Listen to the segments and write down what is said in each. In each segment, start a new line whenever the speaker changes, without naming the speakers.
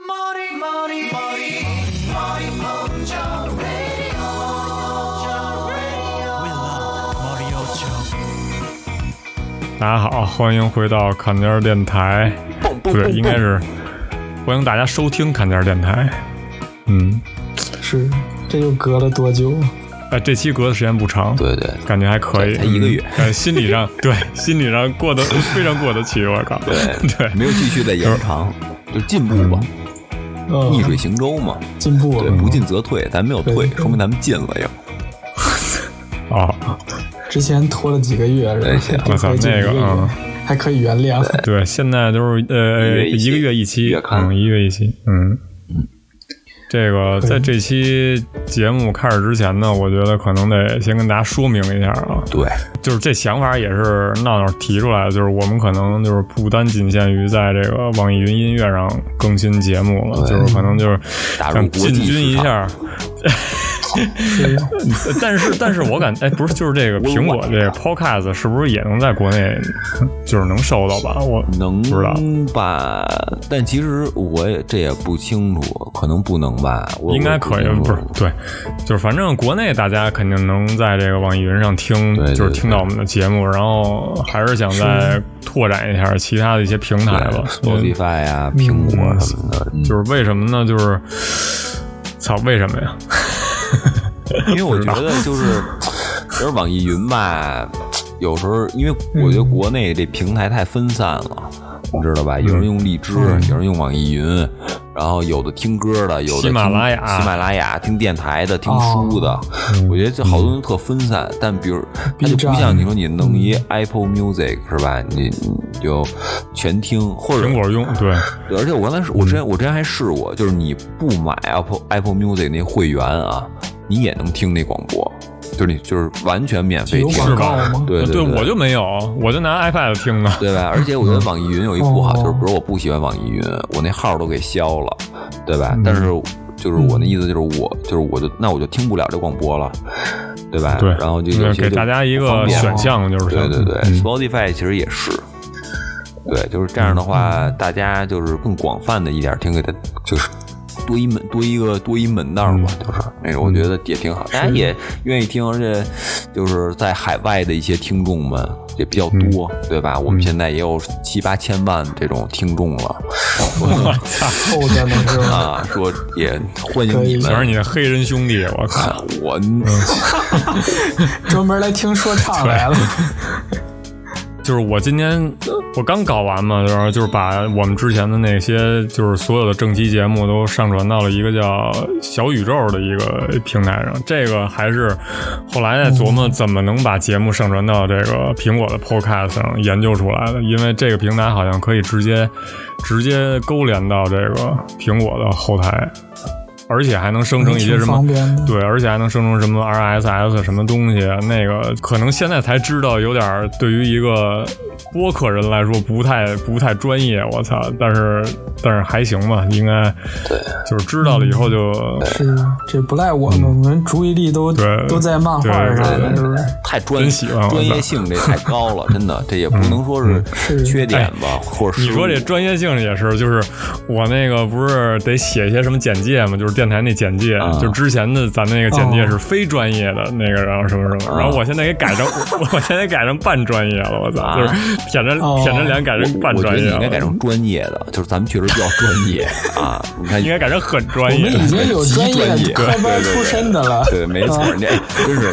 머리 머리 머리 먼저 radio 먼저 radio
We love Mario Show。
大家好，欢迎回到坎肩儿电台，不对，应该是欢迎大家收听坎肩儿电台。嗯，
是，这又隔了多久？
哎，这期隔的时间不长，
对对，
感觉还可以，
才一个月
嗯但心理上对心理上过得 非常过得去，我靠，对 对，
没有继续再延长，就进步吧，
嗯，
逆水行舟嘛，
进步
对，
了。
不进则退，咱没有退，
嗯对
说明咱们进了又。
哦，
之前拖了几个月，
哎
然后
行
这
我操
回就
那个
一月
嗯
还可以原谅。
对，现在都是
一
呃
个月一期
一个月一期，
月刊
嗯，一个月一期，嗯。这个在这期节目开始之前呢，我觉得可能得先跟大家说明一下啊，
对，
就是这想法也是闹闹提出来的，就是我们可能就是不单仅限于在这个网易云音乐上更新节目了，
对
就是可能就是
打入
想
国
进
际
军一
市场，
下。
是的，
但是，但是我感哎，不是，就是 这个苹果这个 Podcast 是不是也能在国内就是能收到吧？我
能
知道
吧？但其实我也这也不清楚，可能不能吧？我
应该可以，
我
不是对，就是反正国内大家肯定能在这个网易云上听，
对对
就是
对
听到我们的节目，然后还是想再拓展一下其他的一些平台吧
对。
因为
，Spotify 呀、苹果什么的，嗯
就是为什么呢？就是，操，为什么呀？
因为我觉得 就是，就是网易云吧，有时候因为我
嗯
觉得国内这平台太分散了，你知道吧？
嗯
有人用荔枝，有人用网易云，然后有的听歌的，有的
喜马
听
拉雅哦嗯
喜马拉雅听电台的，听书的。我觉得这好多人特分散，但比如它
B
就
站
不像你说你弄一
嗯
Apple Music 是吧？你你就全听，或者
苹果用对，
对而且我刚才是我之前我之前还试过，就是你不买 Apple Apple Music 那会员啊，你也能听那广播，就是你就是完全免费
有
听，
广告吗？
对
啊对
对，
我就没有，我就拿 iPad 听啊。
对吧？而且我觉得网易云有一不好，
嗯哦
就是比如我不喜欢网易云，我那号都给消了，对吧？
嗯
但是就是我那意思就是我就是我就那我就听不了这广播了，对吧？
对，
然后就
嗯
有些
给
就
大家一
不方
个
便
选项，就是
对对对、
嗯
s p o t i f y 其实也是，对，就是这样的话，大家就是更广泛的一点听，给它就是多一门多一个多一门道吧，就是那个我觉得也挺好，大家也愿意听，而且就是在海外的一些听众们也比较多，对吧？我们现在也有七八千万这种听众了，
厚着呢 是吧？
啊，说也欢迎你
全是
们。
你的黑人兄弟，我 靠！
啊我
专门来听说唱来了。
就是我今天我刚搞完嘛，然后就是把我们之前的那些就是所有的正期节目都上传到了一个叫小宇宙的一个平台上。这个还是后来在琢磨怎么能把节目上传到这个苹果的 Podcast 上研究出来的，因为这个平台好像可以直接直接勾连到这个苹果的后台，而且还能生成一些什
挺
么
方便的，，
对，而且还能生成什么 RSS 什么东西，那个可能现在才知道，有点儿对于一个播客人来说不太不太专业，我操！但是但是还行吧，应该对，就是知道了以后就是
这不赖我们，我们注意力都
嗯对
都在漫画上
对
了，
对
是不是？
太专
真喜欢我
专
操嗯
业性这太高 了，真的，这也不能说
是
是缺点吧，或者
哎你说
失误
这专业性也是，就是我那个不是得写一些什么简介嘛，就是电台那简介，
啊
就之前的咱们那个简介
哦
是非专业的那个，然后什么什么，
啊
然后我现在给改成， 我我现在改成半专业了，我操，
啊
就是舔着
哦
舔着脸改成半
我觉
专
得
业啊
你
了，
应该改成专业的，就是咱们确实比较专业 啊。你看
应，该改成很专
我
业
们。已经有
极
专
专业
业科班
对对对
出身的了，
对，没错，你哎真是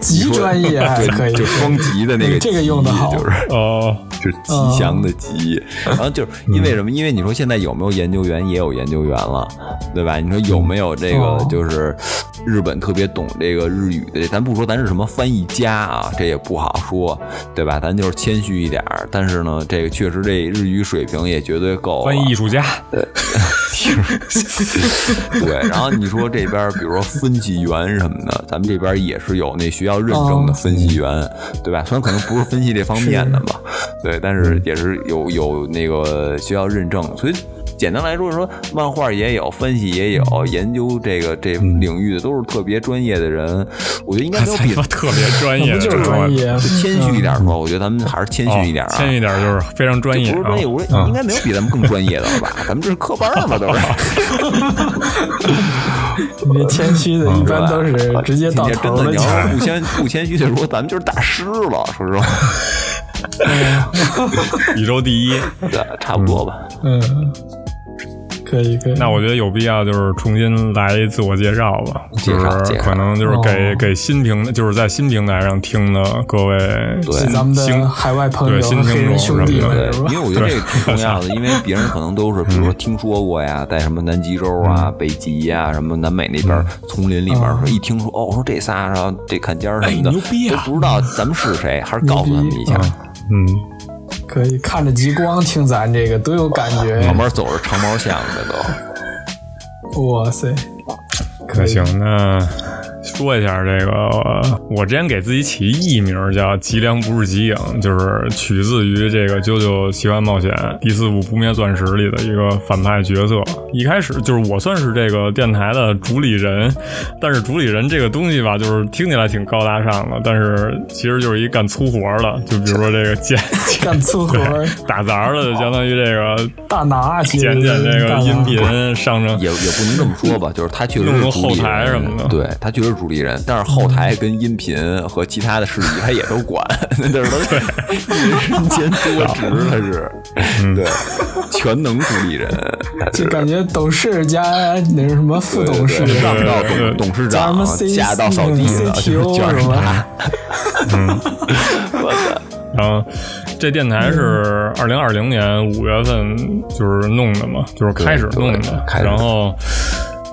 极专业还
对，
可以
就双极的那个
嗯这个用得好
极就是
哦，
就是吉祥的吉。然后就是因为什
嗯
么？因为你说现在有没有研究员，也有研究员了，对吧？你说有没有这个
哦
就是日本特别懂这个日语的？咱不说咱是什么翻译家啊，这也不好说，对吧？咱就是谦虚一点儿。但是呢，这个确实这日语水平也绝对够了。啊
翻译艺术家，
对，然后你说这边儿，比如说分析员什么的，咱们这边儿也是有那学校认证的分析员，对吧？虽然可能不是分析这方面的吧，对，但是也是有有那个学校认证，所以简单来说，说漫画也有，分析也有，研究这个这领域的都是特别专业的人，我觉得应该
嗯他
没有
才
比
他妈特别专业，
不就是
吧
专业？
就谦虚一点说，我觉得咱们还是谦
哦
虚一点啊，
谦虚一点就是非常专业
就不
啊啊
是专业，。我说应该没有比咱们更专业的了吧？咱们这是科班儿嘛，都是。
你谦虚
嗯
的一般都是啊直接到
今天真
头
的，
了
你
就
要
是。
是不谦不谦虚的说，咱们就是大师了，说 实话，
宇宙第一，
对，差不多吧。
嗯，可以可以。
那我觉得有必要就是重新来自我介绍吧，
介
就
绍
是
介绍
可能就是给
哦
给新平的，就是在新平台上听的各位
对
新
咱们
新
的海外朋友
对新
和黑
听
人
众
兄弟
什么
们
的，
嗯是吧
因？为我觉得这个挺重要的，因为别人可能都是，比如说听说过呀，在什么南极洲啊、
嗯
北极呀、什么南美那边丛林里边，说一听说哦，说这仨，然后这看尖儿什么的，
哎牛逼啊
都不知道咱们是谁，还是告诉他们一下
牛，
嗯，
可以看着极光听咱这个多有感觉
旁！边走着长毛象的都。
哇塞，可
那
以
行，那说一下这个，呃我之前给自己起艺名叫“吉良不是吉影”，就是取自于这个《啾啾奇幻冒险》第四部《不灭钻石》里的一个反派角色。一开始就是我算是这个电台的主理人，但是主理人这个东西吧，就是听起来挺高大上的，但是其实就是一干粗活儿的，就比如说这个 捡捡
干粗活儿
打杂儿的，就相当于这个
大拿去
剪剪这个
嗯大拿
音频上升
也也不能这么说吧，就是他确实
弄
是
弄
主
后
理
台
人
什么的
对他确实是主理人，但是后台跟音频和其他的事宜他也都管， 但是他身兼多职，他是
嗯
对全能主理人，他
就是感觉董事加那什么副董事
对对对上到
对
董董事
加什么
长，
C
下哦到扫地的，就是
CTO
全
什
是他。
么，
然后这电台是二零二零年五月份就是弄的嘛，就是开始弄
对
的
对，开始
然后。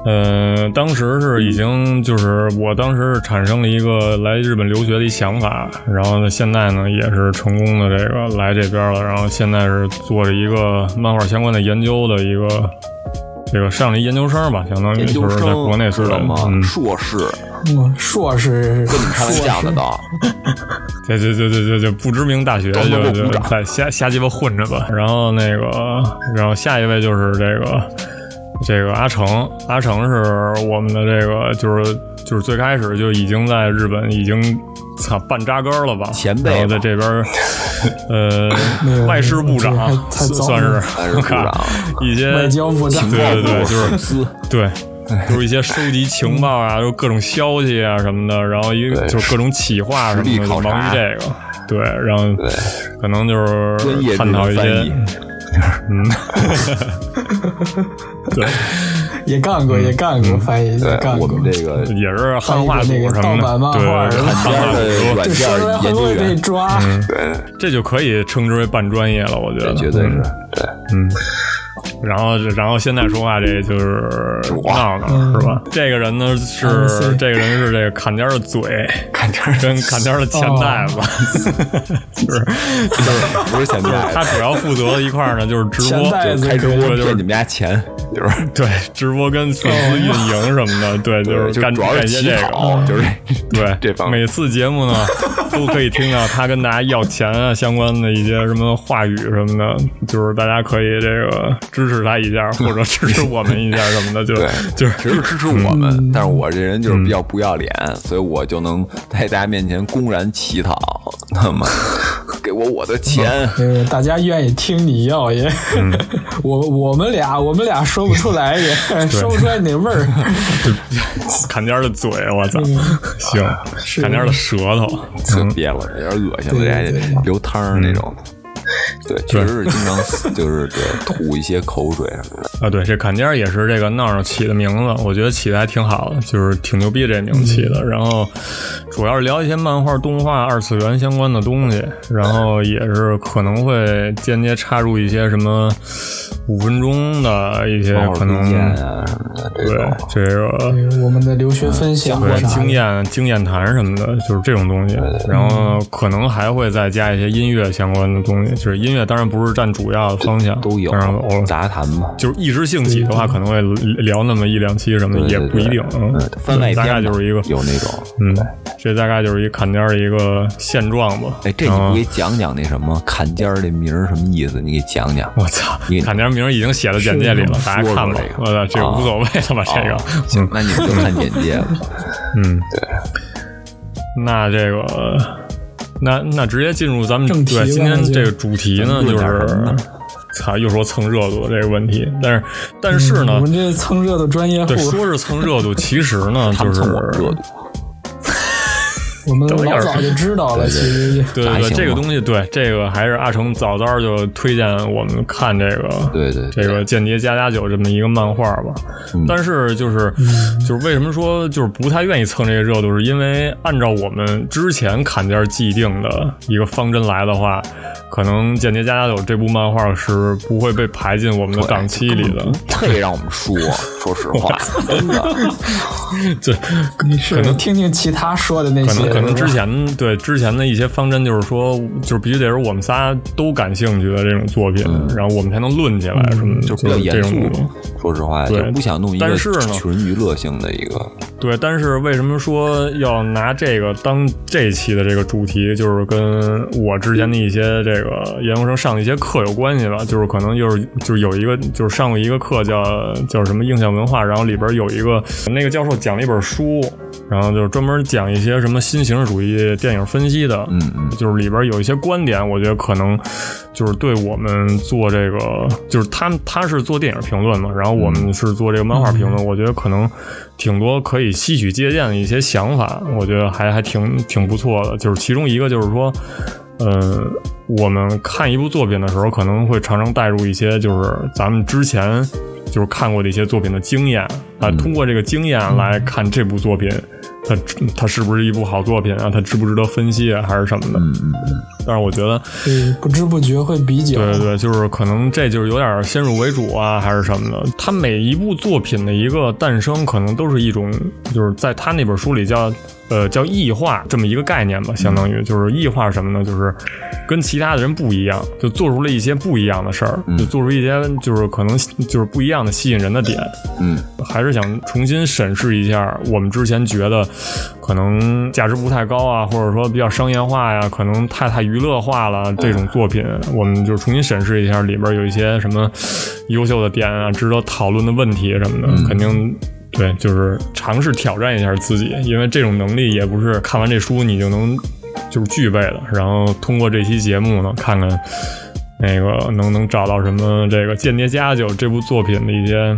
呃，当时是已经就是我当时是产生了一个来日本留学的一想法，然后呢，现在呢也是成功的这个来这边了，然后现在是做着一个漫画相关的研究的一个这个上了一研究生吧，相当于
研
就
究
是在国内做
生知
的
道吗？
嗯，
硕士
哇硕士
跟你们开玩笑的都，
这这这这这这不知名大学
装作
就
不鼓
就
掌
在瞎瞎鸡巴混着吧。然后那个，然后下一位就是这个这个阿成，阿成是我们的这个就是就是最开始就已经在日本已经操半扎根了吧，
前辈
然后在
吧
这边儿
没有
呃外事部长
这还太早
算
了
是
还是部长
一些
外交部长
对对对，就是
粉丝
对，就是一些收集情报啊，就是各种消息啊什么的，然后一
对
就是各种企划什么
实地
的，就
考察
忙于这个。对，然后
对
可能就是
专业
探讨一
翻
些
译，
对，
也干
嗯
过，也干过翻译，也
对
干
我
过。
们这个
也是汉化组
翻译的那个
什么
盗
的
版，漫画
对，
是吧
汉化
的
组
软
这
件
稍微
研
很
究
会被
员，
抓，
嗯
对。
这就可以称之为半专业了，我觉得
绝对是
嗯
对，
然后，然后现在说话这就是
话
闹闹是吧？这个人呢是
MC
这个人是这个坎肩儿的嘴，坎肩跟坎肩儿的钱
哦
袋子，就是嗯
不是现
就是
在
他主要负责的一块儿呢，就是直播
钱，袋
就
子
是开直播
就是
骗你们家钱，就是
对直播跟粉丝运营什么的，对，就是
就
干
主要是
干一些
乞
这个。嗯
讨，就是
对，
这方面
每次节目呢，都可以听到他跟大家要钱啊，相关的一些什么话语什么的，就是大家可以这个支持他一下，或者支持我们一下什么的，就
对
就是
只是支持我
嗯
们，但是我这人就是比较不要脸，所以我就能在大家面前公然乞讨，那么给我我的钱，
嗯
呃，大家愿意听你要也， 我我们俩我们俩说不出来也，说不出来那味儿。
坎肩儿的嘴，我操，行，坎肩儿的舌头，
就别了，有点恶心了，这还流汤儿
嗯
那种。对，确实是经常就是对吐一些口水什么的。
啊，对，这坎肩儿也是这个闹闹起的名字，我觉得起的还挺好的，就是挺牛逼这名字起的。
嗯
然后主要是聊一些漫画、动画、二次元相关的东西，然后也是可能会间接插入一些什么五分钟的一些
包括
可
推
能
荐啊什么的，这
对
种
这个
呃我们的留学分享啊
对
啥
经
的，
验经验谈什么的，就是这种东西。然后可能还会再加一些音乐相关的东西，就是是音乐当然不是占主要的方向，
都有
当然偶尔
杂谈嘛，
就是一时兴起的话，可能会聊那么一两期什么的，
对
也不一定。
对对
嗯
对，番外
大
篇
概
嘛
就是一个，
有那种。
嗯，这大概就是一坎肩儿的一个现状吧。
哎，这
然
你
后
不给讲讲那什么坎肩儿这名儿什么意思？你给讲讲。
我操
你，
坎肩儿名儿已经写在简介里了，大家看吧
说。
我
说这
操，
个
这个
啊
无所谓了吧？这个
哦，行，那你们就看简介吧。
嗯，那这个，那那直接进入咱们
正题吧
对今天
那就
这个主题呢，
咱们
就
论点什
是
么呢，
操，又说蹭热度这个问题，但是但是呢
我，
嗯
们这蹭热的专业户
对，，说是蹭热度，其实呢，
他
就
们
是
蹭我热度，
我们
等一会
老
儿
早就知道了，其实
对对
还
对，
行
这个
吧
东西，对这个还是阿成早早就推荐我们看这个，
对嗯对对
这个《间谍加加酒》这么一个漫画吧。但是就是就是为什么说就是不太愿意蹭这个热度，是因为按照我们之前砍价既定的一个方针来的话，可能《间谍加加酒》这部漫画是不会被排进我们的档期里 的。
配让我们说，说实话，真的。
这
你是听听其他说的那
可
些，
能可能之
是吧
前对之前的一些方针就是说，就是必须得是我们仨都感兴趣的这种作品，然后我们才能论起来什么的，
嗯就
就
比较
是这
严肃
种。
嘛。说实话，就
对
不想弄一个
但是呢
纯娱乐性的一个。
对，但是为什么说要拿这个当这期的这个主题，就是跟我之前的一些这个研究生上的一些课有关系吧？就是可能就是就是有一个就是上过一个课叫叫什么印象文化，然后里边有一个那个教授讲了一本书，然后就是专门讲一些什么新形式主义电影分析的，
嗯嗯，
就是里边有一些观点，我觉得可能就是对我们做这个，就是他们他是做电影评论嘛，然后我们是做这个漫画评论，我觉得可能挺多可以吸取借鉴的一些想法，我觉得还还挺挺不错的。就是其中一个就是说，呃，我们看一部作品的时候，可能会常常带入一些就是咱们之前就是看过的一些作品的经验啊，通过这个经验来看这部作品。它它是不是一部好作品啊？它值不值得分析啊？还是什么的？但是我觉得，
对不知不觉会比较
对对对，就是可能这就是有点先入为主啊，还是什么的。他每一部作品的一个诞生，可能都是一种，就是在他那本书里叫呃叫异化这么一个概念吧，相当于就是异化什么呢？就是跟其他的人不一样，就做出了一些不一样的事儿，就做出一些就是可能就是不一样的吸引人的点。
嗯，
还是想重新审视一下我们之前觉得可能价值不太高啊，或者说比较商业化呀，可能太太娱乐化了这种作品，我们就重新审视一下里边有一些什么优秀的点啊，值得讨论的问题什么的，肯定。对，就是尝试挑战一下自己，因为这种能力也不是看完这书你就能就是具备的。然后通过这期节目呢，看看那个能能找到什么这个《间谍家酒》这部作品的一些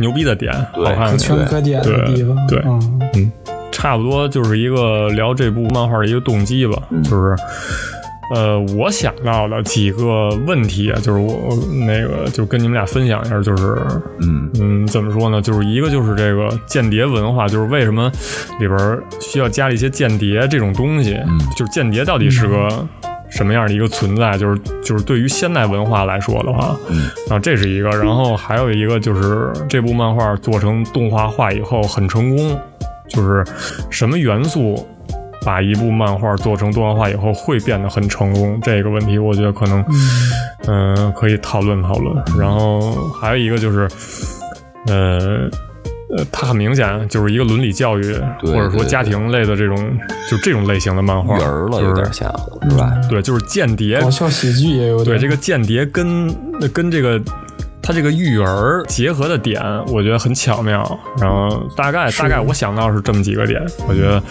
牛逼的点，好
对
看
可
的
全
点。
圈可点的地方，
对对
啊嗯
差不多就是一个聊这部漫画的一个动机吧，就是。呃，我想到的几个问题啊，就是我那个就跟你们俩分享一下，就是
嗯，
嗯，怎么说呢？就是一个就是这个间谍文化，就是为什么里边儿需要加了一些间谍这种东西？就是间谍到底是个什么样的一个存在？就是就是对于现代文化来说的话，
嗯
啊，这是一个。然后还有一个就是这部漫画做成动画化以后很成功，就是什么元素把一部漫画做成动画化以后会变得很成功这个问题，我觉得可能，嗯、可以讨论讨论。然后还有一个就是，呃。呃，它很明显就是一个伦理教育，
对
或者
对
说
对
家庭类的这种，就这种类型的漫画，
育儿了
就
有
是
点像，是吧？
对，就是间谍
搞笑喜剧也有点
对这个间谍跟跟这个他这个育儿结合的点，我觉得很巧妙。然后大概大概我想到是这么几个点，我觉得，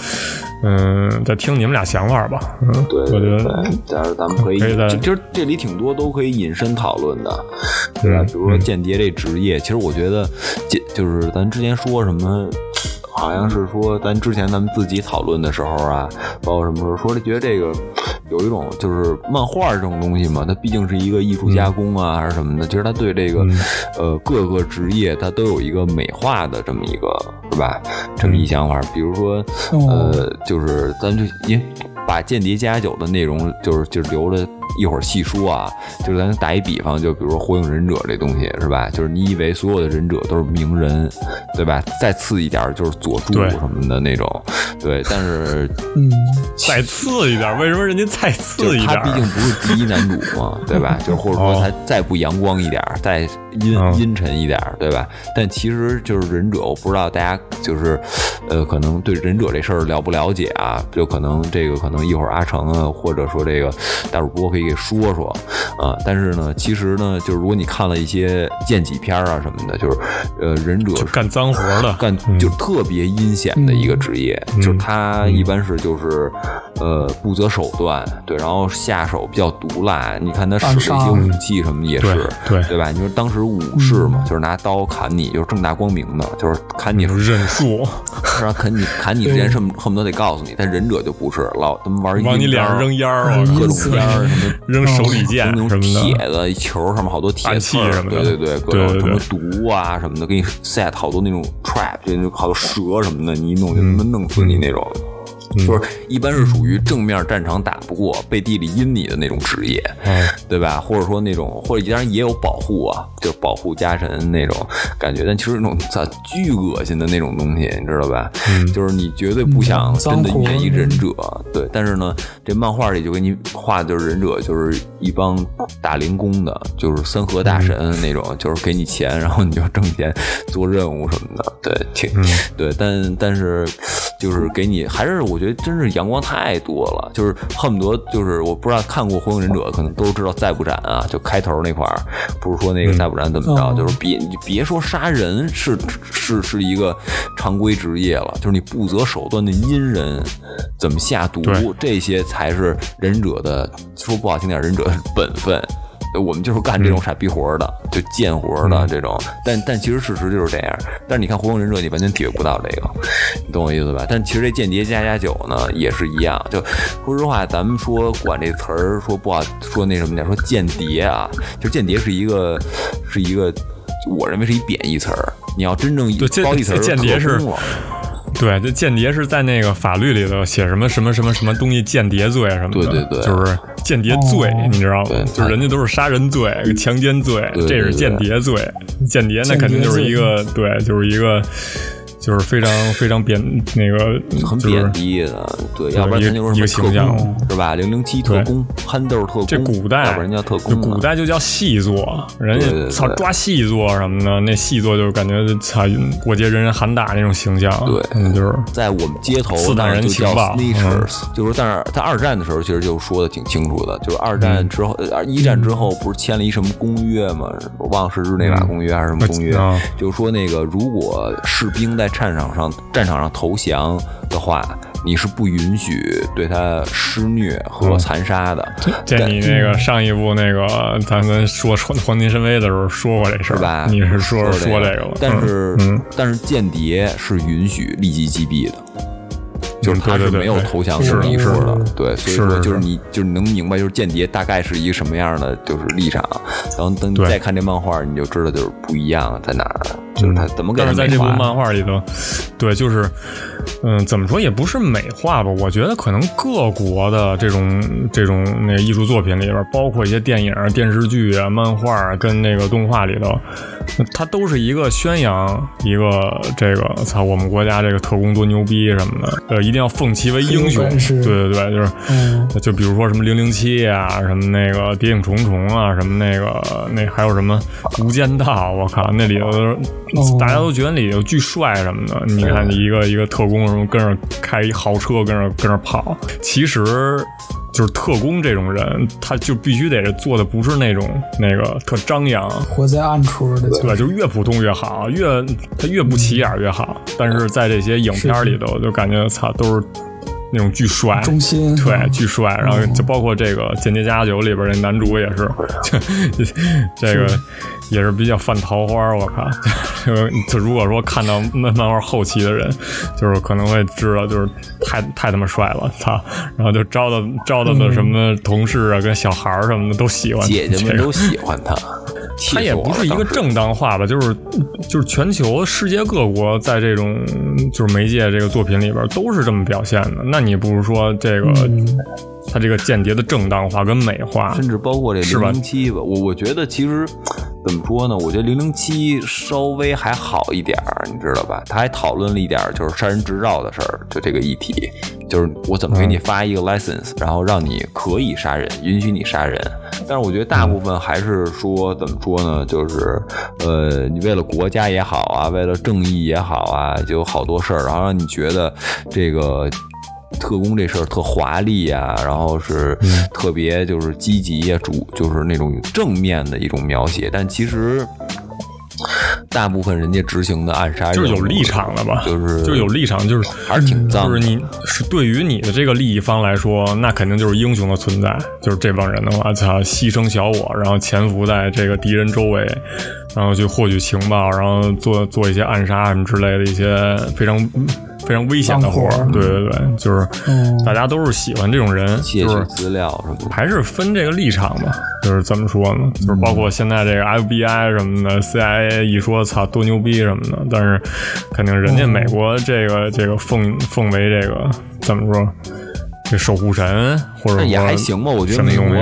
嗯，再听你们俩想法吧。嗯，
对，
我觉得
对，但是咱们可以，
可以再
这其实这里挺多都可以引申讨论的，对吧？
嗯
比如说间谍这职业，其实我觉得，间就是咱之前说什么。好像是说，咱之前咱们自己讨论的时候啊，包括什么时候说，觉得这个有一种就是漫画这种东西嘛，它毕竟是一个艺术
嗯
加工啊，还是什么的。其实它对这个、呃各个职业，它都有一个美化的这么一个，是吧？这么
嗯
一想法。比如说，
哦
呃，就是咱就因为把《间谍加酒》的内容，就是就留着一会儿细说啊，就是咱打一比方，就比如说《火影忍者》这东西是吧？就是你以为所有的忍者都是名人，对吧？再次一点儿就是佐助
对
什么的那种，对，但是
嗯，
再次一点，为什么人家再
就
次
是
一
他
点
毕？竟不是第一男主 嘛，对吧？就是或者说
哦
他再不阳光一点儿，再阴
嗯
阴沉一点儿，对吧？但其实就是忍者，我不知道大家就是，呃，可能对忍者这事儿了不了解啊？就可能这个可能一会儿阿成啊，或者说这个大主播可以给说说啊。但是呢，其实呢，就是如果你看了一些剑戟片儿啊什么的，就是呃，忍者
就是干脏活的，
干
嗯
就特别阴险的一个职业，
嗯
就是他一般是就是呃不择手段，对，然后下手比较毒辣。你看他使的一些武器什么也
嗯对嗯
是，
对
对吧？你说当时武士嘛，就是拿刀砍你，就是正大光明的，就是砍你，
忍术
然后砍你砍你之前恨恨不得得告诉你，但忍者就不是，老他妈玩
嗯往你脸上扔
阴
烟儿，啊
嗯
我
招
靠
各种烟儿什么
扔手里剑什
那种
么
铁
的，
的球上面好多铁
暗器
刺儿
什么的
对对对，各
对
种
对
什么
对
毒啊什么的，给你 set 好多那种 trap，就那好多蛇什么的，你一弄就他妈弄死你那种。
嗯
就是一般是属于正面战场打不过，背地里阴你的那种职业，
嗯
对吧？或者说那种，或者当然也有保护啊，就保护家神那种感觉，但其实那种操巨恶心的那种东西，你知道吧？
嗯
就是你绝对不想真的遇见一忍者，对。但是呢，这漫画里就给你画的就是忍者，就是一帮打零工的，就是三河大神那种，就是给你钱，然后你就挣钱做任务什么的，对，挺、对。但但是就是给你，还是我觉得真是阳光太多了，就是恨不得就是我不知道看过《火影忍者》，可能都知道再不斩啊，就开头那块儿，不是说那个再不斩怎么着，
哦
就是。就是别你别说杀人是是是一个常规职业了，就是你不择手段的阴人，怎么下毒
对，
这些才是忍者的说不好听点，忍者的本分。我们就是干这种傻逼活儿的，就贱活儿的这种，但但其实事实就是这样。但是你看《火影忍者》，你完全体会不到这个，你懂我意思吧？但其实这《间谍加加酒》呢也是一样，就说实话，咱们说管这词儿说不好，说那什么点，说间谍啊，就间谍是一个是一个，我认为是一贬义词儿。你要真正
对间
褒义词儿，
间谍是
特工了啊
对，这间谍是在那个法律里头写什么什么什么什么东西间谍罪啊什么的，
对对对
就是间谍罪，
哦
你知道吗
对？
就是人家都是杀人罪、强奸罪，
对对
这是
对
间谍罪。间谍那肯定就是一个对，就是一个就是非常非常贬那个，
很
就
贬
是
低的，对，
就是
要不然
一个
他就
一个
是什么
形
特工
象
是吧？零零七特
对
工，憨豆儿特工，
这古代
要不然叫特
就
工呢，啊
古代就叫细作，人
对对
家
对
操
对
抓细作什么的，那细作就感觉操过街人人喊打那种形象，
对
嗯就是
在我们街头
四大
那
人
就叫
情嗯报
snitchers，、就是但是在二战的时候，其实就说的挺清楚的，就是二战之后，呃，一战之后不是签了一什么公约吗？我忘了是日内瓦公约还是什么公约，
啊
就是说那个如果士兵在战场上战场上投降的话，你是不允许对他施虐
嗯
和残杀的。
这你那个上一部那个咱们说《黄黄金深威》的时候说过这事儿
是吧？
你是说
说
说
这
这个了？
但
嗯
是、但是间谍是允许立即击毙的，就是
嗯
他
对对
是
对
没有投降
是
这
的
么一
是
说
的
的，对，所以
是
说
是
就是
是
你就是能明白，就是间谍大概是一个什么样的就是立场，啊然后等你
对
再看这漫画，你就知道就是不一样在哪儿，
嗯
就是他怎么给
但
他
是在
美
这部
化，
漫画里头，对，就是，嗯，怎么说也不是美化吧？我觉得可能各国的这种这种那个艺术作品里边，包括一些电影、电视剧啊、漫画啊跟那个动画里头，它都是一个宣扬一个这个操我们国家这个特工多牛逼什么的，呃，一定要奉其为英雄
很有本。事
对对对，就是。
嗯，
就比如说什么零零七啊，什么那个谍影重重啊，什么那个那还有什么无间道，我靠，那里头都是、
哦
大家都觉得那里头巨帅什么的。你看一个一个特工什么跟着开一豪车跟着跟着跑，其实。就是特工这种人，他就必须得做的不是那种那个特张扬，
活在暗处的就
对，就是越普通越好，越他越不起眼儿越好。但是在这些影片儿里头，就感觉操都是那种巨帅，
中心，
嗯
对，巨帅。然后就包括这个《间谍加酒》里边那男主也是，这个也是比较犯桃花。我靠，就是就如果说看到漫漫画后期的人，就是可能会知道，就是太太他妈帅了，操！然后就招的招的的什么同事啊，跟小孩儿什么的都喜欢
嗯姐姐
这
们
个
都喜欢 他，啊
它也不是一个
正。
正当化吧，就是就是全球世界各国在这种就是媒介这个作品里边都是这么表现的。那你不如说这个、它这个间谍的正当化跟美化，
甚至包括这
啊是
零
吧
零七吧，我我觉得其实怎么说呢？我觉得零零七稍微还好一点儿，你知道吧？他还讨论了一点儿就是杀人执照的事儿，就这个议题，就是我怎么给
嗯
你发一个 license，、然后让你可以杀人，允许你杀人。但是我觉得大部分还是说怎么说呢？就是呃，你为了国家也好啊，为了正义也好啊，就有好多事儿，然后让你觉得这个。特工这事儿特华丽啊，然后是
嗯
特别就是积极啊，主就是那种正面的一种描写，但其实大部分人家执行的暗杀
就是
任
有
务
立场了吧？
就是
就是有立场，就是
还是挺脏
就
的
是你是对于你的这个利益方来说，那肯定就是英雄的存在。就是这帮人的话，操，牺牲小我，然后潜伏在这个敌人周围，然后去获取情报，然后做做一些暗杀什么之类的一些非常非常危险的活
脏活
儿
儿。
对对对，就是大家都是喜欢这种人，
窃
就
取
是
资料什么的。
还是分这个立场吧，就是怎么说呢？就是包括现在这个 FBI 什么的，CIA 一说操多牛逼什么的，但是肯定人家美国这个这个奉奉为这个怎么说？这守护神或者
但也
说
还行吧，我觉得
什么
美
东西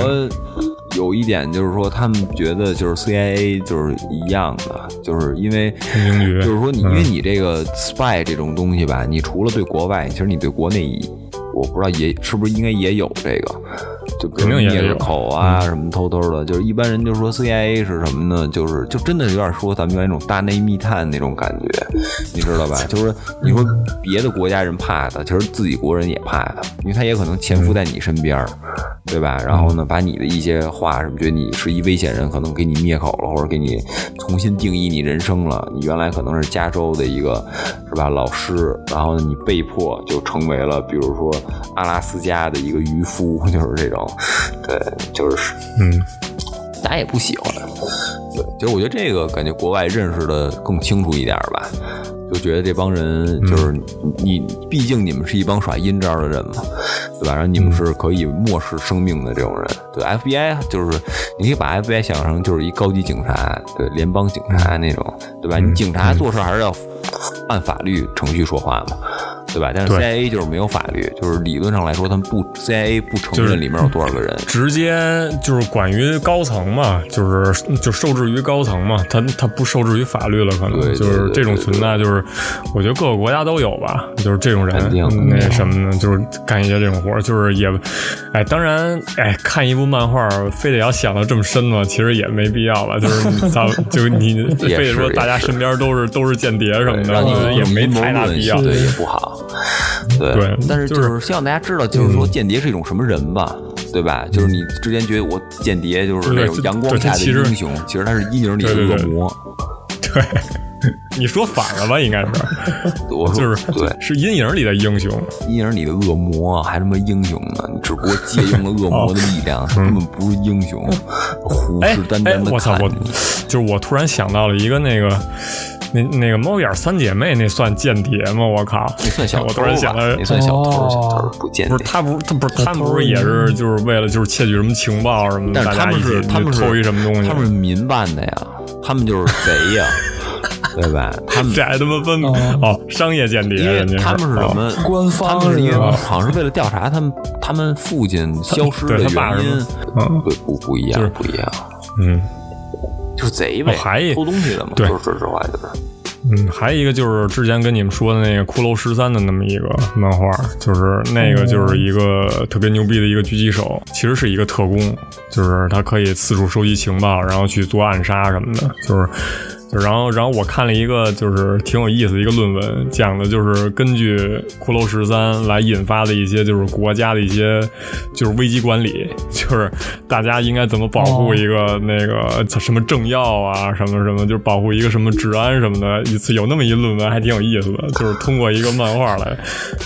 国有一点就是说，他们觉得就是 CIA 就是一样的，就是因为
英语
就是说你因为你这个 spy 这种东西吧，你除了对国外，其实你对国内，我不知道也是不是应该也有这个，就比
肯
如
定也
灭
有嗯
个口啊什么偷偷的，就是一般人就说 CIA 是什么呢？就是就真的有点说咱们原来那种大内密探那种感觉，你知道吧？就是你说
嗯
别的国家人怕他，其实自己国人也怕他，因为他也可能
嗯
潜伏在你身边儿，对吧？然后呢，把你的一些话什么，觉得你是一危险人，可能给你灭口了，或者给你重新定义你人生了。你原来可能是加州的一个是吧老师，然后你被迫就成为了，比如说阿拉斯加的一个渔夫， 就是这种，对，就是
嗯，
大家也不喜欢。对，就是我觉得这个感觉国外认识的更清楚一点儿吧，就觉得这帮人就是你，你毕竟你们是一帮耍阴招的人嘛，对吧？然后你们是可以漠视生命的这种人。对，FBI 就是你可以把 FBI 想成就是一高级警察，对，联邦警察那种，对吧？你警察做事还是要按法律程序说话嘛。对吧？但是
对
CIA 就是没有法律，就是理论上来说，他们不 CIA 不承
就是
认里面有多少个人，
直接就是管于高层嘛，就是就受制于高层嘛，他他不受制于法律了，可能
对对
就是
对
这种
对对
存在，就是我觉得各个国家都有吧，就是这种人
肯定，肯定
那什么呢，就是干一些这种活儿，就是也，哎，当然，哎，看一部漫画非得要想到这么深吗？其实也没必要吧，就是你咱们就是你
也
非得说
是
大家身边都是都是间谍什么
对
的，
让你
我觉得也没
阴谋
太大
论
必要。
对也不好。对
对
但是就
就是嗯
希望大家知道，就是说间谍是一种什么人吧，对吧？就是你之前觉得我间谍就是那
对
种
这
阳光
对
下
他
的
其实
英雄，其实他是阴影里的
对对
恶
对
魔。
对，你说反了吧？应该是，
我说
就是
对
是阴影里的英雄。
阴影里的恶魔还他妈英雄呢，你只不过借用了恶魔的力量，他根本不是英雄，
哦
虎
嗯哎
视眈
哎
眈，的
我操！
看
我
你。
就是我突然想到了一个那个那那个猫眼三姐妹，那算间谍吗？我靠！
你算小
我
偷
突
吧
然想到，？
你算小偷，
哦
小偷不间
不
谍
是。他不是他不是他们不是也是就是为了就是窃取什么情报什么的，
但是
嗯大
他
家
们
一
是
起
他
去
们是
偷一什么东西
他？们是民办的呀，他们就是贼 呀，对吧？他们
这还他妈分
哦
哦，商业间谍，
因为
人家哦
他们是什？么？
官
他
方
们是因为
是吧
好像是为了调查他们他们父亲消失的
对他爸
原因
是吗嗯，
对不不一
就是
样，不一样，
嗯
就是贼呗
哦还，
偷东西的嘛。
对
就是说实话，就是
嗯，还有一个就是之前跟你们说的那个《骷髅十三》的那么一个漫画，就是那个就是一个特别牛逼的一个狙击手，其实是一个特工，就是他可以四处收集情报，然后去做暗杀什么的，就是。就然后，然后我看了一个就是挺有意思的一个论文，讲的就是根据《骷髅十三》来引发的一些就是国家的一些就是危机管理，就是大家应该怎么保护
哦
一个那个什么政要啊，什么什么，就是保护一个什么治安什么的，一次有那么一论文还挺有意思的，就是通过一个漫画来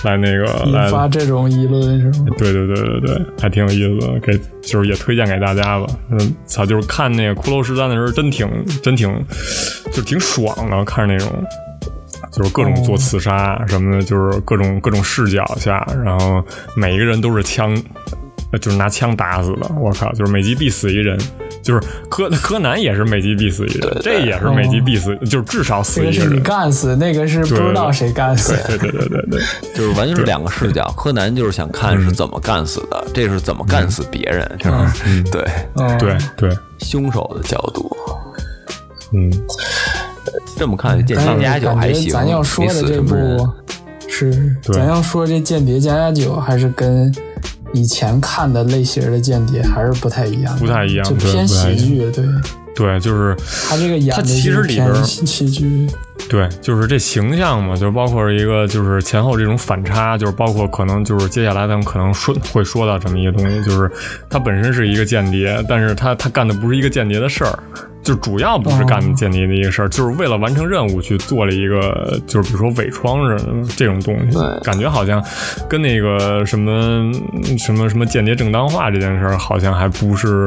来那个
引发
来，
这种议论是吗？
对对对对对，还挺有意思的，给就是也推荐给大家吧。嗯，操，就是看那个《骷髅十三》的时候，真挺真挺就挺爽的，看着那种。就是各种
哦
做刺杀什么的，就是各种各种视角下，然后每一个人都是枪，呃就是拿枪打死的。我靠，就是每集必死一人，就是柯柯南也是每集必死一人，这也是每集必死，就是至少死
哦这个
一
是你
人。
干死，那个是不知道谁干死。
对对对对 对，嗯
就是完全是两个视角。柯南就是想看是怎么干死的，这是怎么干死别人，是吧？对，
嗯，
对对，
凶手的角度。
嗯，
这么看，《
哎
间谍
但
家
是
酒》
哎感
还
觉
行，
咱要说
没
的
死
这
什么人
部是，
对
咱要说这《间谍加加酒》还是跟以前看的类型的间谍还是不太一样的，
不太一样
就
对
偏
不太
喜
一样
剧。对，
对，就是
他这个演
它
的
其
就
实
是
里边儿
偏喜剧，
对，就是这形象嘛，就是包括一个就是前后这种反差，就是包括可能就是接下来咱们可能说会说到这么一个东西，就是他本身是一个间谍，但是他他干的不是一个间谍的事儿，就主要不是干
哦
间谍的一个事儿，就是为了完成任务去做了一个，就是比如说伪装人这种东西，感觉好像跟那个什么什么什么间谍正当化这件事儿，好像还不是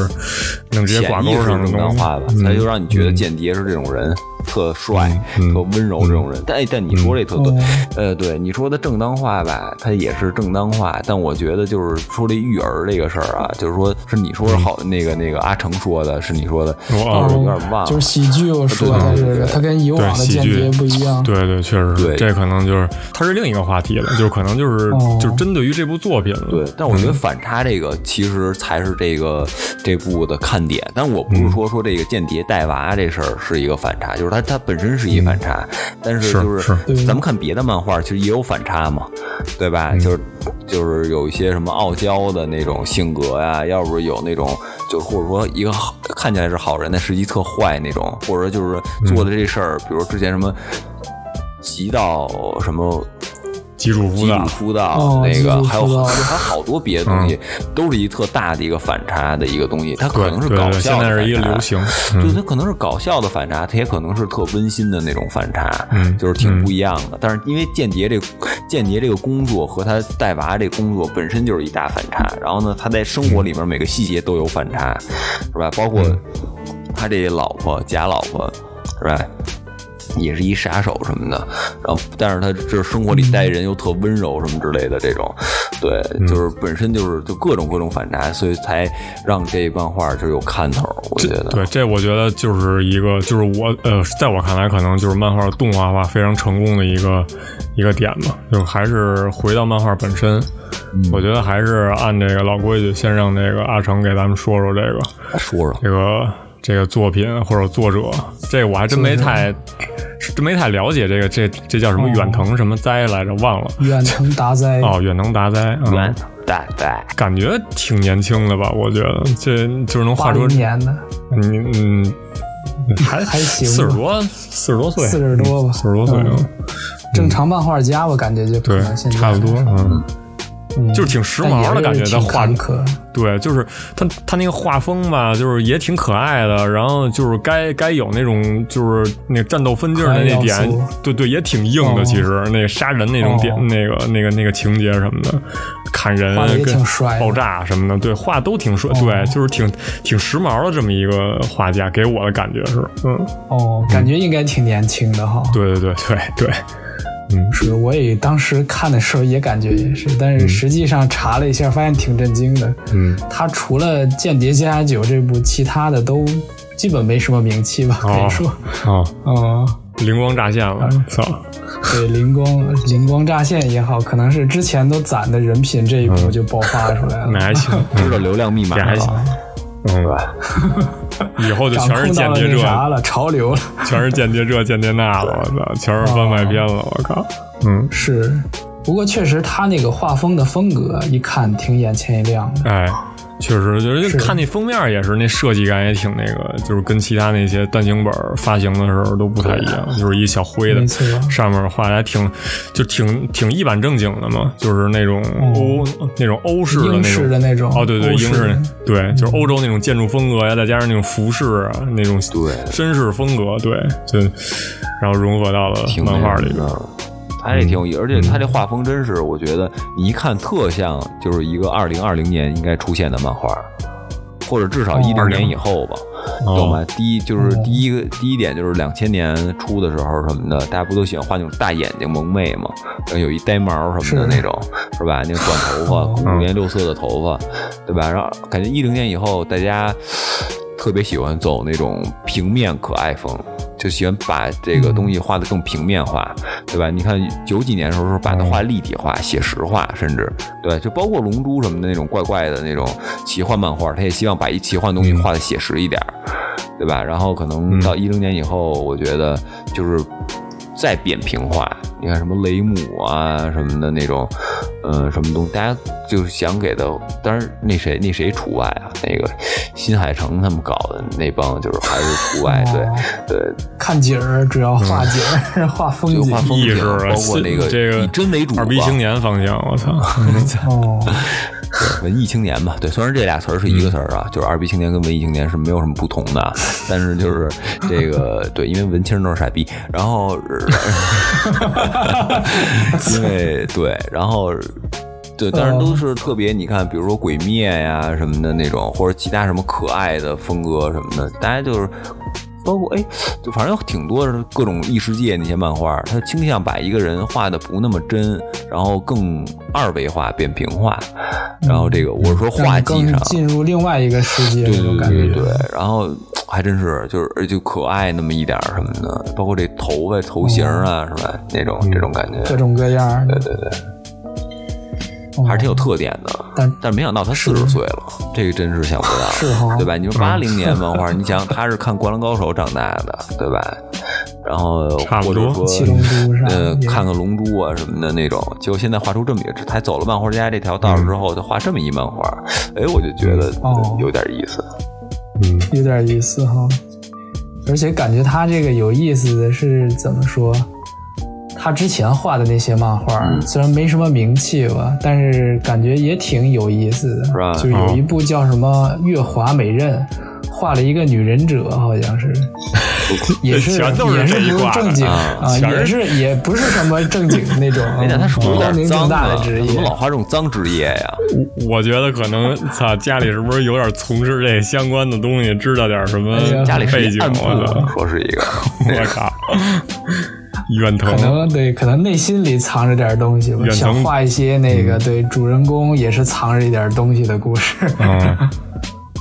能直接挂
潜
钩
意识
上的嗯
正
东
当
西。
化吧，他就让你觉得间谍是这种人，特帅、
嗯
特温柔这种人。但哎但你说这特对
哦
嗯，
呃，对你说的正当化吧，它也是正当化，但我觉得就是说这育儿这个事儿啊，就是说是你说是好，那个那个阿成说的，是你说的，
嗯哦
就是有点
嗯
忘
就
了
是。喜剧。我说的
对对
这个，
对
他跟以往的
对喜
间
剧
谍不一样。
对对，确实
对
是，这可能就是它是另一个话题了，就是可能就是、
哦
就是针对于这部作品了。
对，但我觉得反差这个其实才是这个这部的看点。但我不是说说这个间谍带娃这事儿是一个反差，就是它它本身是一反差，但嗯是
是
就是
对
咱们看别的漫画其实也有反差嘛，对吧？就是就是有一些什么傲娇的那种性格呀、要不是有那种就是或者说一个好看起来是好人，但实际特坏那种，或者就是做的这事儿，比如之前什么极道什么。
基础
基
辅导
础，辅导
哦
那
基
个，
础
还有
辅
好
导
还有好多别的东西，都是一特大的一个反差的一个东西。它可
对
能是
嗯对
搞
对，
笑
现
的
在是
反
一个
差
流行，
对，
嗯
它可能是搞笑的反差，它也可能是特温馨的那种反差，
嗯
就是挺不一样的。但是因为间谍这间谍这个工作和他带娃这工作本身就是一大反差，然后呢，他在生活
嗯
里面每个细节都有反差，是吧？包括他这老婆假老婆，是吧？也是一杀手什么的，然后但是他这生
嗯
活里待人又特温柔什么之类的这种，对，就是本身就是就各种各种反差，所以才让这漫画就有看头，我觉得。
对，这我觉得就是一个，就是我呃，在我看来，可能就是漫画动画化非常成功的一个一个点吧，就是还是回到漫画本身。
嗯
我觉得还是按这个老规矩，先让这个阿成给咱们说说这个
说说，
这个这个作品或者作者，这个我还真没太真没太了解这个这这叫什么
哦
远藤什么哉来着，忘了。
远程达哉，
哦，远藤达哉，嗯
圆大大
感觉挺年轻的吧？我觉得这就是能
八
画出
零年的，
你嗯，还
还行吧
四十多，四十多岁，
四十多吧
四十多岁，
嗯
嗯
正常漫画家，我感觉就可
对
能现，在
差不多，嗯，
嗯
就是挺时
但也
髦的
是
感觉，
挺
他画
坎坷
对，就是他他那个画风吧，就是也挺可爱的，然后就是该该有那种就是那个战斗分镜的那
可爱要
点
素，
对对，也挺硬的。
哦
其实那个杀人那种点，
哦
那个那个那个情节什么的，砍人
画得也
跟
挺帅的哦
爆炸什么的，对，画都挺帅，对，就是挺挺时髦的这么一个画家，给我的感觉是，嗯，
哦，感觉应该挺年轻的哈。
对对对对对，
是，我也当时看的时候也感觉也是，但是实际上查了一下，发现挺震惊的。
嗯，
他除了《间谍加加酒》这部，其他的都基本没什么名气吧，可
哦
以说，
哦，
嗯，
灵光乍现了，操，
对，灵光灵光乍现也好，可能是之前都攒的人品这一步就爆发出来了，
嗯 那还 行，
知道流量密码啊
也还行
了，，
嗯，以后就
掌
全是
控到
间
了
谍
那
者，
啥了，潮流了，
全是间谍这间谍那了，我操，全是番外篇
啊
了，我靠，嗯，
是。不过确实，他那个画风的风格一看挺眼前一亮的，
哎，确实，就是
是
看那封面也是，那设计感也挺那个，就是跟其他那些单行本发行的时候都不太一样，就是一小灰的
没，错。
上面画的还挺，就挺挺一板正经的嘛，就是那种欧、那种欧式的
哦英
那
式
种。
的嗯那种
哦，对对，
欧
英
式
式那，对，就是欧洲那种建筑风格呀，再加上那种服饰啊，那种
对
绅士风格，对，就然后融合到了
挺嗯
漫画里边
边。。他这挺有意思，而且他这画风真是，我觉得你一看特像，就是一个二零二零年应该出现的漫画，或者至少一零年以后吧，
哦
懂吗？第一就是第一个第一点就是两千年出的时候什么的，大家不都喜欢画那种大眼睛萌妹嘛，然后有一呆毛什么的
是
那种，是吧？那种短头发，五颜六色的头发，对吧？然后感觉一零年以后大家。特别喜欢走那种平面可爱风，就喜欢把这个东西画的更平面化，对吧？你看九几年的时候把它画立体化、写实化，甚至对吧，就包括《龙珠》什么的那种怪怪的那种奇幻漫画，他也希望把一奇幻东西画的写实一点儿，对吧？然后可
嗯
能到一零年以后，我觉得就是。再扁平化，你看什么雷姆啊什么的那种，呃，什么东西，大家就是想给的，当然那谁那谁除外啊，那个新海诚他们搞的那帮就是还是除外，
哦
对对，
看景儿，主要画景
嗯
儿，画风
就画
景。
风
意
景，
识啊，
包括那个
这个
以真为主吧，
二逼青年方向，我操，
哦，
对文艺青年吧，对，虽然这俩词儿是一个词儿啊，就是二逼青年跟文艺青年是没有什么不同的啊，但是就是这个对，因为文青都是傻逼，然后， 因为对，然后。对，但是都是特别，你看，比如说《鬼灭》呀什么的那种，或者其他什么可爱的风格什么的，大家就是包括哎，就反正有挺多的各种异世界那些漫画，它倾向把一个人画的不那么真，然后更二维化、扁平化，然后这个我是说
嗯让
画
你
技
更
上，
进入另外一个世界
对
那种
对
感
对
觉。
对，然后还真是就是而且就可爱那么一点儿什么的，包括这头发头型啊
哦
什么那
嗯
种这种感
各
觉，
种各样儿的，
对
哦
对对，还是挺有特点的。
但
但是没想到他四十岁了，这个真是想不 到，
是哈
对吧？你说八零年 漫画，你想他是看《灌篮高手》长大的，对吧？然后
差不
或者
多
说
七龙珠上
呃，
也
看看龙珠啊什么的那种，结果现在画出这么一，他走了漫画家这条道儿之后，他画这么一漫画，哎，我就觉得
嗯哦
有点意思。
嗯，
有点意思哈。而且感觉他这个有意思的是怎么说？他之前画的那些漫画，
嗯
虽然没什么名气吧，但是感觉也挺有意思的。
是吧嗯
就有一部叫什么《月华美刃》，画了一个女忍者，好像 是，也是
全都是
也是
这一
不
挂的
正经
啊
啊，
全
也是也不是什么正经那种。
哎，那他是不是有
光
点
明
脏
正大
啊？
的职
他怎
业
么，老画这种脏职业呀？
我觉得可能操家里是不是有点从事这相关的东西，知道点什么
哎呀
家里是
背
一
景？
暗部
我操，，
说是一 个，
我靠，远
可
藤，
能对，可能内心里藏着点东西吧，
远程
想画一些那个、对主人公也是藏着一点东西的故事。
嗯，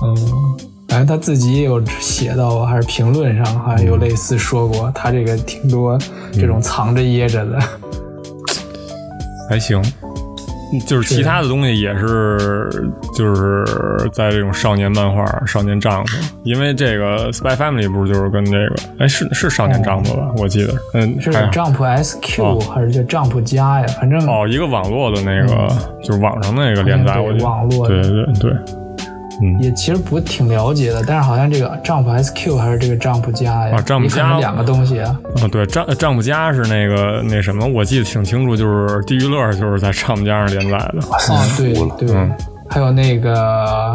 嗯， 反正他自己也有写到，还是评论上好
嗯
像有类似说过，他这个挺多这种藏着掖着的。
嗯还行。就是其他的东西也是，就是在这种少年漫画、少年丈夫，因为这个《Spy Family》不是就是跟这个，哎，是是少年丈夫吧？我记得，嗯，
是
还
Jump SQ、
哦
还是叫 Jump 加呀？反正、
哦，一个网络的那个，就是网上那个连载，
嗯嗯对
我觉得
网络
对
的
对对，
也其实不挺了解的，但是好像这个 Jump SQ 还是这个 Jump 加呀？
啊，Jump
你可能
加
两个东西啊。
啊，对，丈丈夫家是那个那什么，我记得挺清楚，就是地狱乐就是在丈夫家上连载的，
哦，对
服了
对，
嗯
还有那个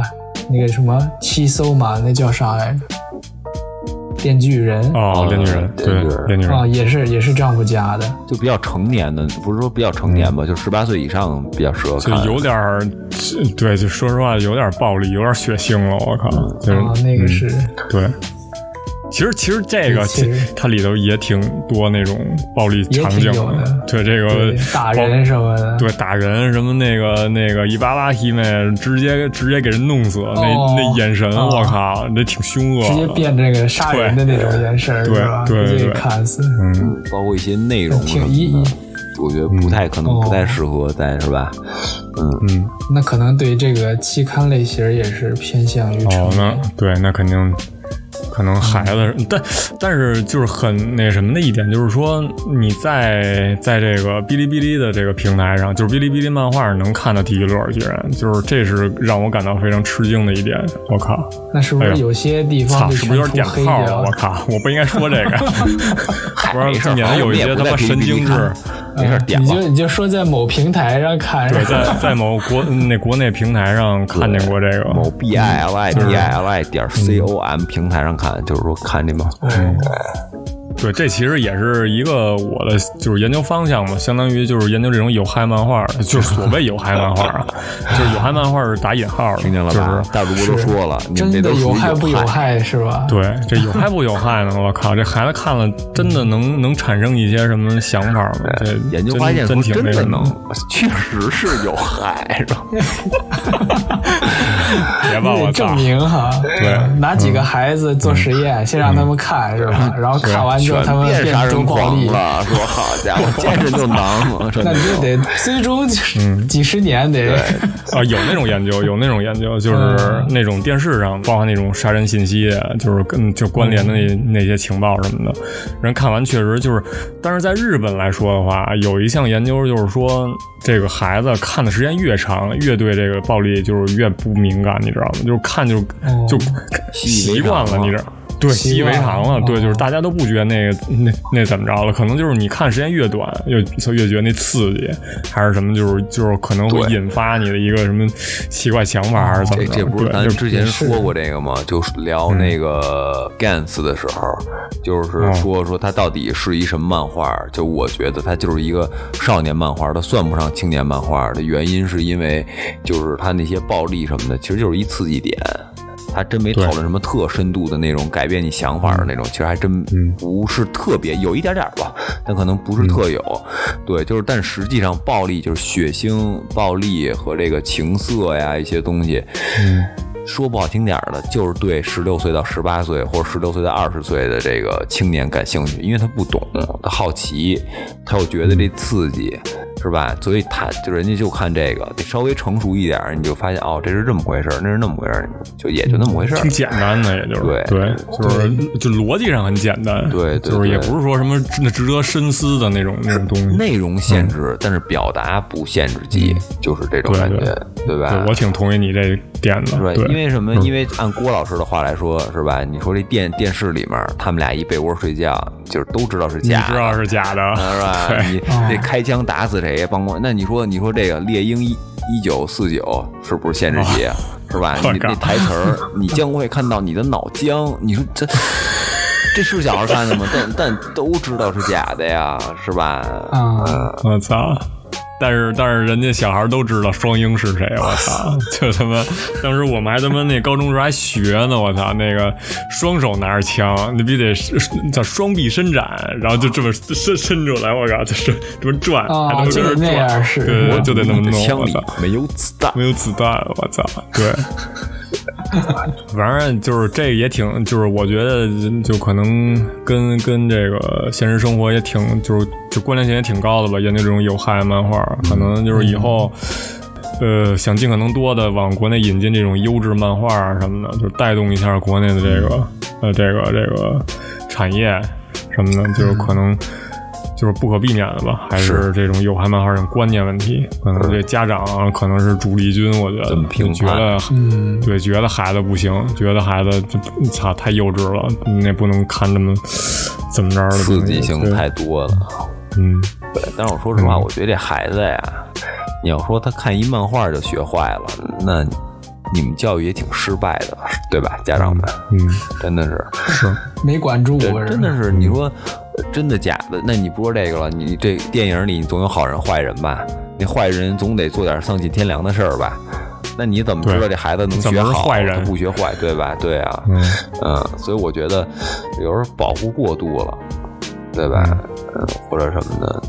那个什么七搜嘛，那叫啥来着？电锯人啊、
哦，
哦
恋女人，
恋女
对
人，
恋女人，
也是也是丈夫家的，
就比较成年的，不是说比较成年吧，就十八岁以上比较适合
就
看。
有点儿，对，就说实话，有点暴力，有点血腥了，我靠，就是、
啊，那个是、
对。其实，其实这个
其实
其它里头也挺多那种暴力
也
场
挺
景
有的
对这个
对打
包
人什么的，
对打人什么那个那个伊巴拉提妹直接直接给人弄死，
哦
那那眼神，
哦
我靠，那挺凶恶的，
直接变这个杀人的那种眼神儿，
对
是吧？
对
直接
对
砍死，
嗯，
包括一些内容什
挺
么
一
的，我觉得不太可能，
哦
不太适合在是吧？嗯，
嗯，
那可能对这个期刊类型也是偏向于成
哦，
人。
那对，那肯定可能孩子，
嗯
但但是就是很那什么的一点，就是说你在在这个哔哩哔哩的这个平台上，就是哔哩哔哩漫画能看到体育乐儿，居然就是这是让我感到非常吃惊的一点。我靠，
那是不
哎
是
呦
有些地方
操，
就是
不是有
全
点点
涂黑
炮啊？
掉
我
了？
靠，我不应该说 这个， 不
没
是
事
避
儿，
免得
反正我
有
们
一
也
些
不
他
在
妈
哔哩哔
神
哩
经质
看。没事儿点
啊你
吧。
就你就说在某平台上看，
对，在在某国那国内平台上看见过这个，
某 b i l i b i l i
嗯
点 c o m 平台上看，就是说看这嘛，
哎
对，这其实也是一个我的就是研究方向嘛，相当于就是研究这种有害漫画，就是所谓有害漫画啊， 就是有害漫画是打引号的，
听见了吧？
就是
大主播都说了，你
真
们这
的
都属于
害不有
有？
害是吧？
对，这有害不有害呢？我靠，这孩子看了真的能能产生一些什么想法吗？这
研究
真
发现
真
说
挺
真
那
的
什么
能，确实是有害，是吧？
别
你
把我
得
操
证！明哈，
对
拿
嗯
几个孩子做实验，先让他们看是吧？然后看完之后他们
变
变
杀
得多
人
暴
狂
力，
了，说好家伙，见着就囊，说
那你就
种
得最终
嗯
就是几十年得
啊，有那种研究，有那种研究，就是
嗯
那种电视上包含那种杀人信息，就是跟就关联的那、
嗯
那些情报什么的。人看完确实就是，但是在日本来说的话，有一项研究就是说，这个孩子看的时间越长，越对这个暴力就是越不敏感，你知道吗？就是看就就
哦习以
习
为常
惯了，你知道。对，习以为常了。对，就是大家都不觉得那个那那怎么着了，可能就是你看时间越短，越就越觉得那刺激，还是什么，就是就是可能会
对哦
引发你的一个什么奇怪想法，还是怎么
这
着？
这不是
对
咱
就
之前说过这个吗？就是聊那个 Gans 的时候，就是说说它到底是一什么漫画？就我觉得它就是一个少年漫画，它算不上青年漫画的原因是因为就是它那些暴力什么的，其实就是一刺激点。它真没讨论什么特深度的那种改变你想法的那种，其实还真不是特别，有一点点吧，但可能
嗯
不是特有。对，就是但实际上暴力就是血腥、暴力和这个情色呀一些东西，
嗯
说不好听点儿的，就是对十六岁到十八岁或者十六岁到二十岁的这个青年感兴趣，因为他不懂，他好奇，他又觉得
嗯
这刺激，是吧？所以他就人家就看这个，得稍微成熟一点儿，你就发现哦，这是这么回事儿，那是那么回事儿，就也就那么回事儿
挺。简单的，也就是
对
就是就逻辑上很简单，
对对
就是也
对
不是说什么值值得深思的那种那种东西。
内容限制，但是表达不限制级，就是这
嗯
种
对
感觉，
对
对吧？
对，我挺同意你这点的。
对，
对，嗯
因为什么？因为按郭老师的话来说，是吧？你说这电电视里面，他们俩一被窝睡觉，就是都知道是
你
假的，
知道是假的，
是吧？
对
你这开枪打死谁？帮光，那你说你说这个猎鹰一一九四九是不是限制
啊
级？是吧？
我
你
靠
那台词儿，你将会看到你的脑浆。你说这这是小孩看的吗？但但都知道是假的呀，是吧？
啊，
我操！但是但是人家小孩都知道双鹰是谁，我操！就他妈当时我们还他妈那高中时候还学呢，我操！那个双手拿着枪，你必须得是叫双臂伸展，然后就这么伸伸出来，我靠，就是这么转，
哦
还他妈跟着
就是那样
转，
是
对对，就得那么
你的
弄，
枪
我
里
操！
没有子弹。
没有子弹，我操！对，反正就是这也挺，就是我觉得就可能跟跟这个现实生活也挺，就是就关联性也挺高的吧。研究这种有害漫画，可能就是以后。呃，想尽可能多的往国内引进这种优质漫画啊什么的，就带动一下国内的这个
嗯
呃这个这个产业什么的，就是可
嗯
能就是不可避免的吧，还是这种有害漫画这种观念问题，可能这家长啊可能是主力军，我觉得
怎么评判
觉得
嗯，
对，觉得孩子不行，觉得孩子这操太幼稚了，那不能看这么怎么着的东西
刺激性
对
太多了，
嗯，
对。但是我说实话，
嗯
我觉得这孩子呀，你要说他看一漫画就学坏了，那你们教育也挺失败的，对吧？家长们，
嗯，
真的是，
是
没管住，
真真的
嗯
是
是，你说真的假的？那你不说这个了，你这电影里你总有好人坏人吧？那坏人总得做点丧尽天良的事儿吧？那你怎么知道
对
这孩子能
怎
学
么是
好？
坏人
他不学坏，对吧？对啊，
嗯
嗯，所以我觉得有时候保护过度了，对吧？嗯，或者什么的，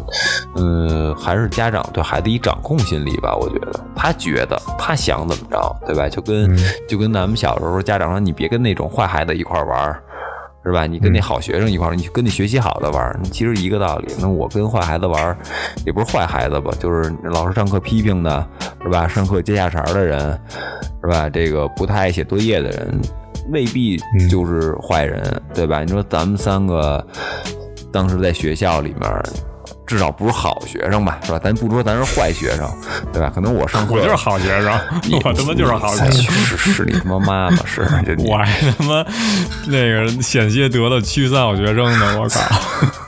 嗯，还是家长对孩子一掌控心理吧。我觉得他觉得他想怎么着，对吧？就跟、就跟咱们小时候家长说，你别跟那种坏孩子一块儿玩儿。是吧？你跟那好学生一块儿，你跟那学习好的玩儿，你其实一个道理。那我跟坏孩子玩儿，也不是坏孩子吧，就是老师上课批评的，是吧？上课接下茬儿的人，是吧？这个不太爱写作业的人，未必就是坏人，对吧？你说咱们三个当时在学校里面儿，至少不是好学生吧，是吧？咱不说咱是坏学生，对吧？可 能我上课
我就是好学生
你，
我他妈就是好学生。
是是你他妈妈妈 是就你
我还他妈那个险些得了驱散小学生呢，我靠！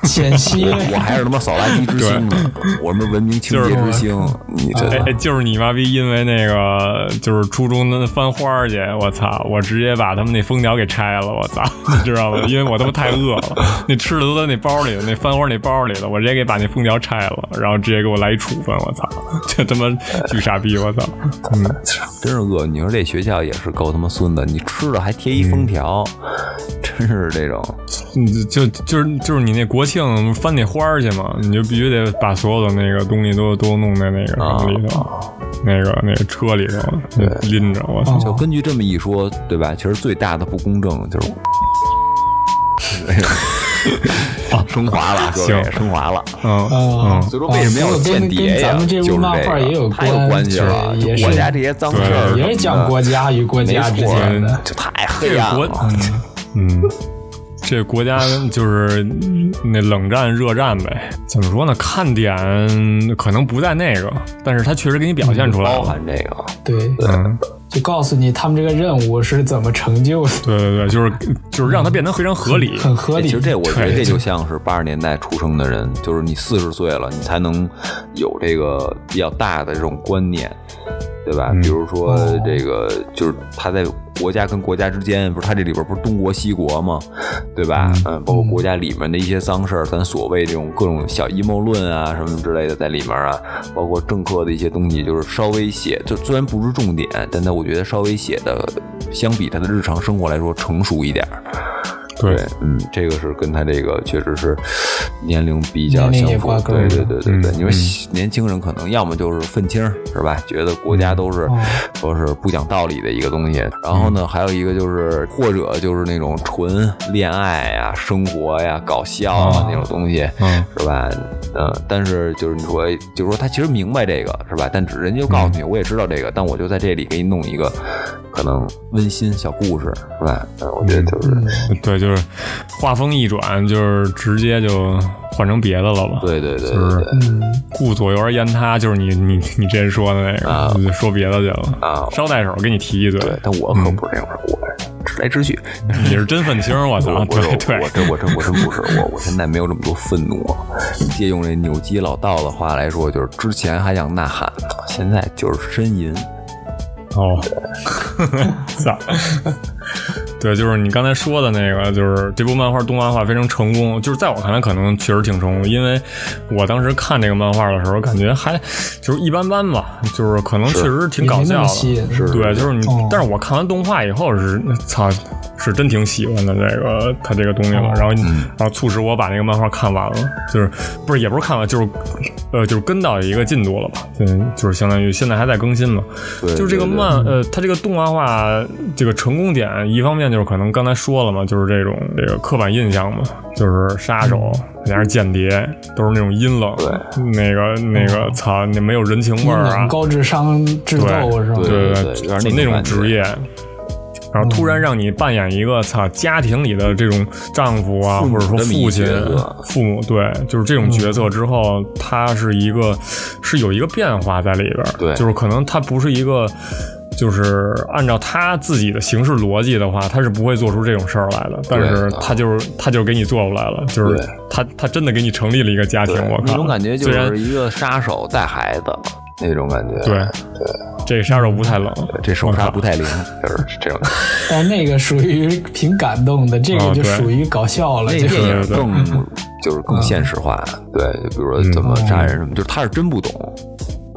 险些，
我还是他妈扫垃圾之星呢，我们文明清洁之星，你这
哎，就是你妈逼，因为那个就是初中那翻花儿去，我操！我直接把他们那封条给拆了，我操，你知道吗？因为我他妈太饿了，那吃的都在那包里了，那翻花那包里了，我直接给把那封条拆了，然后直接给我来一处分，我操！ 这他妈巨傻逼，我操！
真是饿。你说这学校也是够他妈孙子，你吃的还贴一封条， 真是这种。
嗯，就就是就是你那国庆啊翻那花儿去嘛，你就必须得把所有的那个东西都都弄在那个什么里头。那个那个车里头拎着，我操！
就根据这么一说，对吧？其实最大的不公正就是 升华了，各位
啊行
升华了。
嗯，
啊，
所以说为什么要有间谍呀？
啊这
就
个跟跟咱们
是这
这部漫画
个，
也有
太有关系了。
关系
就
也是
国家这些脏事儿，
也是讲国家与国
嗯没
家之
错
间的，，
这太
这
黑
个
暗
国
了。，
嗯，这个国家就是那冷战、热战呗。怎么说呢？看点可能不在那个，但是他确实给你表现出来
包
了。
含这个，
对，
嗯，
就告诉你他们这个任务是怎么成就的，
对对对，就是就是让它变得非常合理。
很合
这
理。
其实这我觉得
对
这就像是八十年代出生的人，就是你四十岁了，你才能有这个比较大的这种观念，对吧？比如说
哦
这个，就是他在国家跟国家之间，不是他这里边不是东国西国吗？对吧？嗯，包括国家里面的一些脏事儿，咱所谓这种各种小阴谋论啊什么之类的在里面啊，包括政客的一些东西，就是稍微写，就虽然不是重点，但他我觉得稍微写的相比他的日常生活来说成熟一点儿。
对，
嗯，这个是跟他这个确实是年龄比较
年龄
相
也
符
挂，钩
对
儿
对对对对，
嗯
因为年轻人可能要么就是愤青儿是吧？觉得国
嗯
家都是
哦
说是不讲道理的一个东西，然后
嗯
呢，还有一个就是或者就是那种纯恋爱呀、生活呀、搞笑啊
哦
那种东西，
嗯，
是吧？嗯，但是就是你说，就是说他其实明白这个是吧？但只人家就告诉
嗯
你，我也知道这个，但我就在这里给你弄一个可能温馨小故事是吧？嗯，我觉得就是。
对，就是画风一转，就是直接就换成别的了吧？
对对对对
就是
对，
嗯，
顾左右而言他，就是你你你之前说的那个，
啊
你就说别的去了
啊
捎带手给你提一嘴，
对，但我可不是这样的，我直来直去。
你是真愤青，我
我
操！
我
啊对
我
对，
我真我真我真不是我，我现在没有这么多愤怒啊。借用这纽基老道的话来说，就是之前还想呐喊，现在就是呻吟。
哦，操！对，就是你刚才说的那个，就是这部漫画动画化非常成功，就是在我看来可能确实挺成功，因为我当时看这个漫画的时候，感觉还就是一般般吧，就是可能确实挺搞
也没那
笑的，
么吸引，
是
对，就是你，
哦
但是我看完动画以后是，操，是真挺喜欢的这个他这个东西了
哦。
然后，然后促使我把那个漫画看完了，就是不是也不是看完，就是呃，就是跟到一个进度了吧，嗯，就是相当于现在还在更新嘛。
对，
就是这个
对，
漫，呃，它这个动画化这个成功点，一方面就是可能刚才说了嘛，就是这种这个刻板印象嘛，就是杀手再加上间谍，都是那种阴冷，那个那个操，那没有人情味
阴
儿啊
冷，高智商智斗是吧？
对
对对有点
就
那
那
种
种
感觉
职业。然后突
嗯
然让你扮演一个操家庭里的这种丈夫啊，
父母
或者说
这么一
父亲
角色、
父母，对，就是这种
嗯
角色之后，他是一个是有一个变化在里边儿，
对
就是可能他不是一个，就是按照他自己的行事逻辑的话，他是不会做出这种事儿来的，但是
对啊
他就是他就给你做出来了，就是
对
他他真的给你成立了一个家庭
对，，
我靠，
那种感觉就
虽然
是一个杀手带孩子那种感觉。
对，这个杀手不太冷，
这手
我
刹
靠
不太灵，就是这种。
但是那个属于挺感动的，这
哦
个就
对
属于搞笑了，
那
就
个电
对
是
影
对
更就是
嗯
更现实化，对，就比如说怎么杀人什么，就是他是真不懂，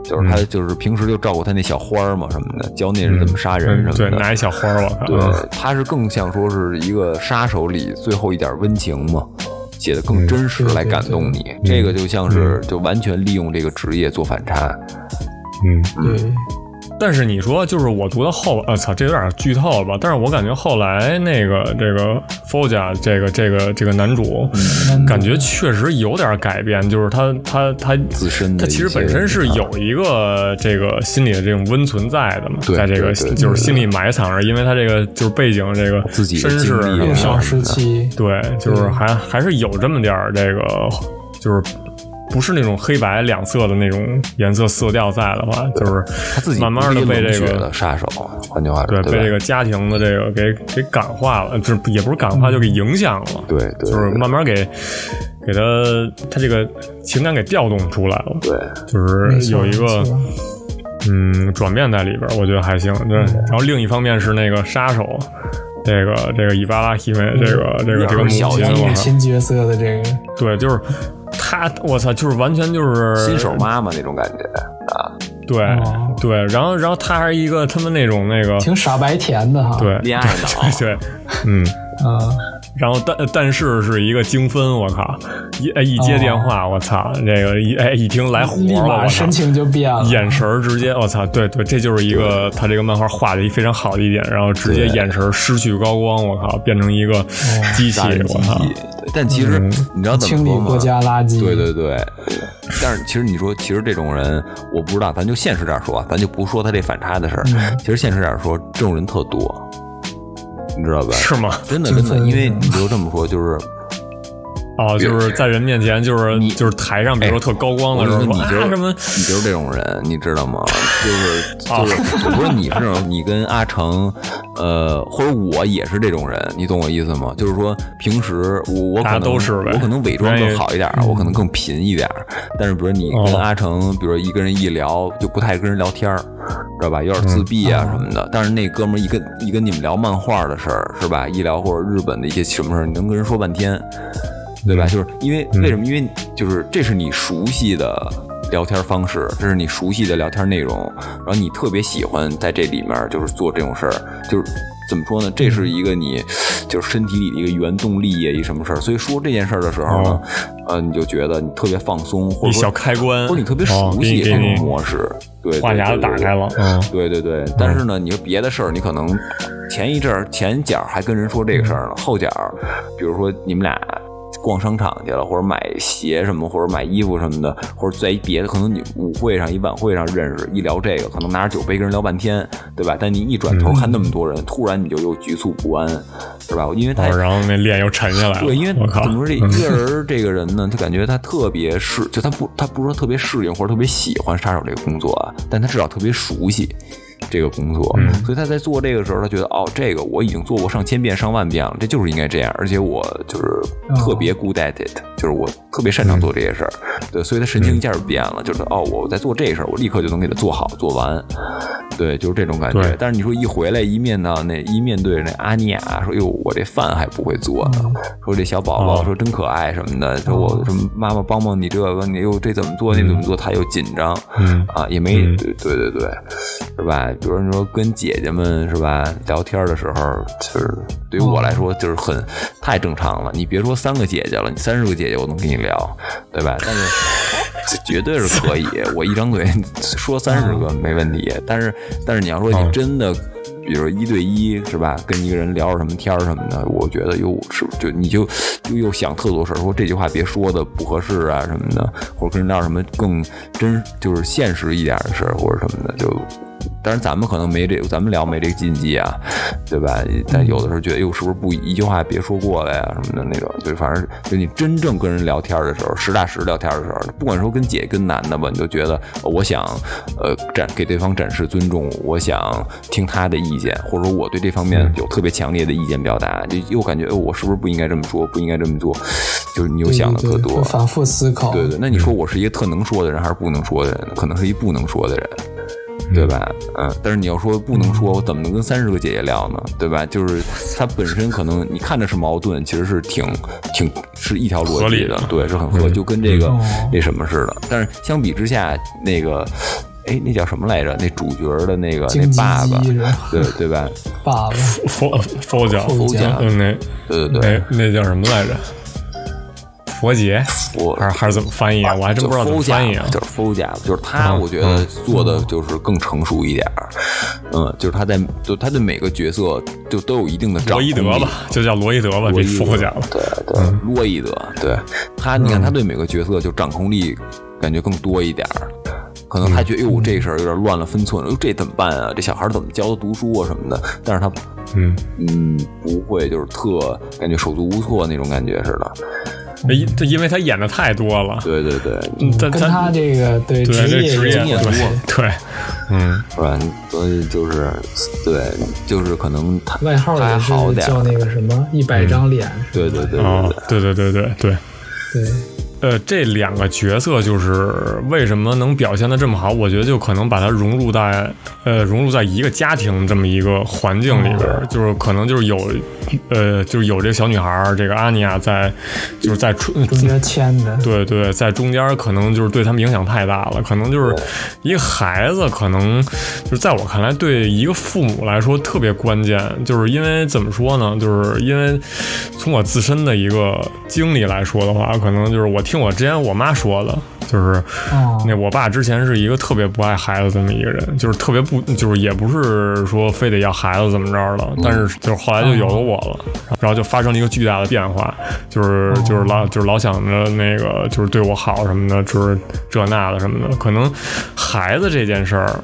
就是他就是平时就照顾他那小花儿嘛什么的，教那人怎么杀人
嗯嗯，
什
对，
么的。
拿一小嗯花儿，我靠，
对，他是更像说是一个杀手里最后一点温情嘛，写的
嗯
更真实来感动你。这个就像是就完全利用这个职业做反差，
嗯。
对，
但是你说，就是我读到后，呃，操，这有点剧透了吧？但是我感觉后来那个这个 Foja 这个这个这个男主，
嗯
感觉确实有点改变，就是他他他
自身的
他其实
一些
本身是有一个这个心理的这种温存在的嘛，
对
在这个
对对对
就是心理埋藏着，因为他这个就是背景这个
自己的
身世
经历
什
啊
么
幼
的
少时期，
对，就是
嗯
还还是有这么点儿这个，就是不是那种黑白两色的那种颜色色调在的话，就是
他自己
慢慢的被
不是
这
一冷血
个
的杀手，啊换句话
对
说，对
被这
吧
个家庭的这个给给感化了，就是也不是感化，就给影响了，
嗯对对
就是
对
慢慢给给他他这个情感给调动出来了，
对。
就
没
是
错
有一个
没错
嗯转变在里边儿，我觉得还行。对，
嗯
然后另一方面是那个杀手。这个这个伊巴拉希梅这个这个这个母亲，
嗯
嗯
小
讲
我
母
靠
亲角色的这个，
对，就是他，我操，就是完全就是
新手妈妈那种感觉，
对、
哦
对，然后然后他还是一个他们那种那个
挺傻白甜的哈，
对
恋爱脑，
对，嗯，
嗯，
然后但但是是一个精分，我靠，一哎一接电话，我操，这个一哎一听来活
哦立
了，
马
我操
神。情就变了。
眼神儿直接，我操，对对，这就是一个他这个漫画画的一非常好的一点，然后直接
对
眼神儿失去高光，我靠，变成一
哦
个机器
杀人，机
我嗯操，
器。对但其实你知道怎
清
么
理
说
国
吗？
家垃圾，
对对对，但是其实你说，其实这种人，我不知道，咱就现实点说啊，咱就不说他这反差的事儿。
嗯
其实现实点说，这种人特多，你知道吧？
是吗？
真的
精
真的，
分
因为
嗯
你就这么说，就是
哦，就是在人面前，就是
你哎
就是台上，比如说特高光
我
的
跟
时候，
你
啊
就是
什么
你就是这种人，你知道吗？ 就是就是，我不是你是那种，你跟阿成，呃，或者我也是这种人，你懂我意思吗？就是说，平时我我可
大家
能
都是呗
我可能伪装更好一点，啊我可能更贫一点，但是比如你跟
哦
阿成，比如一个人一聊，就不太跟人聊天儿。知道吧？有点
嗯
自闭啊什么的。但是那哥们儿一跟一跟你们聊漫画的事儿，是吧？一聊或者日本的一些什么事儿，你能跟人说半天，对吧？就是因
嗯
为为什么？因为就是这是你熟悉的聊天方式，这是你熟悉的聊天内容，然后你特别喜欢在这里面就是做这种事儿，就是。怎么说呢？这
嗯
是一个你就是身体里的一个原动力呀，一什么事儿？所以说这件事儿的时候呢
哦，
呃，你就觉得你特别放松，或者
一
说
小开关，
或者你特别
哦
熟
给
悉
你
这
给
种
你
模式，对，对
话匣子
对
打
对
开了，嗯，
对对对，但是呢，你说别的事儿，你可能前一阵儿前脚还跟人说这个事儿呢，后脚儿，比如说你们俩逛商场去了，或者买鞋什么，或者买衣服什么的，或者在一别的可能你舞会上、一晚会上认识，一聊这个，可能拿着酒杯跟人聊半天，对吧？但你一转头看那么多人，突然你就又局促不安，是吧？因为他
哦然后那脸又沉下来了，
对，因为
我靠嗯
怎，么说这一个人儿这个人呢，就感觉他特别适，就他不他不是说特别适应或者特别喜欢杀手这个工作啊，但他至少特别熟悉这个工作，
嗯
所以他在做这个时候，他觉得哦，这个我已经做过上千遍、上万遍了，这就是应该这样，而且我就是
哦
特别 good at it，、就是我特别
嗯
擅长做这些事儿，对，所以他神情一下就变了，就是哦，我在做这事儿，我立刻就能给他做好做完，对，就是这种感觉
对。
但是你说一回来一面到那一面对着那阿尼亚说，哟，我这饭还不会做呢，
嗯
说这小宝
哦
宝说真可爱什么的，说
嗯
我什么妈妈帮帮你这个，你又这怎么做那怎么做，他又紧张
嗯，
啊，也没
嗯
对对对对，是吧？比如你说跟姐姐们是吧聊天的时候，就是对于我来说就是很太正常了。你别说三个姐姐了，你三十个姐姐我能跟你聊，对吧？但是。这绝对是可以，我一张嘴说三十个没问题。但是，但是你要说你
嗯
真的，比如一对一是吧，跟一个人聊着什么天儿什么的，我觉得又是就你就又又想特多事儿，说这句话别说的不合适啊什么的，或者跟人聊什么更真就是现实一点的事儿或者什么的，就当然咱们可能没这，咱们聊没这个禁忌啊，对吧？
嗯
但有的时候觉得，哟，哎是不是不一句话别说过了呀，什么的那种，就反正就你真正跟人聊天的时候，实打实聊天的时候，不管说跟姐跟男的吧，你就觉得呃我想呃展给对方展示尊重，我想听他的意见，或者说我对这方面有特别强烈的意见表达，就又感觉，哦，我是不是不应该这么说，不应该这么做，就是你又
对
想的
对
特
对
多
会。反复思考。
对对，那你说我是一个特能说的人，还是不能说的人呢？可能是一不能说的人，对吧？嗯，但是你要说不能说，我怎么能跟三十个姐姐聊呢？对吧？就是它本身可能你看着是矛盾，其实是挺挺是一条逻
合
辑
理
的
的，
对，是很合，就跟这个
哦
那什么似的。但是相比之下，那个。哎，那叫什么来着？那主角的那个那
京
爸爸
鸡，鸡是吧
对对吧？
爸爸，
佛佛脚，
佛
脚
嗯，那
对对对，
那那叫什么来着？佛杰，
我
还是还是怎么翻译啊？我还真
就
不知道怎么翻译啊。
就是 f 家，就是他，
嗯
我觉得做的就是更成熟一点儿。嗯，就是他在，就他对每个角色就都有一定的掌
罗
控
伊
力。
德吧，嗯就叫罗伊德吧，
罗
这
伊德
佛脚了。
对对，洛伊德，对他，
嗯
你看他对每个角色就掌控力感觉更多一点儿。可能
嗯
他觉得，哟，这事儿有点乱了分寸，哟，这怎么办啊？这小孩儿怎么教他读书啊什么的？但是他，
嗯，
嗯，不会就是特感觉手足无措那种感觉似的。嗯
哎这因为他演的太多了，
对对对，
嗯 但
跟他
咱
这个对
对
职
这
业
职
有
业
关
经验
对
多
对，嗯，
是吧？所以就是，对，就是可能他
外号
还
也是
好点儿，嗯
叫那个什么一百张脸，
对对对对
哦
对，
对对对对对。
对，
呃，这两个角色就是为什么能表现的这么好，我觉得就可能把它融入在呃融入在一个家庭这么一个环境里边
哦
儿，就是可能就是有呃就是有这个小女孩儿这个阿尼亚在就是在春
中间签的，
对对，在中间可能就是对他们影响太大了，可能就是一个孩子，可能就是在我看来，对一个父母来说特别关键，就是因为怎么说呢？就是因为从我自身的一个经历来说的话，可能就是我听我之前我妈说的，就是
哦
那我爸之前是一个特别不爱孩子这么一个人，就是特别不，就是也不是说非得要孩子怎么着的，但是就是后来就有了我了，然后就发生了一个巨大的变化，就是就是老就是老想着那个就是对我好什么的，就是这那的什么的，可能孩子这件事儿，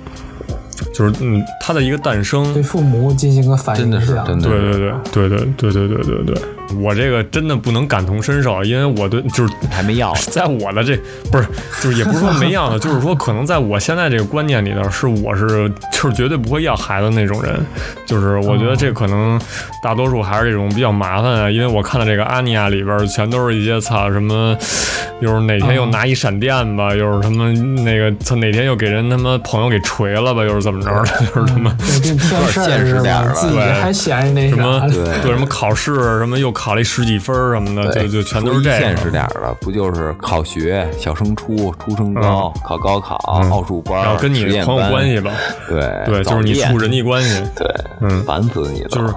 就是嗯，他的一个诞生
对父母进行个反
真的
影
是
响，
真的
对
是，
对对对对对对对对对，我这个真的不能感同身受，因为我对就是
还没要呢，啊
在我的这不是，就是也不是说没 要的，就是说可能在我现在这个观念里头，是我是就是绝对不会要孩子那种人，就是我觉得这可能大多数还是这种比较麻烦啊，因为我看到这个阿尼亚里边儿全都是一些操什么，又是哪天
嗯
又拿一闪电吧，又是他妈那个他哪天又给人他妈朋友给锤了吧，又是怎么着的，就是他妈。
嗯
对，给你挑事
有点
儿
现实
是
点儿
吧？
了
自己还嫌着那
什么
啥了，
对什么考试啊什么又考了一十几分儿什么的，就就全都是这
说一
样
现。实点儿了，不就是考学、小升初、初升高、考高考、奥数班，
嗯然后跟你
实验
朋友
班
关系吧，
对
对，就是你
早
处
恋
人际关系，
对，
嗯
烦死你了，
就是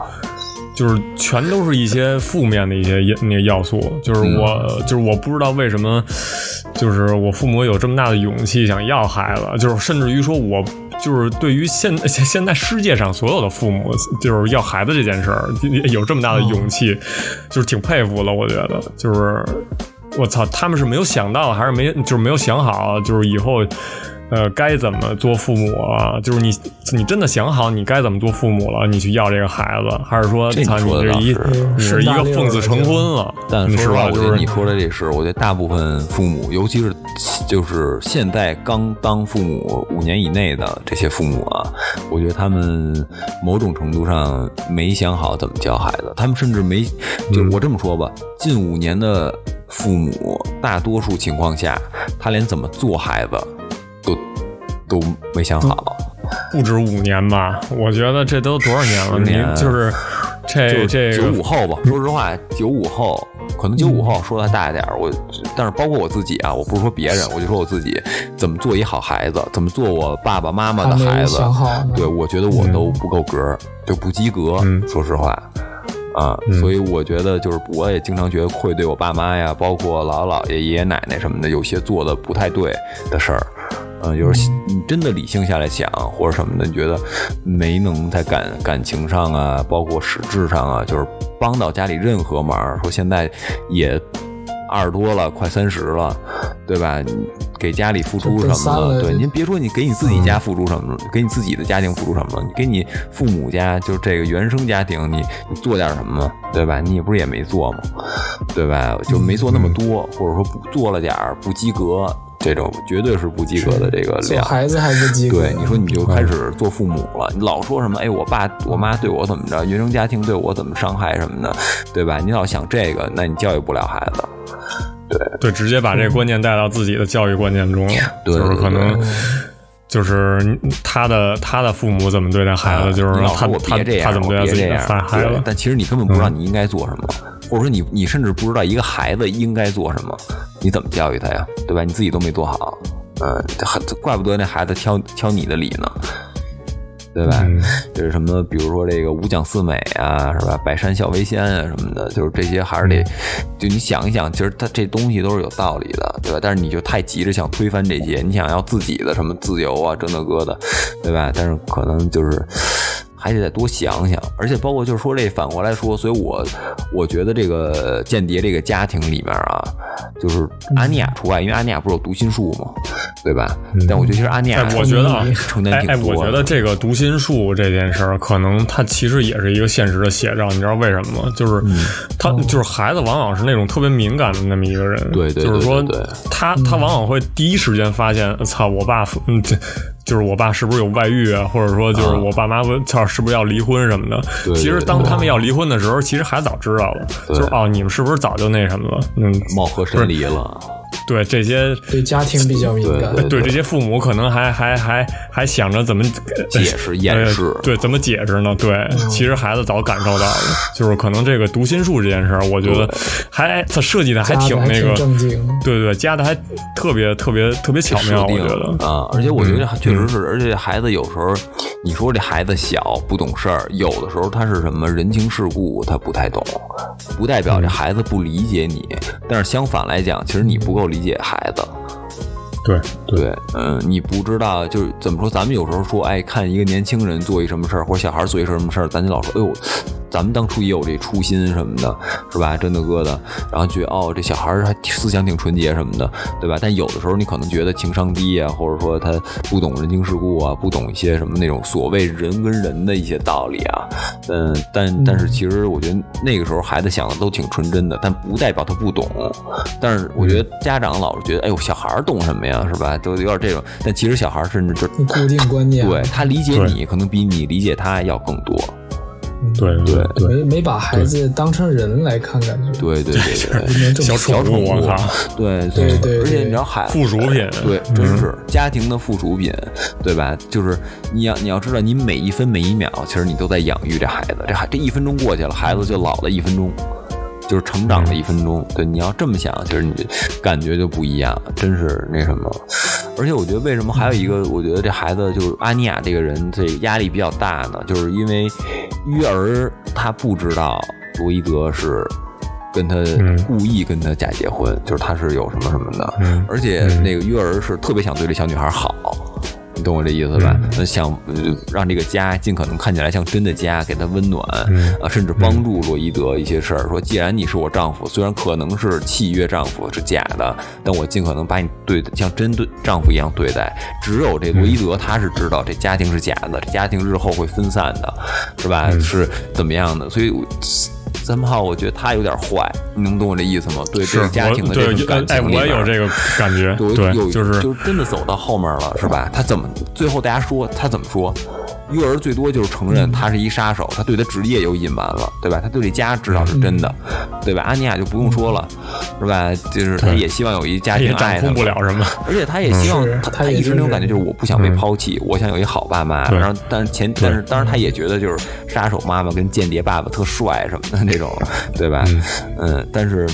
就是全都是一些负面的一些因那个要素，就是我、就是我不知道为什么，就是我父母有这么大的勇气想要孩子，就是甚至于说我就是对于现 现在世界上所有的父母就是要孩子这件事儿有这么大的勇气，就是挺佩服了，我觉得就是我操，他们是没有想到，还是没就是没有想好，就是以后。呃，该怎么做父母啊？就是你，你真的想好你该怎么做父母了，你去要这个孩子，还是说，
啊这你
操，你
说的
这
倒
一
是
你嗯是一个奉子成婚了？
但
你
说实话，
吧，
我
嗯就
觉得
是
你说的这事，我觉得大部分父母，尤其是就是现在刚当父母五年以内的这些父母啊，我觉得他们某种程度上没想好怎么教孩子，他们甚至没，就我这么说吧，近五年的父母，大多数情况下，他连怎么做孩子都都没想好。
不止五年吧，我觉得这都多少年了？
十年
你就是
哎
这
就是
这
九
个
五后吧，
嗯
说实话，九五后可能九五后说的大一点儿，我但是包括我自己啊，我不是说别人，我就说我自己怎么做一好孩子，怎么做我爸爸妈妈
还
的
没
孩子，
想好呢。
对我觉得我都不够格儿，就不及格，
嗯
说实话。啊，
嗯
所以我觉得就是，我也经常觉得愧对我爸妈呀，包括姥姥姥爷、爷爷奶奶什么的，有些做的不太对的事儿，嗯，就是你真的理性下来想或者什么的，你觉得没能在感感情上啊，包括实质上啊，就是帮到家里任何忙。说现在也二十多了，快三十了，对吧？你给家里付出
这奔
什
三
么的，
了嗯
对，
这
您别说你给你自己家付出什么，给你自己的家庭付出什么，你给你父母家就是这个原生家庭，你你做点什么，对吧？你也不是也没做嘛，对吧？就没做那么多，或者说不做了点儿不及格，这种绝对是不及格的这个
做
量。
孩子还不及格，
对，你说你就开始做父母了，你老说什么哎，我爸我妈对我怎么着，原生家庭对我怎么伤害什么的，对吧？你老想这个，那你教育不了孩子。
对，直接把这个观念带到自己的教育观念中了，
对
就是可能
对。
就是他的他的父母怎么对待孩子，嗯就是
啊
说
你老
他
说我
他
别这样，
他怎么对
我
待
别
自己
这
的
样，
孩
对
子，
但其实你根本不知
嗯
道你应该做什么，或者说你你甚至不知道一个孩子应该做什么，你怎么教育他呀？对吧？你自己都没做好，嗯，这孩子怪不得那孩子挑挑你的理呢，对吧？
嗯
就是什么，比如说这个五讲四美啊，是吧？百善孝为先啊，什么的，就是这些还是得，就你想一想，其实它这东西都是有道理的，对吧？但是你就太急着想推翻这些，你想要自己的什么自由啊，这那个的，对吧？但是可能就是。还得再多想想，而且包括就是说这反过来说，所以我我觉得这个间谍这个家庭里面啊，就是安妮亚除外，因为安妮亚不是有读心术嘛，对吧？但我觉得其实安妮亚
哎，我觉得啊，
承担
哎
挺
哎，
多
我觉
的
得这个读心术这件事儿，可能它其实也是一个现实的写照。你知道为什么吗？就是
嗯
他、就是孩子，往往是那种特别敏感的那么一个人。
哦对对对
就是说
对对
他他往往会第一时间发现，呃操，我爸嗯这。就是我爸是不是有外遇啊，或者说就是我爸妈操是不是要离婚什么的？
对对
其实
对
当他们要离婚的时候，其实孩子早知道了，
对
就是哦，你们是不是早就那什么了？嗯，
貌合神离了。
对这些
对家庭比较敏感。
对
对这些父母可能还还还还想着怎么
解释掩饰
呃对，怎么解释呢？对，其实孩子早感受到了，就是可能这个读心术这件事儿，我觉得还他设计的还
家
挺
的还
那个，
正经，
对对，加的还特别特别特别巧妙，
设
我
定
觉得。嗯
啊，而且我觉得确实是，而且孩子有时候，你说这孩子小不懂事儿，有的时候他是什么人情世故他不太懂，不代
嗯
表这孩子不理解你，但是相反来讲，其实你不够理解孩子。
对
对，嗯，你不知道就是怎么说，咱们有时候说，哎，看一个年轻人做一什么事儿，或者小孩做一什么事儿，咱就老说，哎呦，咱们当初也有这初心什么的，是吧？真的哥的，然后觉得哦，这小孩儿还挺思想挺纯洁什么的，对吧？但有的时候你可能觉得情商低啊，或者说他不懂人情世故啊，不懂一些什么那种所谓人跟人的一些道理啊，嗯，但但是其实我觉得那个时候孩子想的都挺纯真的，但不代表他不懂。但是我觉得家长老是觉得，哎呦，小孩儿懂什么呀，是吧？都有点这种。但其实小孩儿甚至就
固定观念，啊
对他理解你，可能比你理解他要更多。
对对对，
没没把孩子当成人来看，感觉
对对对对
不能这
小
么
宠
小宠
物，
物
我
啊
靠，
对
对对
而且
对
你知道孩
附属品，
呃
嗯
对，真是家庭的附属品，对吧？就是你要你要知道，你每一分每一秒，其实你都在养育这孩子。这孩这一分钟过去了，孩子就老了一分钟，就是成长了一分钟。对，你要这么想，其实你感觉就不一样，真是那什么。而且我觉得为什么还有一个，我觉得这孩子就是阿尼亚这个人，这个压力比较大呢，就是因为育儿他不知道罗伊德是。跟他
嗯
故意跟他假结婚，就是他是有什么什么的，
嗯
而且那个约儿是特别想对这小女孩好，你懂我这意思
嗯
吧？呃想呃让这个家尽可能看起来像真的家，给她温暖
嗯
啊，甚至帮助洛伊德一些事儿。说既然你是我丈夫，虽然可能是契约丈夫是假的，但我尽可能把你对像真对丈夫一样对待。只有这罗伊
嗯
德他是知道这家庭是假的，这家庭日后会分散的，是吧？
嗯
是怎么样的？所以我。三炮，我觉得他有点坏，你能懂我这意思吗？对这
是
个家庭
我
的这种
对
感，情
哎，
里面
我也有这个感觉，
有有
对，就是
就是真的走到后面了，是吧？他怎么最后大家说他怎么说？育儿最多就是承认他是一杀手，他对他职业有隐瞒了，对吧？他对这家至
嗯
少是真的，对吧？安妮亚就不用说了，是吧？就是他
对
也希望有一家
他
庭
也掌
爱他
控
嘛
不了嗯什么，
而且他也希望
是
他
他
他
也
一直
是
那种感觉就是我不想被抛弃，我想有一好爸妈。
对
然后，但是前但是当然他也觉得就是杀手妈妈跟间谍爸爸特帅什么的那种，对吧？嗯，但是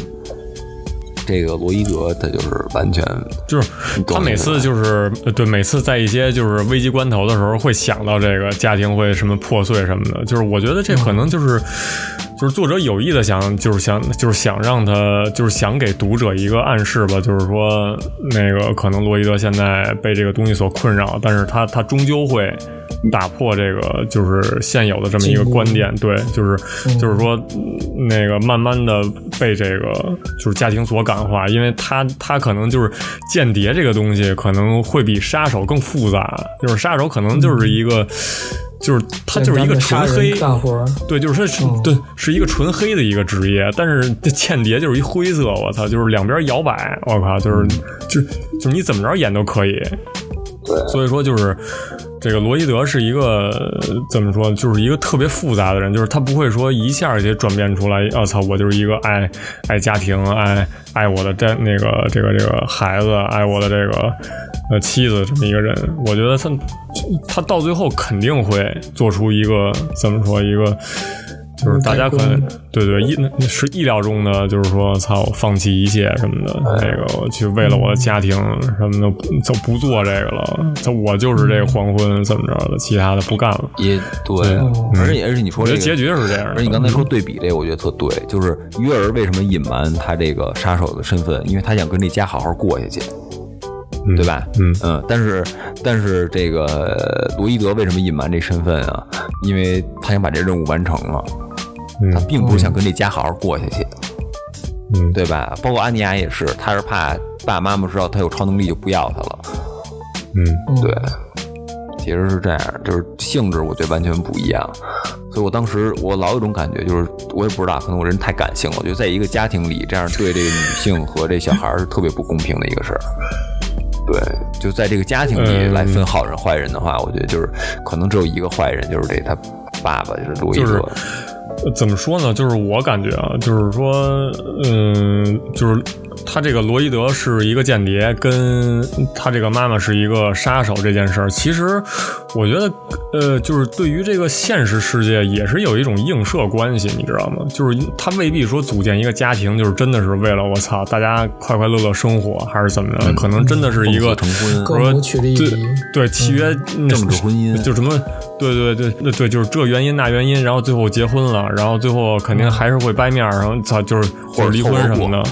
这个罗伊德他就是完全
就是他每次就是呃对，每次在一些就是危机关头的时候，会想到这个家庭会什么破碎什么的。就是我觉得这可能就是、就是作者有意的想，就是想就是想让他就是想给读者一个暗示吧，就是说那个可能洛伊德现在被这个东西所困扰，但是他他终究会。打破这个就是现有的这么一个观点，对，就是就是说，嗯那个慢慢的被这个就是家庭所感化，因为他他可能就是间谍这个东西可能会比杀手更复杂，就是杀手可能
嗯
就是一个，就是他就是一个
杀
纯黑
人，干活儿，
对，就是它是、对，是一个纯黑的一个职业，但是这间谍就是一灰色，我操，就是两边摇摆，我靠，就是就就是你怎么着演都可以。所以说就是这个罗伊德是一个呃怎么说，就是一个特别复杂的人，就是他不会说一下儿就转变出来，我、操，我就是一个爱爱家庭、爱爱我的这那个这个这个孩子、爱我的这个呃妻子这么一个人。我觉得他他到最后肯定会做出一个怎么说一个。就是大家可能对对意那是意料中的，就是说操，放弃一切什么的，那个我去为了我的家庭什么的，不就不做这个了。就我就是这个黄昏怎么着的，其他的不干了。
也对，而且而且你说
我觉得嗯结
这个
局是这嗯样
而
的。
你刚才说对比这，我觉得特对，就是约尔为什么隐瞒他这个杀手的身份，因为他想跟这家好好过下去，
嗯
对吧？
嗯
但是但是这个呃罗伊德为什么隐瞒这身份啊？因为他想把这任务完成了，他
嗯
并不是想跟这家好好过下去，
嗯，
对吧？包括安妮亚也是，她是怕爸爸妈妈知道她有超能力就不要她了，
嗯，
嗯
对，其实是这样，就是性质我觉得完全不一样，所以我当时我老有种感觉，就是我也不知道，可能我人太感性了，我觉得在一个家庭里这样对这个女性和这小孩儿是特别不公平的一个事儿。对，就在这个家庭里
嗯
来分好人坏人的话，我觉得就是可能只有一个坏人，就是这他爸爸就是路易
就是
德，
呃怎么说呢？就是我感觉啊，就是说，嗯，就是他这个罗伊德是一个间谍，跟他这个妈妈是一个杀手这件事儿，其实我觉得，呃，就是对于这个现实世界也是有一种映射关系，你知道吗？就是他未必说组建一个家庭，就是真的是为了我操，大家快快乐乐生活，还是怎么
嗯
着？可能真的是一个
奉子成婚
比如说
更无取利益
对对契约嗯
政治婚姻
就什么对对对对对，就是这原因那原因，然后最后结婚了，然后最后肯定还是会掰面儿，然后操就是或者离婚什么的。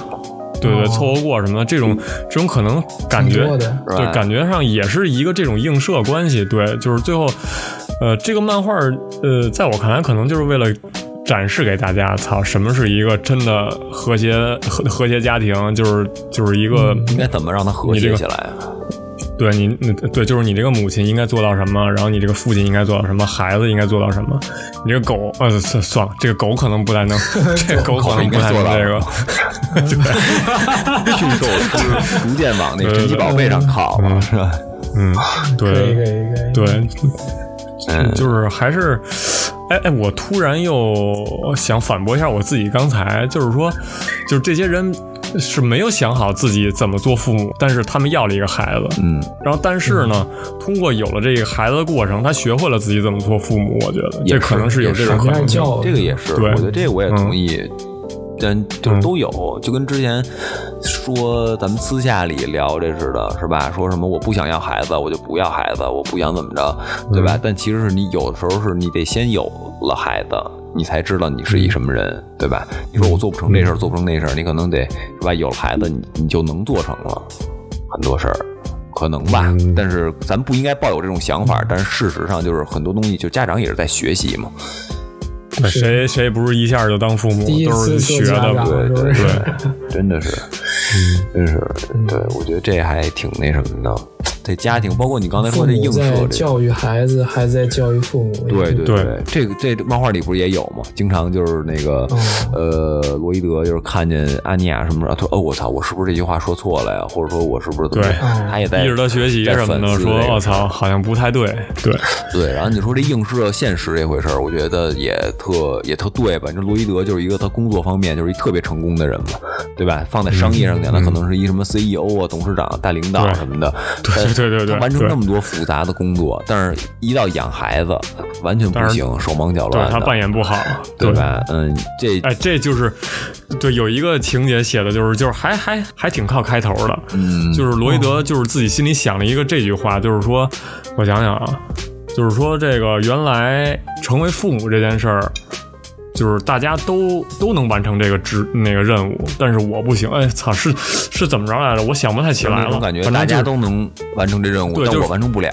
对对，
哦
凑合过什么的，这种这种可能感觉
挺多的，
是
对
吧
感觉上也是一个这种映射关系。对，就是最后，呃，这个漫画，呃，在我看来，可能就是为了展示给大家，操，什么是一个真的和谐和和谐家庭，就是就是一个、
应该怎么让它和谐起来啊？
对你，你对，就是你这个母亲应该做到什么，然后你这个父亲应该做到什么，孩子应该做到什么，你这个狗，呃，算算了，这个狗可能不太能，这个狗可能不太能这个，
驯兽 师逐渐往那
对对
神奇宝贝上靠了，是吧？
嗯，
可以可
对
以可以。
对，
嗯，
就是还是，哎哎，我突然又想反驳一下我自己刚才，就是说，就是这些人是没有想好自己怎么做父母，但是他们要了一个孩子，
嗯，
然后但是呢，通过有了这个孩子的过程，他学会了自己怎么做父母，我觉得
也
这
是
可能是有这种
反
可能
面
性。
教育
这个也是，
对
我觉得这个我也同意。但就是都有，就跟之前说咱们私下里聊这似的，是吧？说什么我不想要孩子，我就不要孩子，我不想怎么着，对吧？但其实是你有的时候是你得先有了孩子，你才知道你是一什么人，对吧？你说我做不成这事儿，做不成那事儿，你可能得是吧？有了孩子，你你就能做成了很多事儿。可能吧，但是咱不应该抱有这种想法。但是事实上，就是很多东西，就家长也是在学习嘛。
对呃谁谁不是一下就当父母
第，一
都
次
是
做
学
家
的
长，
嘛。
对
是不
对
是？
对， 真的是，真是，对我觉得这还挺那什么的。这家庭，包括你刚才
父
说这
母
映射
在
这个，
教育孩子，孩子在教育父母。
对对
对
对，这个这个漫画里不是也有吗？经常就是那个呃，罗伊德就是看见安妮亚什么的，他说哦我操，我是不是这句话说错了呀？或者说我是不是怎么着
对？
他也在
逼着他学习
在
什么
反
的，
思
说
这个
我
事儿
操，好像不太对。对，
对，然后你说这映射现实这回事儿，我觉得也特也特对吧？这罗伊德就是一个他工作方面就是一特别成功的人嘛，对吧？放在商业上讲，他可能是一什么 CEO 啊、董事长、大领导
嗯对
什么的，
对
但
对对对
他完成
对
那么多复杂的工作，但是一到养孩子，完全不
但是
行，手忙脚
对
乱
他扮
的，
演不好，
对吧？嗯，这
哎，这就是，对，有一个情节写的就是，就是还还还挺靠开头的，
嗯
就是罗伊德就是自己心里想了一个这句话，就是说，我想想啊，就是说这个原来成为父母这件事儿，就是大家都都能完成这个职那个任务，但是我不行，哎操，是是怎么着来着？我想不太起来
那
了，
种感觉
反
大
正就
家
是
都能完成这任务，
对
但
就是
我完成不了，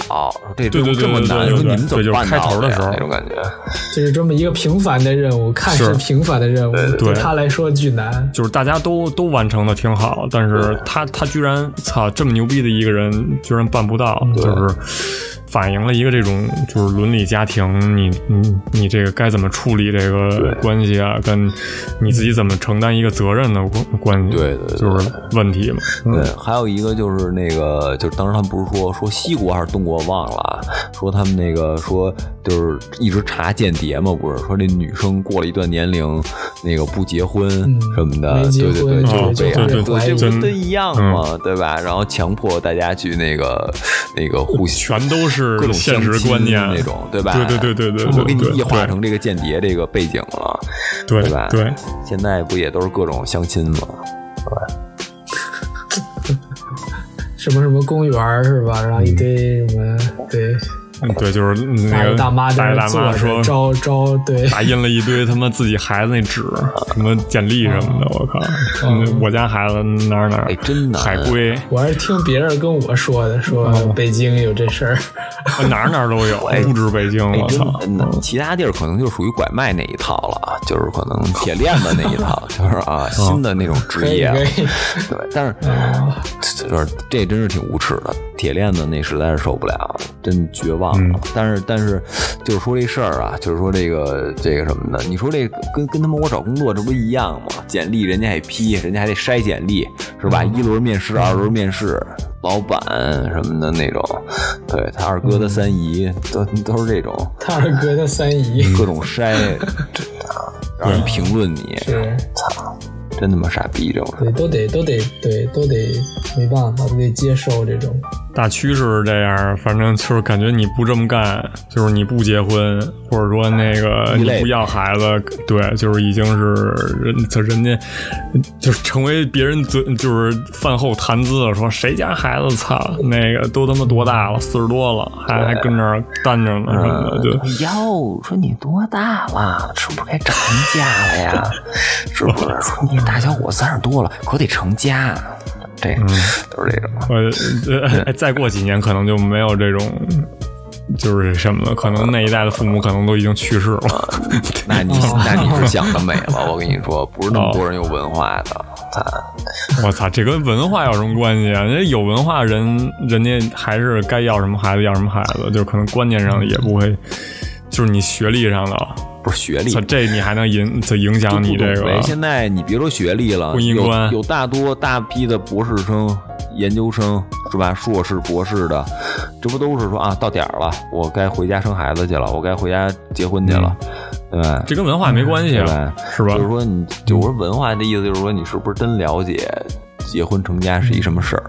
这
对对对
这么
对对
难，
对
说你
对
们
对
怎么
就是
办
开
到
头的
呀
时候
那种感觉，
就是这么一个平凡的任务，看似
是
平凡的任务，
对
他来说巨难。
就是大家都都完成的挺好，但是他他居然操这么牛逼的一个人，居然办不到，就是反映了一个这种就是伦理家庭，你你你这个该怎么处理这个关系啊，跟你自己怎么承担一个责任的关关系，
对对对嗯
就是问题嘛。
对，还有一个就是那个，就是当时他们不是说说西国还是东国忘了啊，说他们那个说就是一直查间谍嘛，不是说那女生过了一段年龄，那个不结婚什么的，
没结
对对对，
婚
就是
就
这
会
样，对，
怀疑
这不都一样吗？对吧？然后强迫大家去那个那个互相。
全都是
各种
现
相
实
亲
观念
那种，对吧？
对对对对对对
我给你
对
异化
对
成这个间谍这个背景了，
对
对吧
对，
现在不也都是各种相亲吗？
什么什么公园儿是吧？然后一堆什么对
嗯对，就是嗯那
大爷
个
大妈在
大
那
爷大
坐
妈
着
说
招招对，
打印了一堆他妈自己孩子那纸，什么简历什么的，我靠！嗯我家孩子哪儿哪儿
哎，真难
海归，
我还是听别人跟我说的，说
哦
北京有这事儿，
哪儿哪儿都有
哎，
不止北京，
哎，
我
真
操！
的，其他地儿可能就属于拐卖那一套了啊，就是可能铁链子那一 套，就是啊，新的那种职
哦可以哦
业啊，
可以，
对，但是就是这真是挺无耻的，铁链子那实在是受不了，真绝望
嗯
了。但是但是就是说这事儿啊，就是说这个这个什么的，你说这个跟跟他们我找工作这不一样吗？简历人家还批，人家还得筛简历是吧？
嗯
一轮面试，二轮面试，老板什么的那种，对他二
嗯
哥他三姨都都是这种。
他二哥他三姨
嗯各种筛，这啊让人评论你，
是
操，真真他妈傻逼这种事
对，
儿。
都得都得对，都得没办法，都得接受这种。
大趋势是这样，反正就是感觉你不这么干，就是你不结婚，或者说那个
异
你
类
不要孩子，对，就是已经是人，就人家就是成为别人嘴，就是饭后谈资了，说谁家孩子操，那个都他妈多大了，四十多了，还还跟那儿单着呢什
嗯
么的，就
哟，说你多大了？是不是该成家了呀？ 是不是？说你大小伙三十多了，可得成家。嗯这都是这种。
呃呃， 再过几年可能就没有这种。就是什么了，可能那一代的父母可能都已经去世了。
那你那你是想的美了，我跟你说，不是那么多人有文化的。
我操，这跟文化有什么关系啊？人家有文化人，人家还是该要什么孩子要什么孩子，就可能观念上也不会，就是你学历上的，
不是学历，
操，这你还能影这影响啊你这个
就不懂呗现在哎你别说学历了，
婚姻观
有有大多大批的博士生、研究生是吧？硕士、博士的，这不都是说啊，到点儿了，我该回家生孩子去了，我该回家结婚去了，对吧？
这跟文化没关系
对
嗯啊，
吧？
是吧嗯
就是？说你，就我说文化的意思，就是说你是不是真了解结婚成家是一什么事儿，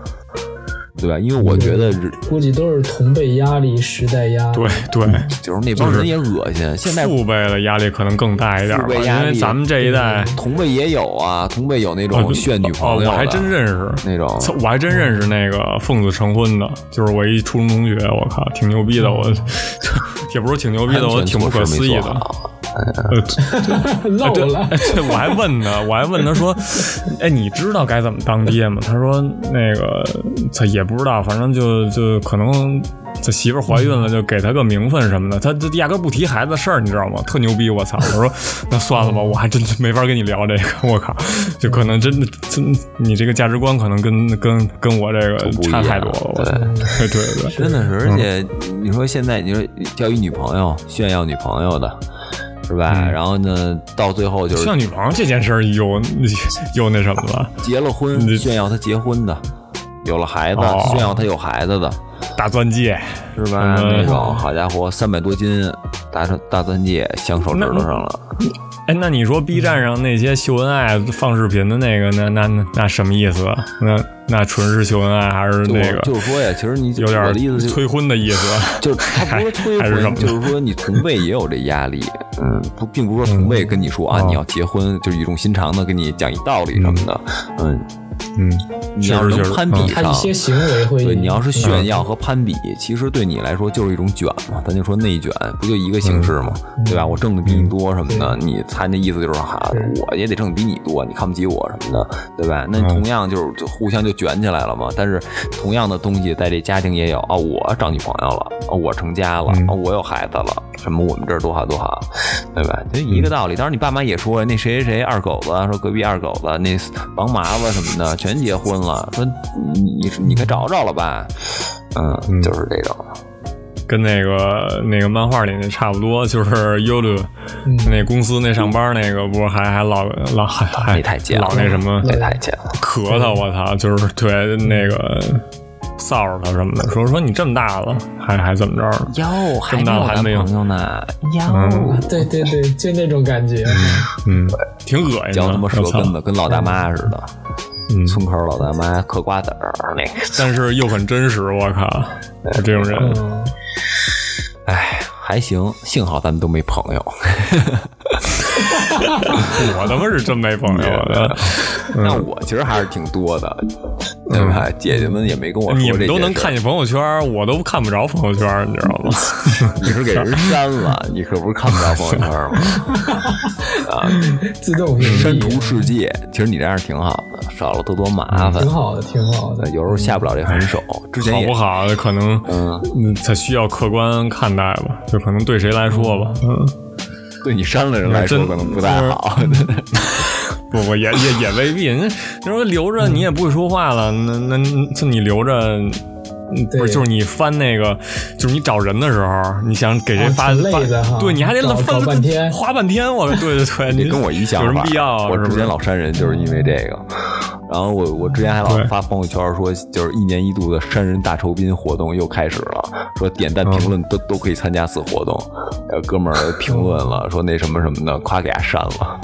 对吧？因为我觉得人
估计都是同辈压力、时代压力。
对对，
就是那帮
就是
人也恶心，现在
父辈的压力可能更大一点吧，
父辈压
因
力嗯
为咱们这一代，
同辈也有啊，同辈有那
啊
种炫女朋友的，
哦我还真认识
那种
操我还真认识那个奉子成婚的，就是我一初中同学，我靠，挺牛逼的，我 也不是挺牛逼的，我挺不可思议
嗯安全措施没
的
做。好哎
呃，
漏
对
了，
对， 我还问他，我还问他说，哎，你知道该怎么当爹吗？他说那个他也不知道，反正就就可能他媳妇儿怀孕
嗯
了，就给他个名分什么的，他这压根儿不提孩子的事儿，你知道吗？特牛逼，我操！我说那算了
嗯
吧，我还真没法跟你聊这个，我靠，就可能真的真你这个价值观可能跟跟跟我这个
不一
差
样
太多了，我操！ 对对对，
真的是，而且
嗯
你说现在你说交一女朋友炫耀女朋友的，是吧？
嗯
然后呢，到最后就是
像女朋友这件事儿有有那什么了，
结了
你
婚炫耀她结婚的，有了孩子、
哦
炫耀她有孩子的，
大钻戒。
是吧？
嗯
那种好家伙，三百多斤大大钻戒镶手指头上了，
哎，那你说 B
嗯
站上那些秀恩爱放视频的那个，那那那那什么意思？啊那那纯是秀恩爱还是
就
嗯那个
就是说呀，其实你
有
我
点
的意思就是
催婚的意思？
就是他不是催
还是什么
婚，就是说你同辈也有这压力，嗯，不，并不是说同辈跟你说啊，
嗯
你要结婚，就是语重心长的跟你讲一道理什么的，嗯，
嗯，
你要是
确实确
能
实
攀比
嗯
他
上
一，些嗯行为会，
啊对，你要是炫耀和攀比，其实对你来说就是一种卷嘛，咱就说内卷，不就一个形式
嗯
嘛，对吧？我挣的比你多什么的，你他那意思就是哈，我也得挣得比你多，你看不起我什么的，对吧？
嗯
那同样就是就互相就卷起来了嘛。但是同样的东西在这家庭也有啊，我找女朋友了，啊，我成家了，
嗯
啊，我有孩子了，什么我们这儿多好多好，对吧？就
嗯
一个道理。当然你爸妈也说那谁谁谁二狗子，啊说隔壁二狗子那王麻子什么的全结婚了，说你你你该找找了吧。嗯，
嗯
就是这种，
跟那个那个漫画里那差不多，就是优乐
嗯
那公司那上班那个，不是还还老老还还
那太嗯贱了
老那什么
这太贱了。
咳他，我操，就是对那个臊着他什么的，说说你这么大了还还怎么着呢？
哟，还
么
没
大了
有
还
男
没有
朋友呢，
嗯
哟，
对对对，就那种感觉。
嗯，挺恶心
嚼
的，
他妈舌
我操
根，子，跟老大妈似的，
嗯，
村口老大妈嗑瓜子儿那个。
但是又很真实，我靠，就这种人。
嗯，
哎，还行，幸好咱们都没朋友。
我他妈是真没朋友啊了，嗯
那我其实还是挺多的，对吧？姐姐们也没跟我说
你
这
们都
些
能
事儿
看见朋友圈，我都看不着朋友圈，你知道吗？
你是给 人删了，你可不是看不着朋友圈吗？
嗯自动
嗯
屏蔽
删除世界，其实你这样挺好的，少了多多麻烦
挺。好的，挺好的。
有时候下不了这狠手，之
嗯
前
好
也
不好？可能
嗯，
嗯，他需要客观看待吧，就可能对谁来说吧，嗯，
对你删了人来说
真嗯
可能不太好。
不不也也也未必。你你说留着
嗯
你也不会说话了，那那那你留着。嗯
对
不是，就是你翻那个，就是你找人的时候，你想给谁
啊
发
挺累
发
的哈，
对，你还得
找
翻
找半天
花半天。 我，对对对，
你
你
跟我一想
有什
法
么必要啊？
我
是
之
不
前
是？
老删人就是因为这个。然后我我之前还老
对
发朋友圈说，就是一年一度的删人大酬宾活动又开始了，说点
嗯
赞评论都、都可以参加此活动。呃，哥们儿评论了，说那什么什么的，夸给他删了。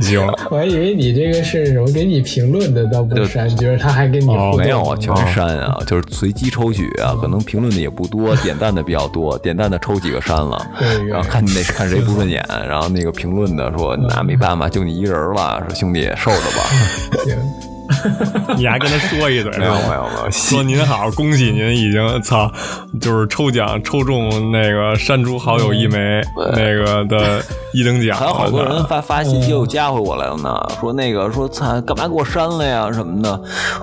行，
我还以为你这个是什么给你评论的，倒不删，觉得他还给你
哦
互动
没有啊，全删啊，就是随机抽取啊，可能评论的也不多，点赞的比较多，点赞的抽几个删了。
对
然后看你那看谁不顺眼，然后那个评论的说那没办法，就你一人了，说兄弟受着 吧。
行，
你还跟他说一嘴是
没有
吧
没有没有，
说您好，恭喜您已经操，就是抽奖抽中那个删除好友一枚那个的一等奖，
嗯还有好多人发发信息又加回我来了呢，
嗯
说那个说操，干嘛给我删了呀什么的。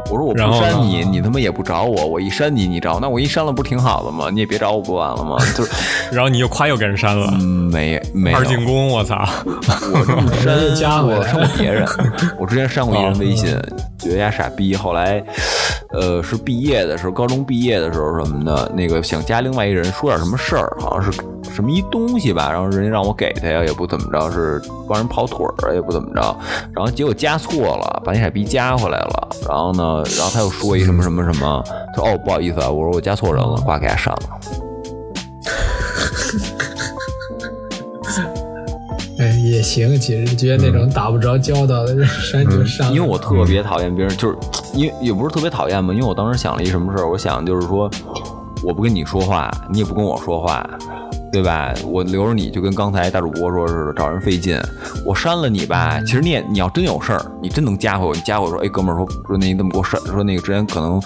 我说我不
然后呢
删你，你他妈也不找我，我一删你你找我，那我一删了不是挺好的吗？你也别找我不完了吗？就是
然后你又夸又给人删了，
嗯没没有
二进宫，我操，
我这么删
又加回来
我删过别人， 我之前删过一人微信，觉得人家傻逼。后来，呃，是毕业的时候，高中毕业的时候什么的，那个想加另外一人说点什么事儿，好像是什么一东西吧，然后人家让我给他呀，也不怎么着，是帮人跑腿儿，也不怎么着，然后结果加错了，把那傻逼加回来了。然后呢，然后他又说一什么什么什么，说哦不好意思啊，我说我加错人了，挂给他删了。
哎也行，其实觉得那种打不着交道的人 删就删了，
嗯因为我特别讨厌别人，就是因为也不是特别讨厌吧，因为我当时想了一什么事儿，我想就是说，我不跟你说话，你也不跟我说话，对吧？我留着你就跟刚才大主播说似的，找人费劲。我删了你吧，其实你也你要真有事儿，你真能加回我，你加回我说，哎，哥们儿说说那你怎么给我删？说那个之前可能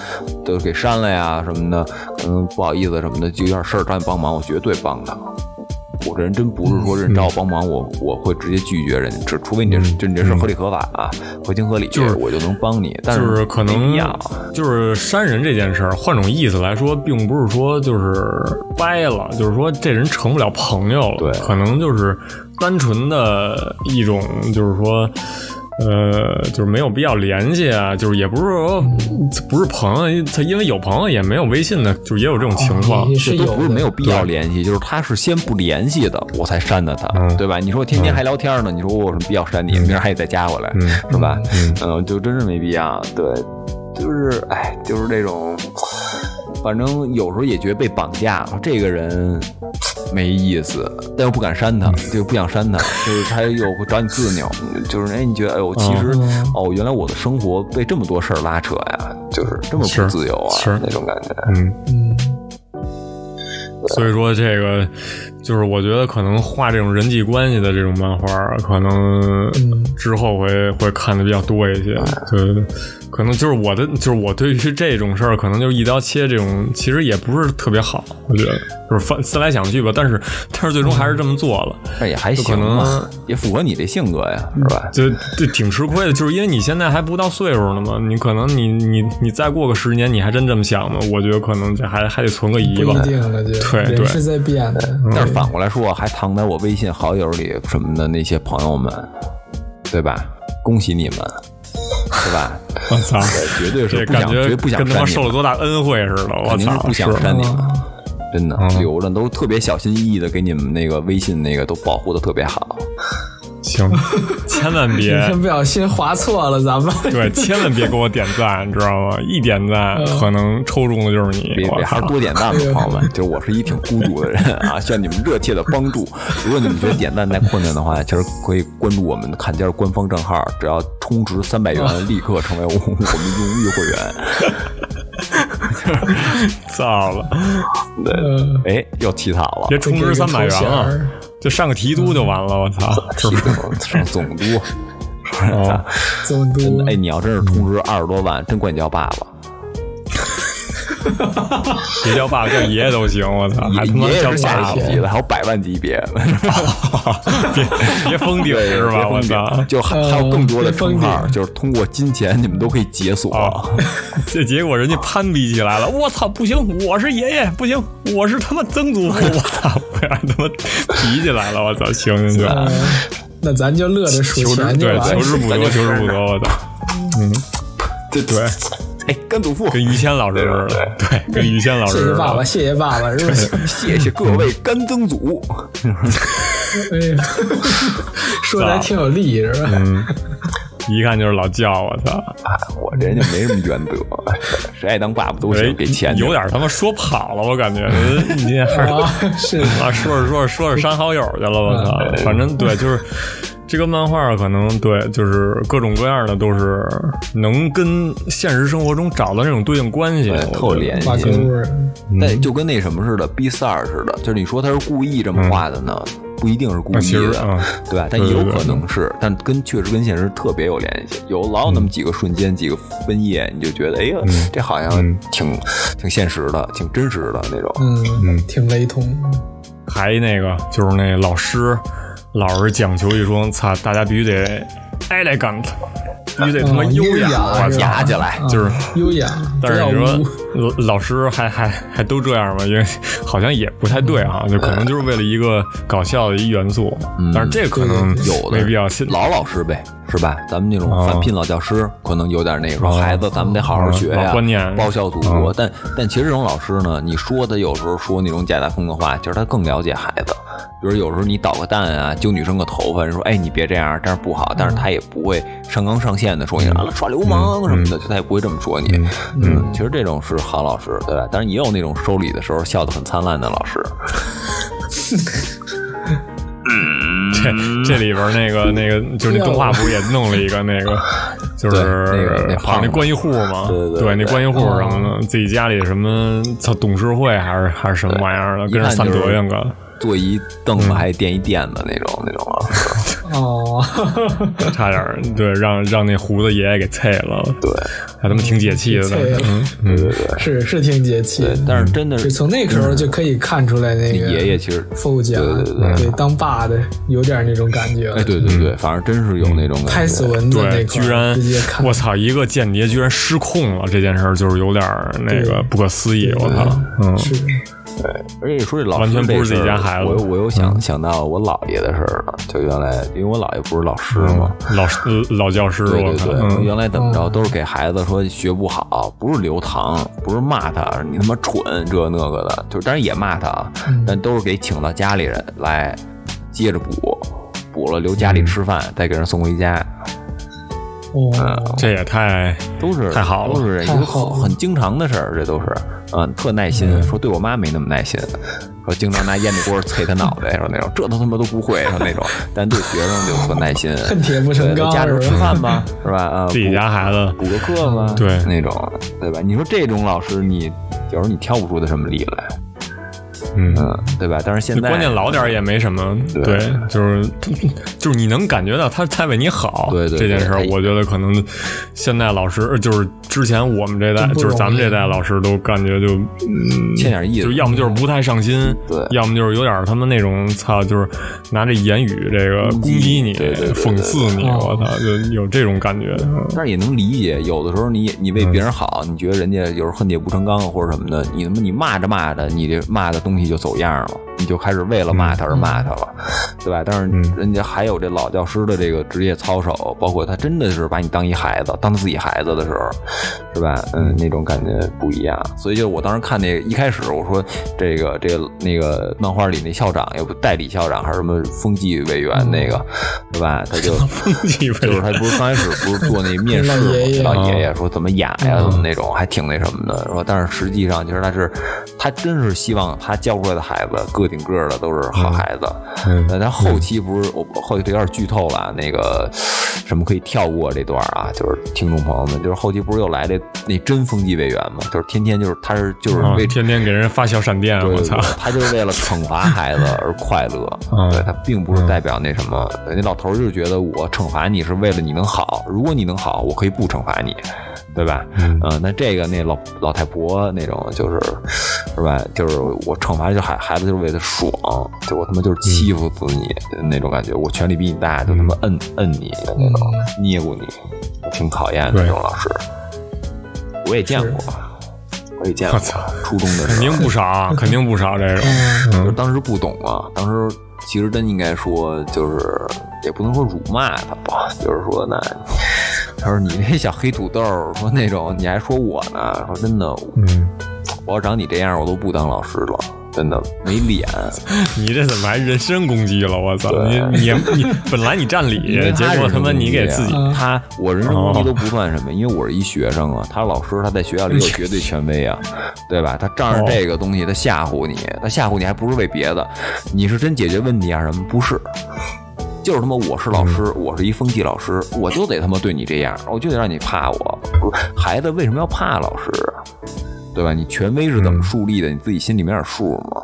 都给删了呀什么的，可能不好意思什么的，就有点事儿找你帮忙，我绝对帮的。我这人真不是说
嗯
人找我帮忙，我我会直接拒绝人，只除非你这就你这事合理合法啊，合情合理，
嗯就是
我就能帮你。但
就是
是
可
没
能
必要
就是删人这件事儿，换种意思来说，并不是说就是掰了，就是说这人成不了朋友了，
对
可能就是单纯的一种就是说。呃，就是没有必要联系啊，就是也不是说不是朋友，他因为有朋友也没有微信的，就是也有这种情况
也。是
这
有
都不
的
是没有必要联系，就是他是先不联系的，我才删的他，
嗯
对吧？你说我天天还聊天呢，你说我有什么必要删你？明儿还得再加回来，
嗯
是吧？
嗯
嗯，就真是没必要。对，就是哎，就是这种，反正有时候也觉得被绑架了，这个人。没意思，但又不敢删他，就不想删他，就是他又会找你自拗，就是哎，你觉得哎呦，其实、
嗯
哦，原来我的生活被这么多事儿拉扯呀，就是这么不
是
自由啊
是，
那种感觉。
嗯，
嗯，
所以说这个就是我觉得可能画这种人际关系的这种漫画儿，可能
嗯哎
之后会会看的比较多一些。对，可能就是我的，就是我对于这种事儿，可能就是一刀切这种，其实也不是特别好。我觉得就是翻思来想去吧，但是但是最终还是这么做了。
但也还行
可
吧
能，嗯
也符合你这性格呀，是吧？
就就挺吃亏的，就是因为你现在还不到岁数呢嘛，你可能你你你再过个十年，你还真这么想吗？我觉得可能这还还得存个疑
不
吧
一。定了，就
对对嗯
人是在变的，
但是反过来说，还躺在我微信好友里什么的那些朋友们，对吧？恭喜你们，对吧？
我 操，
对绝对
这
是不
感
想，绝
觉
对不想
跟他妈
删
受
你
了
们，
多大恩惠似的。我
肯定是
操，
不想
是
删你们，真的
嗯
留着都特别小心翼翼的给你们那个微信那个都保护的特别 好。
行，千万别
今天不小心划错了，咱们
对，千万别给我点赞，你知道吗？一点赞，可能抽中的就是你。
别
我
别，还
操
是！多 点赞吧，朋友们。就是我是一挺孤独的人啊，需要你们热切的帮助。如果你们觉得点赞太困难的话，其实可以关注我们的坎肩儿官方账号，只要充值三百 元，立刻成为我我们荣誉会员。
糟了，
嗯
哎，又起草了
别，充值三百元啊了，就上个提督就完了。我操！
起草了上总督。
哦，
总督
哎，你要真是充值二十多万，真管你叫爸爸，
别叫爸爸，叫爷爷都行。我操，还
爷
他妈
爷也
叫
是
爸
下一级
爸，
的，还有百万级别。
别别封顶是
别
吧？
封
我
顶
操！
就还
呃
还有更多
别
的
封
称号，
顶
就是通过金钱你们都可以解锁。
哦，这结果人家攀比起来了，我操，不行，我是爷爷，不行，我是他妈曾祖父，我操， 不让他妈比起来了，我操，行行行，
嗯那咱就乐着数
求之
钱就
对
完
求
了。
之不得，求之不得，我操，嗯，
对
对，
哎，干祖父，
跟于谦老师似的，对，跟于谦老师
谢
似
谢爸
的
爸，。谢谢爸爸，是吧？
谢谢各位干曾祖。
哎呀，说的还挺有力，是吧？
嗯，一看就是老叫我操，
我这人家没什么原则， 谁爱当爸爸都
哎
行，给钱就
有点他妈说跑了，我感觉你这还是
啊， 是
啊，说着说着说着删好友去了，我操！
嗯
反正对，就是这个漫画可能对，就是各种各样的都是能跟现实生活中找到那种对应关系，我
对
觉得
特有联系
挂钩
嗯
味儿。
但就跟那什么似的，B 三似的，就是你说他是故意这么画的呢，不一定是故
啊
意
嗯其实
的，
啊
对吧？但
对
也
对
有
对
可能是，但跟确实跟现实特别有联系。有老有那么几个瞬间、几个分页，你就觉得，哎呀，这好像
嗯嗯
挺、挺现实的，挺真实的那种。
嗯
嗯，
挺雷同。
还那个就是那老师老是讲求一种，操，大家必须得 elegant，必须得他妈
嗯
优
优雅
我
是
操！
吧
压起来，
啊
就是
优雅，
但
不
是
要
你说
污
老老师还还还都这样吗？因为好像也不太对啊，就可能就是为了一个搞笑的一元素，
嗯
但是这可能
对
有的
没必要。现
老老师呗，是吧？咱们那种
哦
返聘老教师，可能有点那个说，
哦
孩子，咱们得好好学
哦
呀，
老观念
报效祖国。但但其实这种老师呢，你说他有时候说那种假大空的话，其实他更了解孩子。比如有时候你捣个蛋啊，揪女生个头发，人说哎你别这样，这样不好，但是他也不会上纲上线的说你啊耍流氓什么的，就他也不会这么说你。嗯，其实这种是好老师，对吧？但是也有那种收礼的时候笑得很灿烂的老师，
这
嗯
这里边那个那个就是那动画不是也弄了一个那 个，就
对那个那
是
胖子
那关系户嘛，
对对对
那
对嗯
关系户什么的，自己家里什么操董事会还是还是什么玩意儿的，
对
跟人
一
三
看就是
德行个，
坐一凳子还垫一垫子那种那种老师。
哦，
差点 儿对让让那胡子爷爷给啐了，
对，
还他妈挺解气的，
啐了
嗯嗯，
是是挺解气的
对，，但是真的
就从那个时候就可以看出来那
你
个
爷爷其实，
富家，
对对对
当爸的有点那种感觉了。
哎，对对对，反正真是有那种
拍
感
死
觉。
蚊子那
对，
块儿，
居然
直接看
我操，一个间谍居然失控了，这件事儿就是有点儿那
对
个不可思议，我操，嗯，
是
而且说这老
完
师
全
这
不是自己
事儿
家孩子
我又我又想想到我姥爷的事儿了。就原来，因为我姥爷不是老师嘛，
老师老教师，
对
我
对
操，
对，
嗯
原来怎么着都是给孩子说学不好，不是留堂，不是骂他，你他妈蠢这那个的，就当然也骂他啊，但都是给请到家里人来接着补，补了留家里吃饭，再给人送回家，
哦，
嗯
这也太
都是
太好了
都是一
太
个
好了
很很经常的事儿，这都是，嗯，特耐心。说对我妈没那么耐心，说经常拿烟纸锅捶她脑袋，说那种这都他妈都不会，说那种，但对学生就特耐心，
恨铁不成
对
钢
在家里
是
吃
吧
饭吧，是吧？啊，
自己家孩子，
补补个课吧，
对
那种，对吧？你说这种老师，你有时候你挑不出他什么理来，
嗯。
嗯，对吧？但是现
就
在
关键老点儿也没什么，
对
对，就是就是你能感觉到他在为你好，
对对
这件
对
事儿
他，
我觉得可能现在老师呃就是之前我们这代，
真不
就是咱们这
容易
代老师都感觉就嗯，
欠点意思
就要么就是不太上心，
对
要么就是有点儿他们那种操，就是拿这言语这个攻
攻击
击你、
对对对对
讽刺你，
嗯
我操，就有这种 感觉。嗯
但是也能理解，有的时候你你为别人好，你觉得人家有时候恨铁不成钢啊或者什么的，你他妈你骂着骂着，你这骂的东西就走样了，你就开始为了骂他而骂他了，对吧？但是人家还有这老教师的这个职业操守，包括他真的是把你当一孩子，当他自己孩子的时候，是吧？嗯，那种感觉不一样。所以就是我当时看那个一开始我说这个这个那个漫画里那校长，也不代理校长还是什么风纪委员那个，是吧？他就。
以为啊
就是他不是刚开始不 是做那面试
老爷爷嗯
嘛，老爷爷说怎么演呀，怎么那种，还挺那什么的。说但是实际上，其实他是他真是希望他教出来的孩子个顶个的都是好孩子。
啊嗯
但他后期不是我后期有点剧透了，那个什么可以跳过这段啊，就是听众朋友们，就是后期不是又来这那真风纪委员嘛，就是天天就是他是就是
啊
为
天天给人发小闪电，
对
我
对
操
对，，他就是为了惩罚孩子而快乐，
嗯
对他并不是代表那什么。那老头儿就觉得我惩罚你是为了你能好，如果你能好，我可以不惩罚你，对吧？嗯、那这个那老老太婆那种就是是吧？就是我惩罚就孩孩子就是为了爽，就我他妈就是欺
嗯
负死你、那种感觉，我权力比你大，就他妈摁摁你的那种，捏过你，挺讨厌的
嗯对
那种老师。我也见过，我也见过
我操，
初中的时
肯
候。
定不少，啊肯定不少这种。
嗯
就是当时不懂啊，当时其实真应该说，就是也不能说辱骂他吧， 就是说呢，他说你这小黑土豆儿，说那种你还说我呢，说真的，
嗯，
我要长你这样，我都不当老师了。真的没脸。
你这怎么还人身攻击了？我操！你
对
你你本来你占 理
因为，
结
他
果
人
他妈
身
你哦
攻
给
击啊
自己
嗯
他，我人身攻击都不算什么，因为我是一学生啊，他老师他在学校里有绝对权威啊，对吧？他
哦
仗着这个东西，他吓唬你，他吓唬你还不是为别的，你是真解决问题啊什么？不是。就是他妈，我是老师，
嗯
我是一风纪老师，我就得他妈对你这样，我就得让你怕我。孩子为什么要怕老师啊？对吧？你权威是怎
嗯
么树立的？你自己心里没点数吗？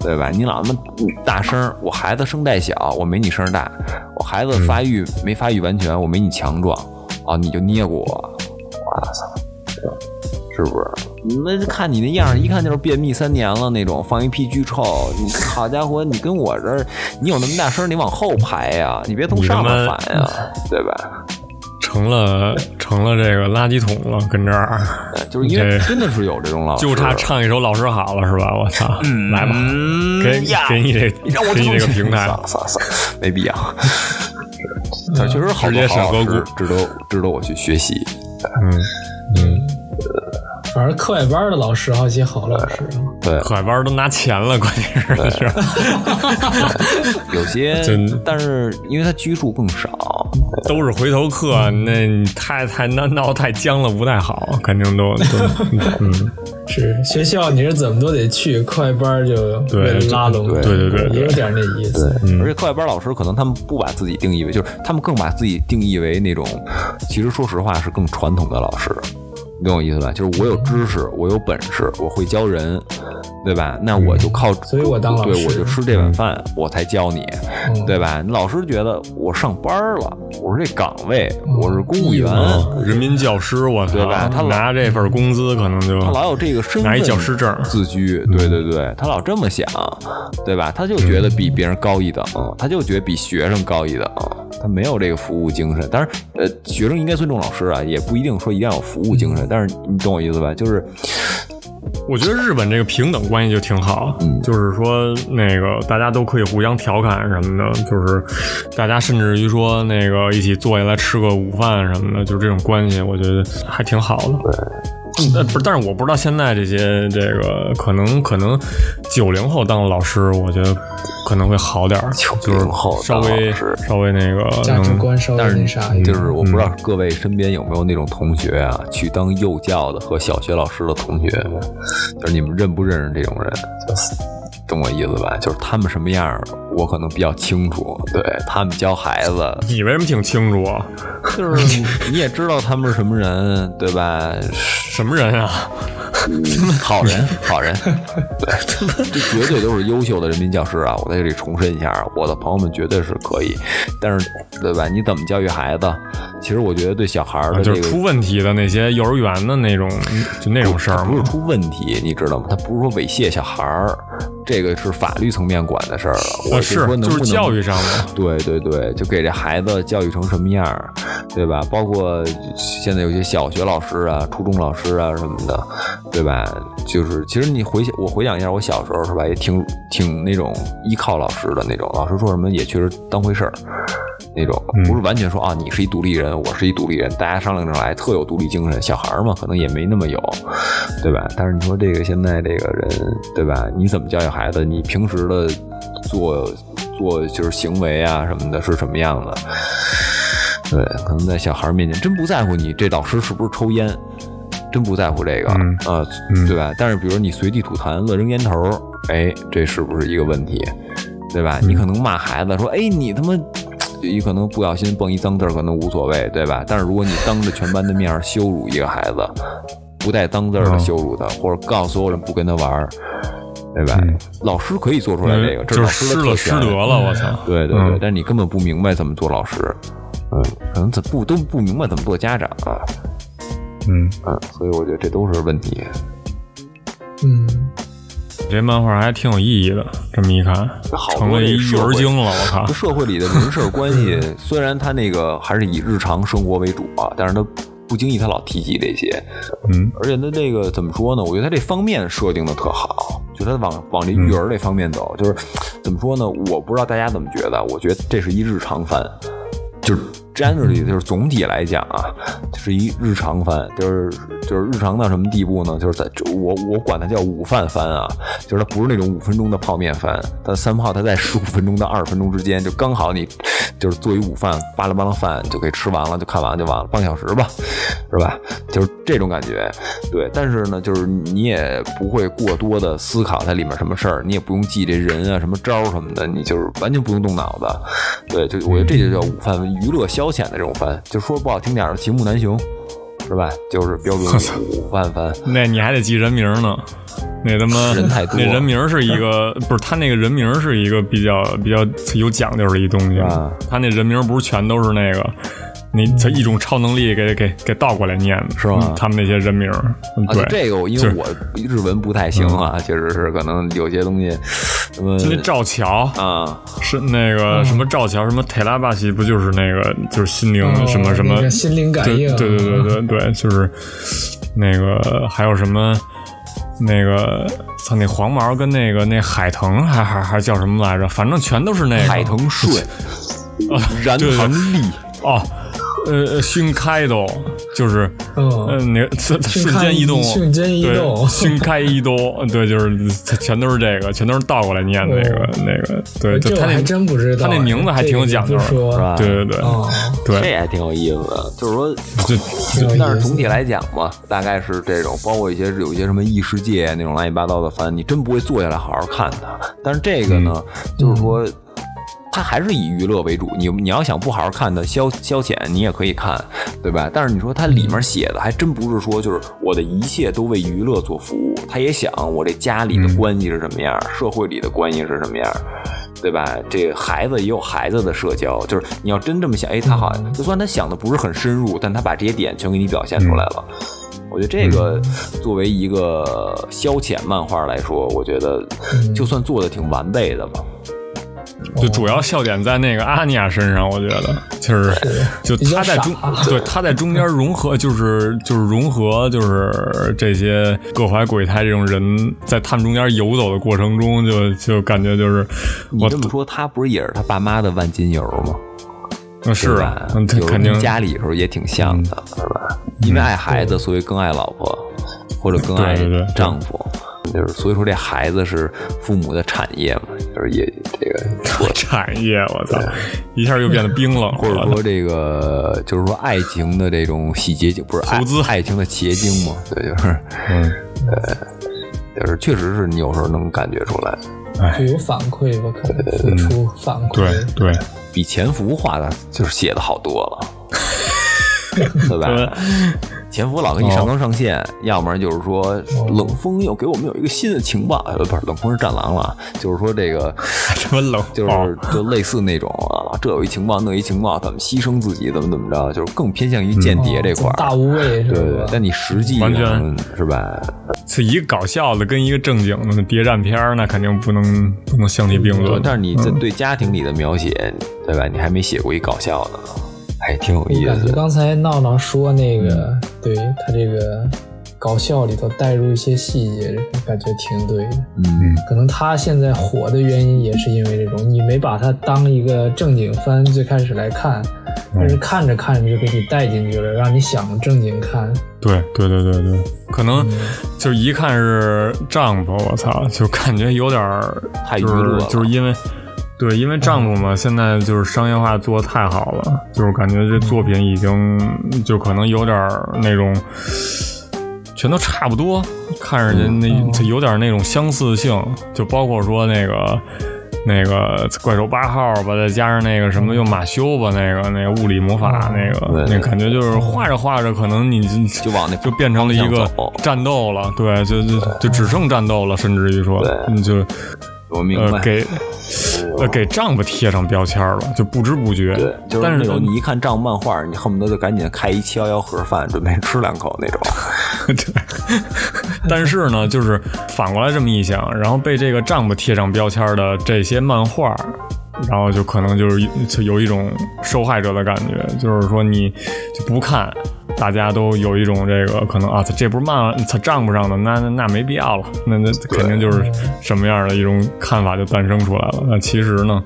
对吧？你老他妈大声儿，我孩子声带小，我没你声儿大，我孩
嗯
子发育没发育完全，我没你强壮啊，你就捏过我，我操，是不是？你们看你那样儿，一看就是便秘三年了那种，放一屁巨臭。你好家伙，你跟我这儿，你有那么大声儿，你往后排呀，你别从
你他
上
妈
面反 呀，对吧？
成了成了这个垃圾桶了，跟这儿
对呃就是因为
这
真的是有这种老师，
就差唱一首《老师好》了是吧？我操，来吧，
嗯
给
呀
给你这
让我
给你这个平台
算，了算了算了，没必要。 但确实好
直接
多
审
好
核
老
股
师值得值得我去学习。
嗯，
反正课外班的老师好些好老师，啊
对，
海班都拿钱了，关键是是，
有些
真，
但是因为他居住更少，
都是回头客，
嗯
那你太太闹闹太僵了，不太好，肯定都都嗯，
是学校你是怎么都得去，课外班就
对
为了拉拢，
对
对对对
也有点那意思。
而且课外班老师可能他们不把自己定义为，就是他们更把自己定义为那种，其实说实话是更传统的老师，你懂我意思吧？就是我有知识，我有本事，我会教人，对吧？那我就靠，
嗯所以我当老师
对，我就吃这碗饭，我才教你，
嗯
对吧？老师觉得我上班了，我是这岗位，
嗯
我是公务员，
哦人民教师，我操，
对吧他老
拿这份工资可能就
他老有这个身份，
拿一教师证
自居，
嗯
对对对，他老这么想，对吧？他就觉得比别人高一等，他就觉得比学生高一等，他没有这个服务精神。当然，呃，学生应该尊重老师啊，也不一定说一定要有服务
嗯
精神，但是你懂我意思吧？就是
我觉得日本这个平等关系就挺好，
嗯
就是说那个大家都可以互相调侃什么的，就是大家甚至于说那个一起坐下来吃个午饭什么的，就是这种关系，我觉得还挺好的。对，但不是，但是我不知道现在这些这个可能可能九零后当老师，我觉得可能会好点儿，就是
90后
稍
当
微
老师
稍微那个
价值
能
观稍微那啥嗯一点，
嗯就是我不知道各位身边有没有那种同学啊，去当幼教的和小学老师的同学，就是你们认不认识这种人？就是懂我意思吧？就是他们什么样儿，我可能比较清楚。对他们教孩子，
你为什么挺清楚啊？
就是你也知道他们是什么人，对吧？
什么人啊？
好 人，好人，对，这绝对都是优秀的人民教师啊！我在这里重申一下，我的朋友们绝对是可以，但是对吧？你怎么教育孩子？其实我觉得对小孩儿的这
啊就
个
是出问题的那些幼儿园的那种，就那种事儿
不
吗
是？出问题，你知道吗？他不是说猥亵小孩儿，这个是法律层面管的事儿了。我
啊，
说
是
能不能
就是教育上的。
对对对，就给这孩子教育成什么样儿，对吧？包括现在有些小学老师啊、初中老师啊什么的，对吧？就是其实你回想，我回想一下，我小时候是吧，也挺挺那种依靠老师的那种，老师说什么也确实当回事儿。那种不是完全说啊，你是一独立人，我是一独立人，大家商量着来，特有独立精神。小孩儿嘛，可能也没那么有，对吧？但是你说这个现在这个人，对吧？你怎么教育孩子？你平时的做做就是行为啊什么的，是什么样的？对，可能在小孩儿面前真不在乎你这老师是不是抽烟，真不在乎这个，
嗯
啊，
嗯
对吧？但是比如你随地吐痰子、扔烟头儿，哎，这是不是一个问题？对
嗯
吧？你可能骂孩子说：“哎，你他妈，你可能不小心蹦一脏字儿，可能无所谓，对吧？但是如果你当着全班的面儿羞辱一个孩子，不带脏字儿的
嗯
羞辱他，或者告诉所有人不跟他玩儿，对吧？老师可以做出来这个，
嗯就
这
是
老
失
师的
了
特
失
权。
德了，我操！
对对
嗯
对，但是你根本不明白怎么做老师，嗯，可能怎不都不明白怎么做家长啊，
嗯，
嗯，所以我觉得这都是问题。
嗯，
这漫画还挺有意义的，这么一看，
好
成
多
了
这
一育
社
儿
会
经了，我靠
这！社会里的人事关系，虽然他那个还是以日常生活为主啊，但是他不经意他老提及这些，
嗯，
而且他这个怎么说呢？我觉得他这方面设定的特好，就他往往这育儿这方面走，就是怎么说呢？我不知道大家怎么觉得，我觉得这是一日常番，就是 generally 就是总体来讲啊，就是一日常番，就是就是日常到什么地步呢？就是在就我我管它叫午饭番啊，就是它不是那种五分钟的泡面番，它三泡它在十五分钟到二十分钟之间，就刚好你就是做一午饭，巴拉巴拉饭就给吃完了，就看完了就完了，半小时吧， 是吧？就是这种感觉，对。但是呢，就是你也不会过多的思考它里面什么事儿，你也不用记这人啊什么招儿什么的，你就是完全不用动脑子，对，就我觉得这就叫午饭娱乐消遣的这种番，就说不好听点儿，骑木南雄，是吧？就是标准 的午饭番。
那你还得记人名呢。那他妈
人太多
那人名是一 个，不是他那个人名是一个比较比较有讲究的一东西
啊。
他那人名不是全都是那个，你他一种超能力给给给倒过来念的，
是吗
他们那些人名，嗯
而
对，
且
嗯
啊这个我因为我日文不太行啊，确实是可能有些东西，什么
就那赵乔
啊，
是那
嗯
个什么赵乔，什么铁拉巴西，不就是那个就是心灵
哦
嗯什么什么
那个心灵感
对
应
对对对对对，就是那个还有什么那个操那黄毛跟那个那海腾还还还叫什么来着？反正全都是那个
海腾顺， 燃
啊对对
寒力，
哦，呃，熏开斗就是。
嗯，
嗯，那个 它它
瞬
瞬
开
间
一
移动，
瞬间移
对
动
瞬开移动，对，就是它全都是这个，全都是倒过来念的那个
哦
那个，对，就
这
它
我
那
还真不知道。
他那名字还挺有讲究的
这个你不
是
说
吧？
对对对
哦，
这
对，
也挺有意思的，就是说
这
挺有意思的
但是总体来讲嘛，大概是这种，包括一些有一些什么异世界啊那种乱七八糟的番，你真不会坐下来好好看它。但是这个呢，
嗯
就是说。它还是以娱乐为主，你你要想不好好看它消消遣，你也可以看，对吧？但是你说它里面写的还真不是说就是我的一切都为娱乐做服务，他也想我这家里的关系是什么样，社会里的关系是什么样，对吧？这个孩子也有孩子的社交，就是你要真这么想，哎，他好像就算他想的不是很深入，但他把这些点全给你表现出来了。我觉得这个作为一个消遣漫画来说，我觉得就算做的挺完备的吧。
就主要笑点在那个阿尼亚身上，我觉得就是就他在中
比较
对他在中间融合，就是就是融合，就是这些各怀鬼胎这种人在他们中间游走的过程中，就就感觉就是
你
我
这么说，他不是也是他爸妈的万金油吗？
嗯是啊
吧，
嗯他
就是
肯定嗯
跟家里时候也挺像的，是吧？因为爱孩子，所以更爱老婆，或者更爱
对对对
丈夫。就是所以说，这孩子是父母的产业嘛，就是也这 个
产业，我操，一下又变得冰冷
或者
了。
说这个就是说爱情的这种洗洁精，不是爱
投资
爱情的结晶嘛？对，就是呃
嗯，
就是确实是你有时候能感觉出来，
就有反馈吧，可能付出反馈。
对对，
比潜伏画的就是写的好多了，对吧？ 潜伏老给你上纲上线，要不然就是说冷风又给我们有一个新的情报，呃，不是冷风是战狼了啊，就是说这个
这么冷
就
暴
是就类似那种啊，这有一情报，那有一情报，怎么牺牲自己，怎么怎么着，就是更偏向于间谍嗯这块
哦大
儿。
无畏是
对对，
吧
对？但你实际
完全
上是吧？
是一个搞笑的跟一个正经的谍战片儿，那肯定不能不能相提并
对
论。
嗯
嗯
但是你这对家庭里的描写，对吧？你还没写过一搞笑的呢，还挺有意
我感
思
觉
的。嗯
刚才闹闹说那个，对他这个搞笑里头带入一些细节，感觉挺对的。
嗯，
可能他现在火的原因也是因为这种，你没把它当一个正经番最开始来看，
嗯
但是看着看着就给你带进去了，让你想正经看。
嗯
对对对对对，可能就是一看是丈夫，我操，就感觉有点儿
太娱
就
乐
是
了
就是因为。对，因为丈夫嘛，现在就是商业化做的太好了，就是感觉这作品已经就可能有点儿那种，全都差不多，看上去那它有点那种相似性，就包括说那个那个怪兽八号吧，再加上那个什么又马修吧，那个那个物理魔法那个，
嗯对
那感觉就是画着画着，可能你就
就往那
就变成了一
方向
个
走
战斗了，对，就就就只剩战斗了，甚至于说
对
你就
我明
呃
白。
给呃给丈夫贴上标签了，就不知不觉
对，，就是
但
那
是
种你一看账漫画，你恨不得就赶紧开一七幺幺盒饭，准备吃两口那 种。
但是呢，就是反过来这么一想，然后被这个丈夫贴上标签的这些漫画，然后就可能就是就有一种受害者的感觉，就是说你就不看，大家都有一种这个可能啊，他这不是漫，他丈夫上的，那那那没必要了，那那肯定就是什么样的一种看法就诞生出来了。那其实呢，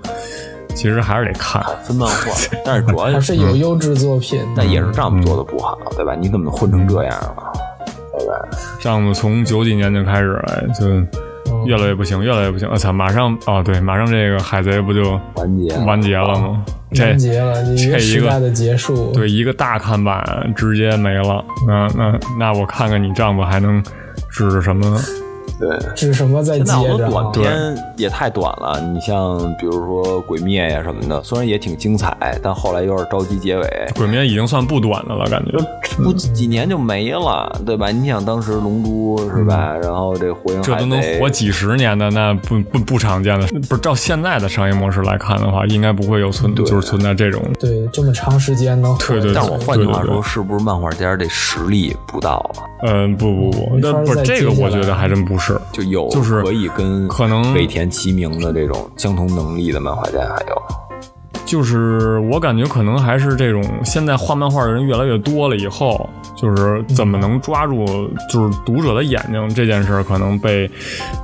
其实还是得看。
分漫画，但是主要
还是有优质作品。
但也是
嗯
丈夫做的不好，对吧？你怎么混成这样了？对吧？
丈夫从九几年就开始，哎就
嗯
越来越不行，越来越不行。我、操，马上哦，对，马上这个海贼不就
完结了
完结了吗？这
完结了，一
这
个
一
时
个
代的结束。
对一个大看板直接没了。那那那我看看你丈夫还能指着什么？
对。
指什么再
现
接
在好多
着
短
啊？
片也太短了，你像比如说《鬼灭》呀什么的，虽然也挺精彩，但后来有点着急结 尾，
鬼灭已经算不短的了，感觉。
不几年就没了，对吧？你想当时《龙珠》是吧？然后这《火影海
嗯这》
贼
都能活几十年的，那不不不常见的。不是照现在的商业模式来看的话，应该不会有存
啊
就是存在这种。
对，这么长时间能活
对对对
着
但我换句话
对对
说，
对
是不是漫画家这实力不到啊了，
嗯，不不不，
没法
那不是
再
这个，
接下
我觉得
来
还真不是。
就有
就是
可以跟
可能
北田齐名的这种相同能力的漫画家还有，
就是我感觉可能还是这种现在画漫画的人越来越多了以后，就是怎么能抓住就是读者的眼睛这件事儿，可能被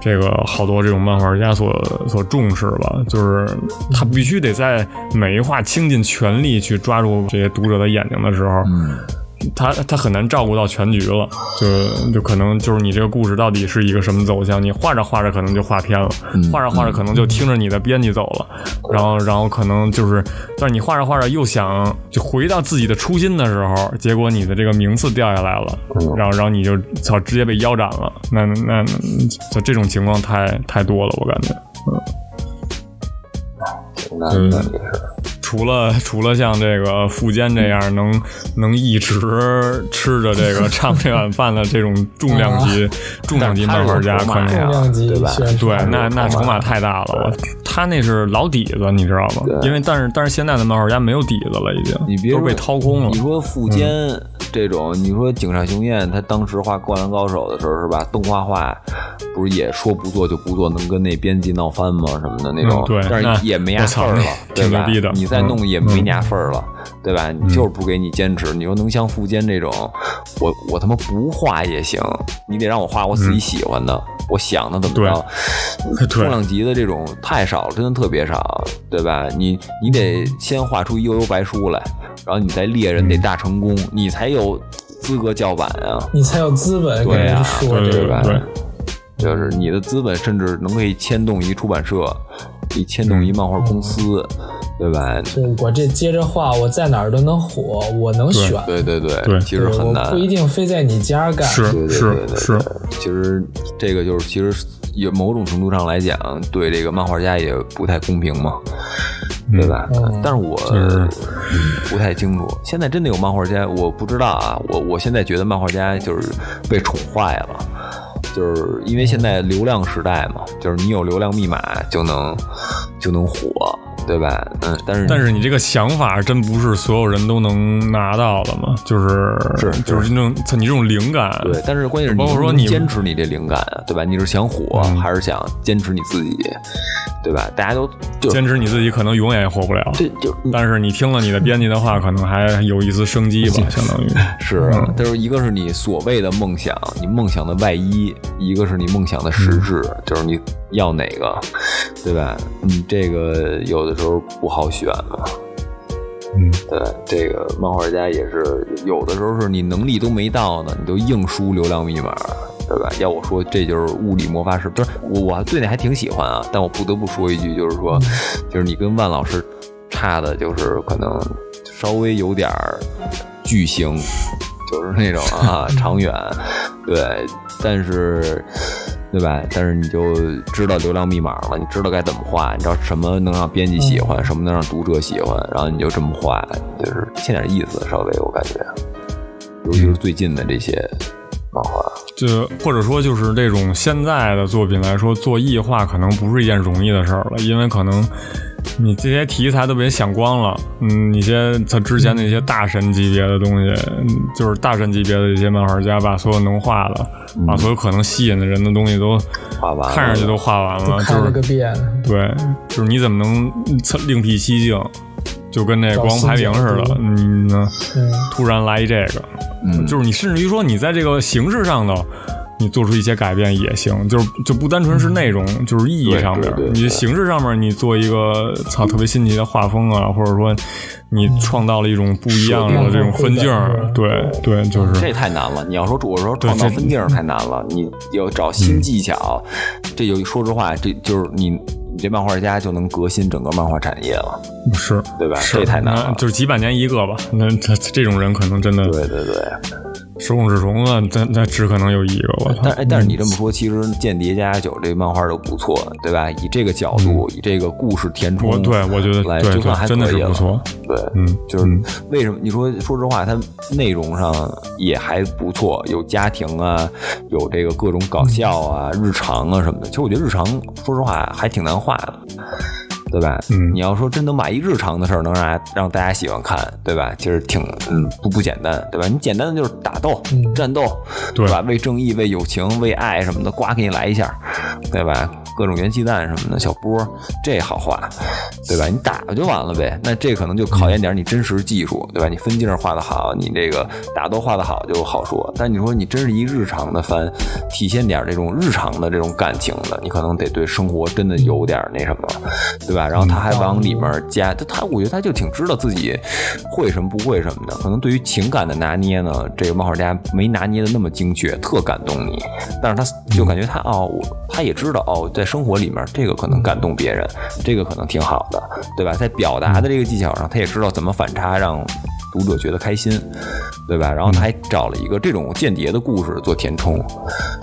这个好多这种漫画家所所重视吧。就是他必须得在每一画倾尽全力去抓住这些读者的眼睛的时候，
嗯，
他他很难照顾到全局了，就就可能就是你这个故事到底是一个什么走向，你画着画着可能就画偏了，画着画着可能就听着你的编辑走了，然后然后可能就是，但是你画着画着又想就回到自己的初心的时候，结果你的这个名次掉下来了，然后然后你就操直接被腰斩了，那那那就这种情况太太多了，我感觉。
挺难的也是。
除了除了像这个富坚这样能、能一直吃着这个丈母这碗饭的这种重量级、重量级漫画家，
哦但是他是
可能
筹码哎呀
重量级
对吧
选手
对，那那
筹
筹
码
码太大了。我他那是老底子，你知道吗？因为但是但是现在的漫画家没有底子了，已经
你别
都是被
说
掏空了嗯
你。说富坚这种，你说井上雄彦他当时画《灌篮高手》的时候是吧？动画化不是也说不做就不做，能跟那编辑闹翻吗？什么的那
嗯
种，
对
但
那
是也没啥
我
份
操
儿了，
那
对
挺
吧
牛逼的？
你
嗯
再弄也没啥份儿了，对吧？你就是不给你坚持。你说能像富坚这种，我我他妈不画也行，你得让我画我自己
嗯
喜欢的，我想的怎么着。重量级的这种太少了，真的特别少，对吧？你你得先画出悠悠白书来，然后你再猎人得大成功，你才有资格叫板啊，
你才有资本跟
对呀
人说
对
这
对
个。
吧？
对
就是你的资本甚至能可以牵动一出版社，可以牵动一漫画公司，对吧？
就我这接着画，我在哪儿都能火，我能选，
对对对，
对
其实很难
我不。一定非在你家干。
是
对对对
是
对
是，
其实这个就是，其实也某种程度上来讲，对这个漫画家也不太公平嘛，对吧？
哦
嗯
但是我
是
不太清楚，现在真的有漫画家，啊我不知道啊。我我现在觉得漫画家就是被宠坏了，就是因为现在流量时代嘛，就是你有流量密码就能就能火，对吧？嗯，但是
但是你这个想法真不是所有人都能拿到的嘛？就是
是
就是那种你这种灵感，
对，但是关键是
包括
能不
说
能
你
坚持你这灵感啊，对吧？你是想火
嗯
还是想坚持你自己，对吧？大家都就
坚持你自己可能永远也活不了。
对就
但是你听了你的编辑的话，可能还有一丝生机吧， 相当于。
是，就是一个是你所谓的梦想，你梦想的外衣；一个是你梦想的实质，就是你要哪个，对吧？你这个有的时候不好选嘛。
嗯，
对，这个漫画家也是，有的时候是你能力都没到呢，你就硬输流量密码，对吧？要我说，这就是物理魔法师。不是我，我对那还挺喜欢啊，但我不得不说一句，就是说，就是你跟万老师差的，就是可能稍微有点儿巨星，就是那种啊长远，对，但是。对吧？但是你就知道流量密码了，你知道该怎么画，你知道什么能让编辑喜欢，什么能让读者喜欢，然后你就这么画，就是欠点意思，稍微我感觉，尤其是最近的这些漫画，
就或者说就是这种现在的作品来说，做异化可能不是一件容易的事儿了，因为可能你这些题材都被人想光了，嗯，一些他之前那些大神级别的东西，嗯就是大神级别的一些漫画家，把所有能画的，把所有可能吸引的人的东西都
画完了
看上去都画完了，
看了
啊就
个
是
遍，
对，就是你怎么能另辟蹊径，就跟那
找
国王排名似的
新角，度
嗯。呢
嗯，
突然来一这个，
嗯
就是你甚至于说你在这个形式上头，你做出一些改变也行，就是就不单纯是内容，就是意义上面
对对，对
你形式上面你做一个操特别新奇的画风啊，或者说你创造了一种不一样的这种分镜儿，对对，就是
这太难了。你要说我说
对嗯
创造
这
分镜太难了，你要找新技巧，这就说实话，这就是你你这漫画家就能革新整个漫画产业了，
是
对吧？
是
这太难
那
了。
就是几百年一个吧。那这这种人可能真的
对对对，
嗯手冢治虫啊，那那只可能有一个，我操
但！哎但是你这么说，其实《间谍加加酒》这漫画就不错，对吧？以这个角度，以这个故事填
嗯我
充，
对我觉得
来
对
就算还
对，真的
可
是
以
不
了
错，
对，
嗯，
就是为什么你说说实话，它内容上也还不错，有家庭啊，有这个各种
嗯
搞笑啊、日常啊什么的。其实我觉得日常，说实话还挺难画的，对吧？
嗯
你要说真能把一日常的事儿能让大家让大家喜欢看，对吧？其实挺嗯不不简单，对吧？你简单的就是打斗、
嗯
战斗，
对
吧？为正义、为友情、为爱什么的，呱给你来一下，对吧？各种元气弹什么的，小波这好画，对吧？你打就完了呗。那这可能就考验点你真实技术，对吧？你分镜画的好，你这个打斗画的好就好说。但你说你真是一日常的番，体现点这种日常的这种感情的，你可能得对生活真的有点那什么，对吧？然后他还往里面加，他他我觉得他就挺知道自己会什么不会什么的。可能对于情感的拿捏呢，这个漫画家没拿捏的那么精确，特感动你。但是他就感觉他哦，我他也知道哦，在生活里面这个可能感动别人，这个可能挺好的，对吧？在表达的这个技巧上，他也知道怎么反差让读者觉得开心，对吧？然后他还找了一个这种间谍的故事做填充，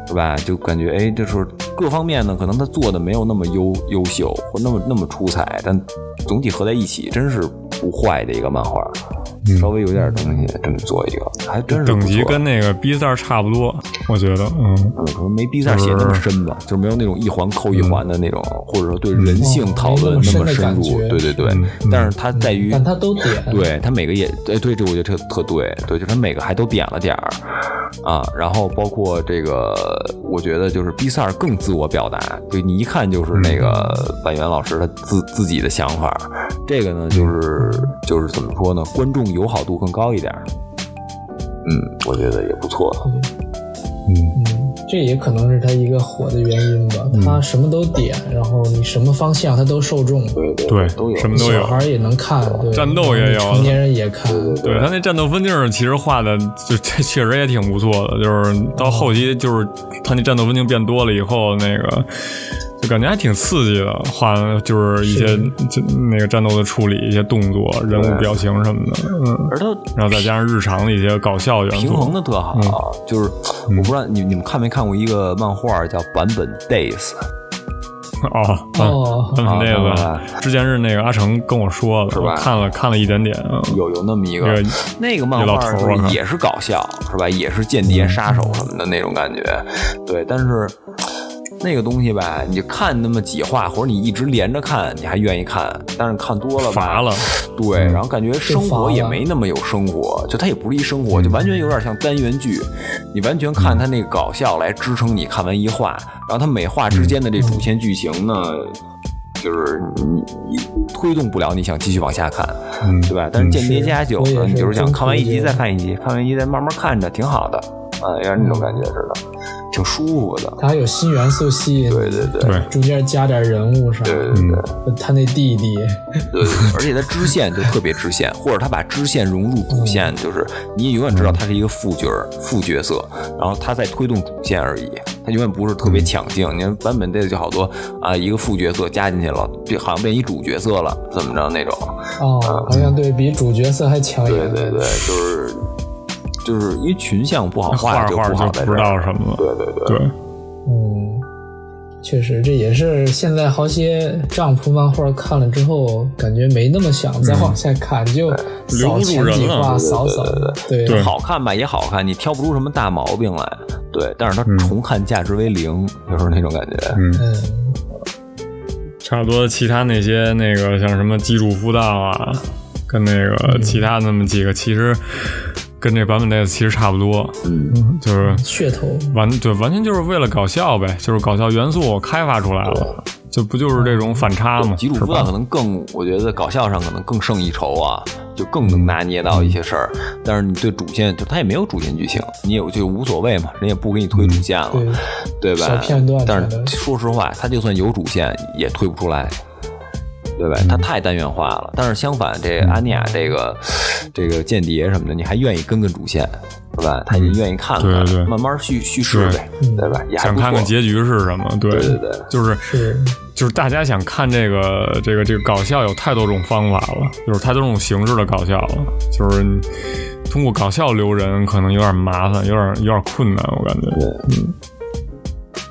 对吧？就感觉哎，就是各方面呢，可能他做的没有那么优优秀或那么那么出彩，但总体合在一起，真是不坏的一个漫画。稍微有点东西，这么做一个，还真是
等
不
级
错
跟那个 B 三差不多，我觉得，嗯，
嗯，可能没 B 站写那么深吧，就是没有那种一环扣一环的那种，或者说对人性讨论嗯那么深入。
嗯
对对对，嗯但是它在于，
但他都点，
对它每个也，哎，对，这我觉得特特对，对，就是它每个还都点了点儿啊。然后包括这个，我觉得就是 B 三更自我表达，就你一看就是那个板垣老师他自自己的想法。这个呢，就是就是怎么说呢，观众友好度更高一点儿。嗯，我觉得也不错。
嗯，这也可能是他一个火的原因吧。
嗯
他什么都点，然后你什么方向他都受众，
对对
对
都有，
什么都
小
有
孩。儿也能看，对，
战斗也有
成年人也看，
对他那战斗分镜儿其实画的就这确实也挺不错的，就是到后期就是他那战斗分镜变多了以后，那个就感觉还挺刺激的，画就是一些就那个战斗的处理、一些动作、人物表情什么的，嗯，
而它
然后再加上日常的一些搞笑元素，
平衡的特好，就是我不知道你你们看没看过一个漫画叫《版本 Days》
哦，嗯
哦，
嗯
啊
那个
明白
吧
了，
之前是那个阿成跟我说的，
是吧
我看了看了一点点，嗯
有有那么一个
这个
那个漫画
这老头儿啊
就是也是搞笑是吧？也是间谍杀手什么的那种感觉，对，但是。那个东西吧，你看那么几话，或者你一直连着看，你还愿意看，但是看多了吧，
乏了，嗯
对，然后感觉生活也
乏了
没那么有生活，就它也不是一生
嗯
活，就完全有点像单元剧，你完全看它那个搞笑来支撑你看完一话，然后它每话之间的这主线剧情呢。就是你你推动不了你想继续往下看，
嗯
对吧？但是《间谍加九》
我
呢，
也是
你就是想
真
看完一
推
集
荐
再看一集，看完一集再慢慢看着，挺好的，啊，有点那
嗯
种感觉似的，挺舒服的。
他有新元素吸引，
对对对
对嗯
中间加点人物啥，
对
的，
对对。
他那弟弟，
对，而且它支线就特别支线，或者他把支线融入主线，
嗯
就是你永远知道他是一个副角儿、副角色，然后他在推动主线而已，他永远不是特
嗯
别抢镜。你看版本这个就好多啊，一个副角色加进去了，就好像变一主角色了，怎么着那种？
哦，好像对比主角色还抢眼，
对对对，就是就是因为群像不好
画
画，
着
就
画着
不好
就
在这
不
儿
知道什么了，
对对对，
对，
嗯，确实，这也是现在好些丈夫漫画看了之后，感觉没那么想
嗯
再往下看，就扫前
留不住
几
人
话
了
扫扫，对啊
对
好看吧也好看，你挑不出什么大毛病来。对，但是它重看价值为零，就是那种感觉。
嗯，
差不多其他那些那个像什么基础辅导啊，跟那个其他那么几个，其实跟这版本类的其实差不多，
嗯，
就是
噱头，
完对，完全就是为了搞笑呗，就是搞笑元素开发出来了，就不就是这种反差吗？
吉鲁
是
夫道啊
吧
可？能更，我觉得搞笑上可能更胜一筹啊，就更能拿捏到一些事儿。但是你对主线，就他也没有主线剧情，你也就无所谓嘛，人也不给你推主线了，
对，
对吧？
嗯小片段
但
啥的
是说实话，他就算有主线，也推不出来，对吧？他
嗯
太单元化了。但是相反，这安妮亚这个这个间谍什么的，你还愿意跟跟主线，对吧？他也愿意看看，
对对
慢慢叙叙事呗，
嗯
对吧？也还
想
不错
看看结局是什么？对
对对对
就是
是
就是大家想看这个这个这个搞笑有太多种方法了，就是太多种形式的搞笑了，就是你通过搞笑留人可能有点麻烦，有点有点困难，我感觉。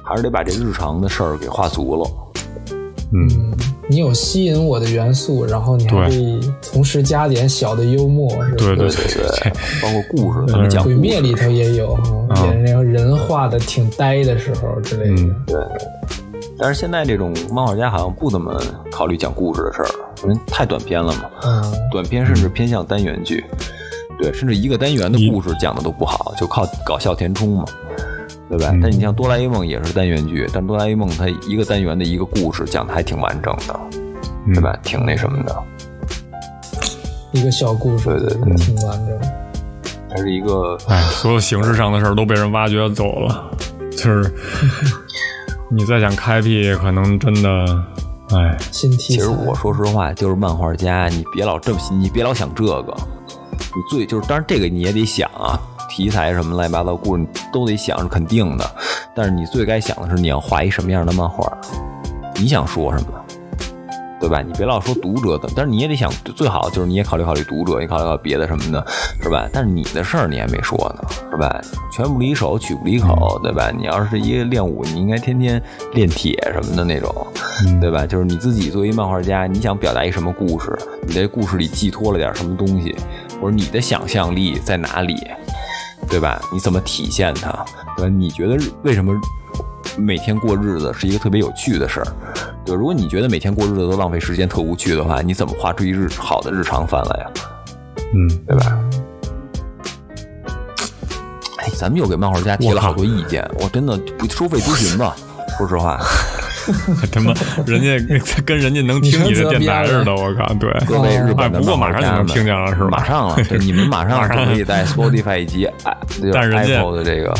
还是得把这日常的事儿给画足了。
嗯，
你有吸引我的元素，然后你
对
还可以同时加点小的幽默，是吧？
对对
对
对
对，包括故事，咱们讲故
鬼
事
灭里头也有哈，
啊
也那种人画的挺呆的时候之类的
嗯。
但是现在这种漫画家好像不怎么考虑讲故事的事儿了，因为太短篇了嘛。
嗯，
短篇甚至偏向单元剧，对，甚至一个单元的故事讲的都不好，就靠搞笑填充嘛，对
嗯
吧？但你像哆啦 A 梦也是单元剧，但哆啦 A 梦它一个单元的一个故事讲的还挺完整的，
嗯
对吧？挺那什么的，
一个小故事，
对对
挺完整。
它是一个
哎，所有形式上的事儿都被人挖掘走了， 就是你再想开辟，可能真的，哎，
新题
其
材
实我说实话，就是漫画家，你别老这么，你别老想这个，你最就是，当然这个你也得想啊，题材什么乱七八糟故事你都得想是肯定的，但是你最该想的是你要画一什么样的漫画，你想说什么，对吧？你别老说读者怎么，但是你也得想，最好就是你也考虑考虑读者，也考虑考虑别的什么的，是吧？但是你的事儿你还没说呢，是吧？拳不离手，曲不离口，对吧？你要是一个练武，你应该天天练铁什么的那种。
嗯
对吧？就是你自己作为漫画家，你想表达一什么故事？你在故事里寄托了点什么东西，或者你的想象力在哪里，对吧？你怎么体现它？对吧？你觉得为什么每天过日子是一个特别有趣的事儿？对，如果你觉得每天过日子都浪费时间、特无趣的话，你怎么画出一日好的日常番来呀？
嗯，
对吧？哎，咱们又给漫画家提了好多意见，我真的不收费咨询吧？说实话。
他妈，人家 跟人家能听你的电台似的，我靠，对，
各位日
哎，
本的
不过
漫
马
画
上就能
家们
听见了，是吧？
马上 了，对你们马上就可以在 Spotify 以及 i- 这个
但是人家
Apple 的这个，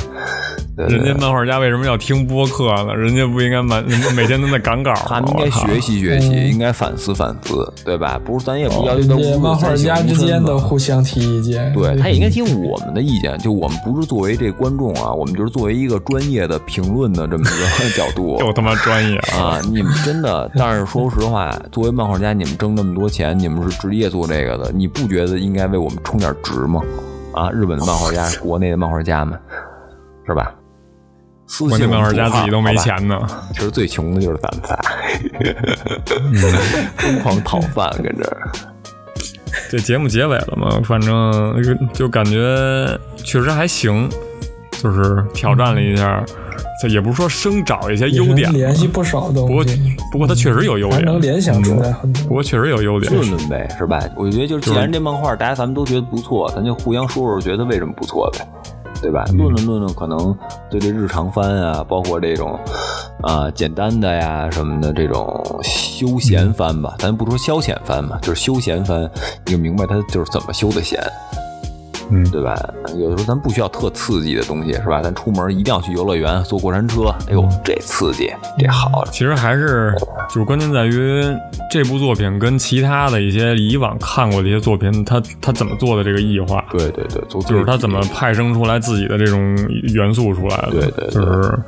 对对
人家
对，
漫画家为什么要听播客呢？人家不应该满 每天都在赶稿吗？
他们应该
我靠
学习学习，应该反思反思，对吧？不是，咱也不要求他
哦这
无
些
事
漫画
三省
家
吾
之
身
间
嘛
都互相提意见，
对他也应该听我们的意见，就我们不是作为这观众啊，我们就是作为一个专业的评论的这么一个 角度，
又他妈专 业了，
啊，你们 真的，但是说实话，作为漫画家，你们挣那么多钱，你们是职业做这个的，你不觉得应该为我们充点值吗？啊，日本的漫画家，国内的漫画家们，是吧？私
我那
信
漫画家自己都没
好吧。
钱呢。
其实最穷的就是咱们 仨，
嗯
疯狂讨饭跟这儿。
这节目结尾了嘛，反正就感觉确实还行，就是挑战了一下，
嗯
这也不是说生找一些
也
优
能
点，
联系不少
不
东
过
西，嗯
不过他确实有优
还
点，
能联想出来很
不
多。
过确实有优点，
论论呗，是吧？我觉得就是，既然这漫画大家咱们都觉得不错，咱就互相说说，觉得为什么不错呗，对吧？论论论论，可能对这日常番啊，包括这种啊、简单的呀什么的这种休闲番吧，咱不说消遣番嘛，就是休闲番，你就明白它就是怎么休的闲，
嗯
对吧？有的时候咱不需要特刺激的东西，是吧？咱出门一定要去游乐园，坐过山车，哎呦，这刺激，这好，
其实还是就是关键在于这部作品跟其他的一些以往看过的一些作品，它它怎么做的这个异化，
对对对，做
就是它
么。
怎么派生出来自己的这种元素出来的，
对对对
就是。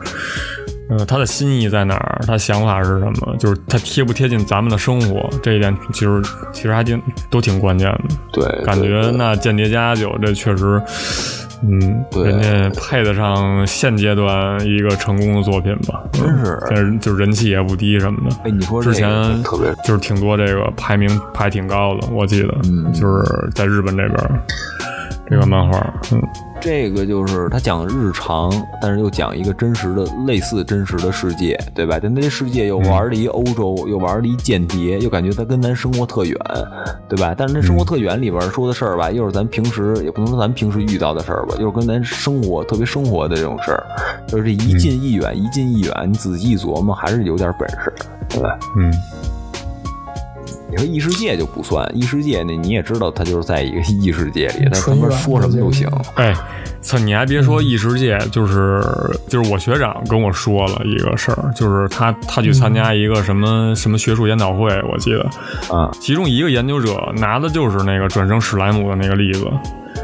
呃，他的心意在哪儿？他想法是什么？就是他贴不贴近咱们的生活，这一点其实其实还挺都挺关键的。
对，
感
对
觉那《间谍加九》这确实，嗯，
对
人家配得上现阶段一个成功的作品吧。
真是
但是就人气也不低什么的。
哎，你说这
之
个
前
特别
就是挺多这个排名排挺高的，我记得，
嗯
就是在日本这边儿这个漫画，嗯，
这个就是他讲日常，但是又讲一个真实的、类似真实的世界，对吧？但那这世界又
嗯
玩了一欧洲，又玩了一间谍，又感觉他跟咱生活特远，对吧？但是那生活
嗯
特远里边说的事儿吧，又是咱平时也不能说咱平时遇到的事儿吧，又是跟咱生活特别生
嗯
活的这种事儿，就是这一近一远，一近一远，你仔细一琢磨，还是有点本事。对，
嗯，
你说异世界就不算，异世界那你也知道，它就是在一个 异世界里，它他妈说什么都行。
哎，操！你还别
嗯
说异世界，就是就是我学长跟我说了一个事儿，就是他他去参加一个什么、什么学术研讨会，我记得，
嗯啊
其中一个研究者拿的就是那个转生史莱姆的那个例子，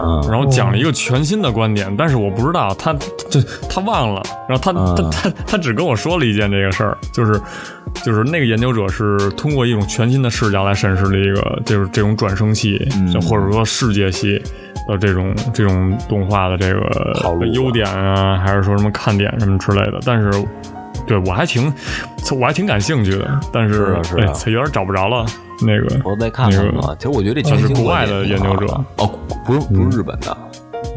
啊
然后讲了一个全新的观点，但是我不知道他这他忘了，然后他、
啊
他他他只跟我说了一件这个事儿，就是就是那个研究者是通过一种全新的视角来审视了一个就是这种转生系，
嗯
就或者说世界系的这种这种动画的这
套路
个
吧
优点啊，还是说什么看点什么之类的，但是。对，我还挺，我还挺感兴趣的，但是
是啊是啊
哎有点找不着了。那个
我再看看
那
吧
个。
其实我觉得这
啊
全
是国外的研究者嗯
哦，不是不是日本的，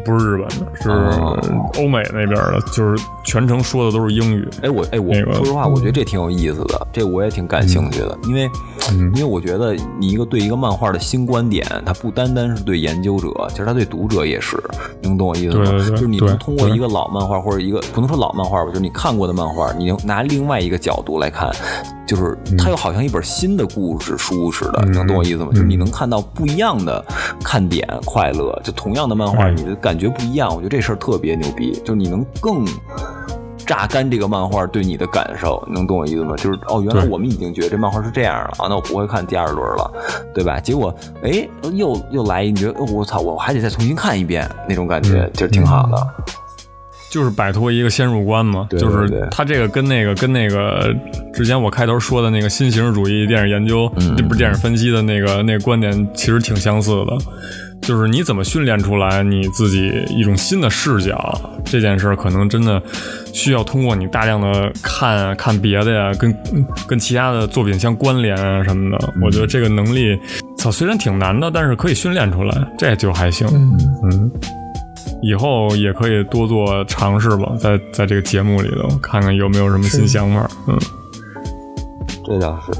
不是日本的，是
哦
欧美那边的，就是全程说的都是英语。
哎，我哎，我
那个嗯
说实话，我觉得这挺有意思的，这我也挺感兴趣的，因为
嗯
因为我觉得你一个对一个漫画的新观点，它不单单是对研究者，其实它对读者也是，你能懂我意思吗？
对对对
就是你
对
能通过
对
一个老漫画或者一个不能说老漫画吧，就是你看过的漫画，你能拿另外一个角度来看，就是
嗯
它又好像一本新的故事书似的，你能懂我意思吗？就是你
嗯
能看到不一样的看点，快乐。就同样的漫画，
哎
你的感觉不一样，我觉得这事儿特别牛逼，就是你能更。榨干这个漫画对你的感受，你能懂我意思吗？就是哦，原来
对
我们已经觉得这漫画是这样了啊，那我不会看第二轮了，对吧？结果哎，又又来一，你觉得哦我操，我还得再重新看一遍那种感
嗯
觉，其实挺好的。
就是摆脱一个先入观嘛，
对
就
对
是
对
他这个跟那个跟那个之前我开头说的那个新形式主义电影研究，
嗯
这不是电影分析的那个那个观点，其实挺相似的。就是你怎么训练出来你自己一种新的视角，这件事儿可能真的需要通过你大量的看看别的呀，跟跟其他的作品相关联啊什么的。我觉得这个能力，操，虽然挺难的，但是可以训练出来，这就还行。
嗯，
嗯，以后也可以多做尝试吧，在在这个节目里头看看有没有什么新想法。嗯，
这倒是，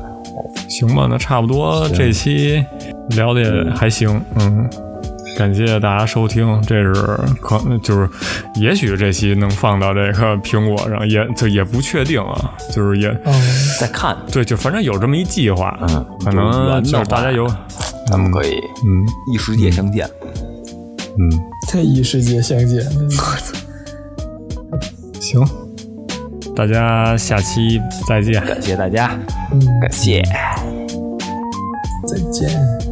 行吧，那差不多这期聊的也还行。嗯，感谢大家收听，这是可就是也许这期能放到这个苹果上，也就也不确定啊，就是也
哦，
再看，
对，就反正有这么一计划，
嗯
可
有缘的
能就是
话
大家有，
咱们可以
嗯
异世界相见。
嗯，
在异世界相见，
行，大家下期再见。
感谢大家，
嗯，
感谢。
再见。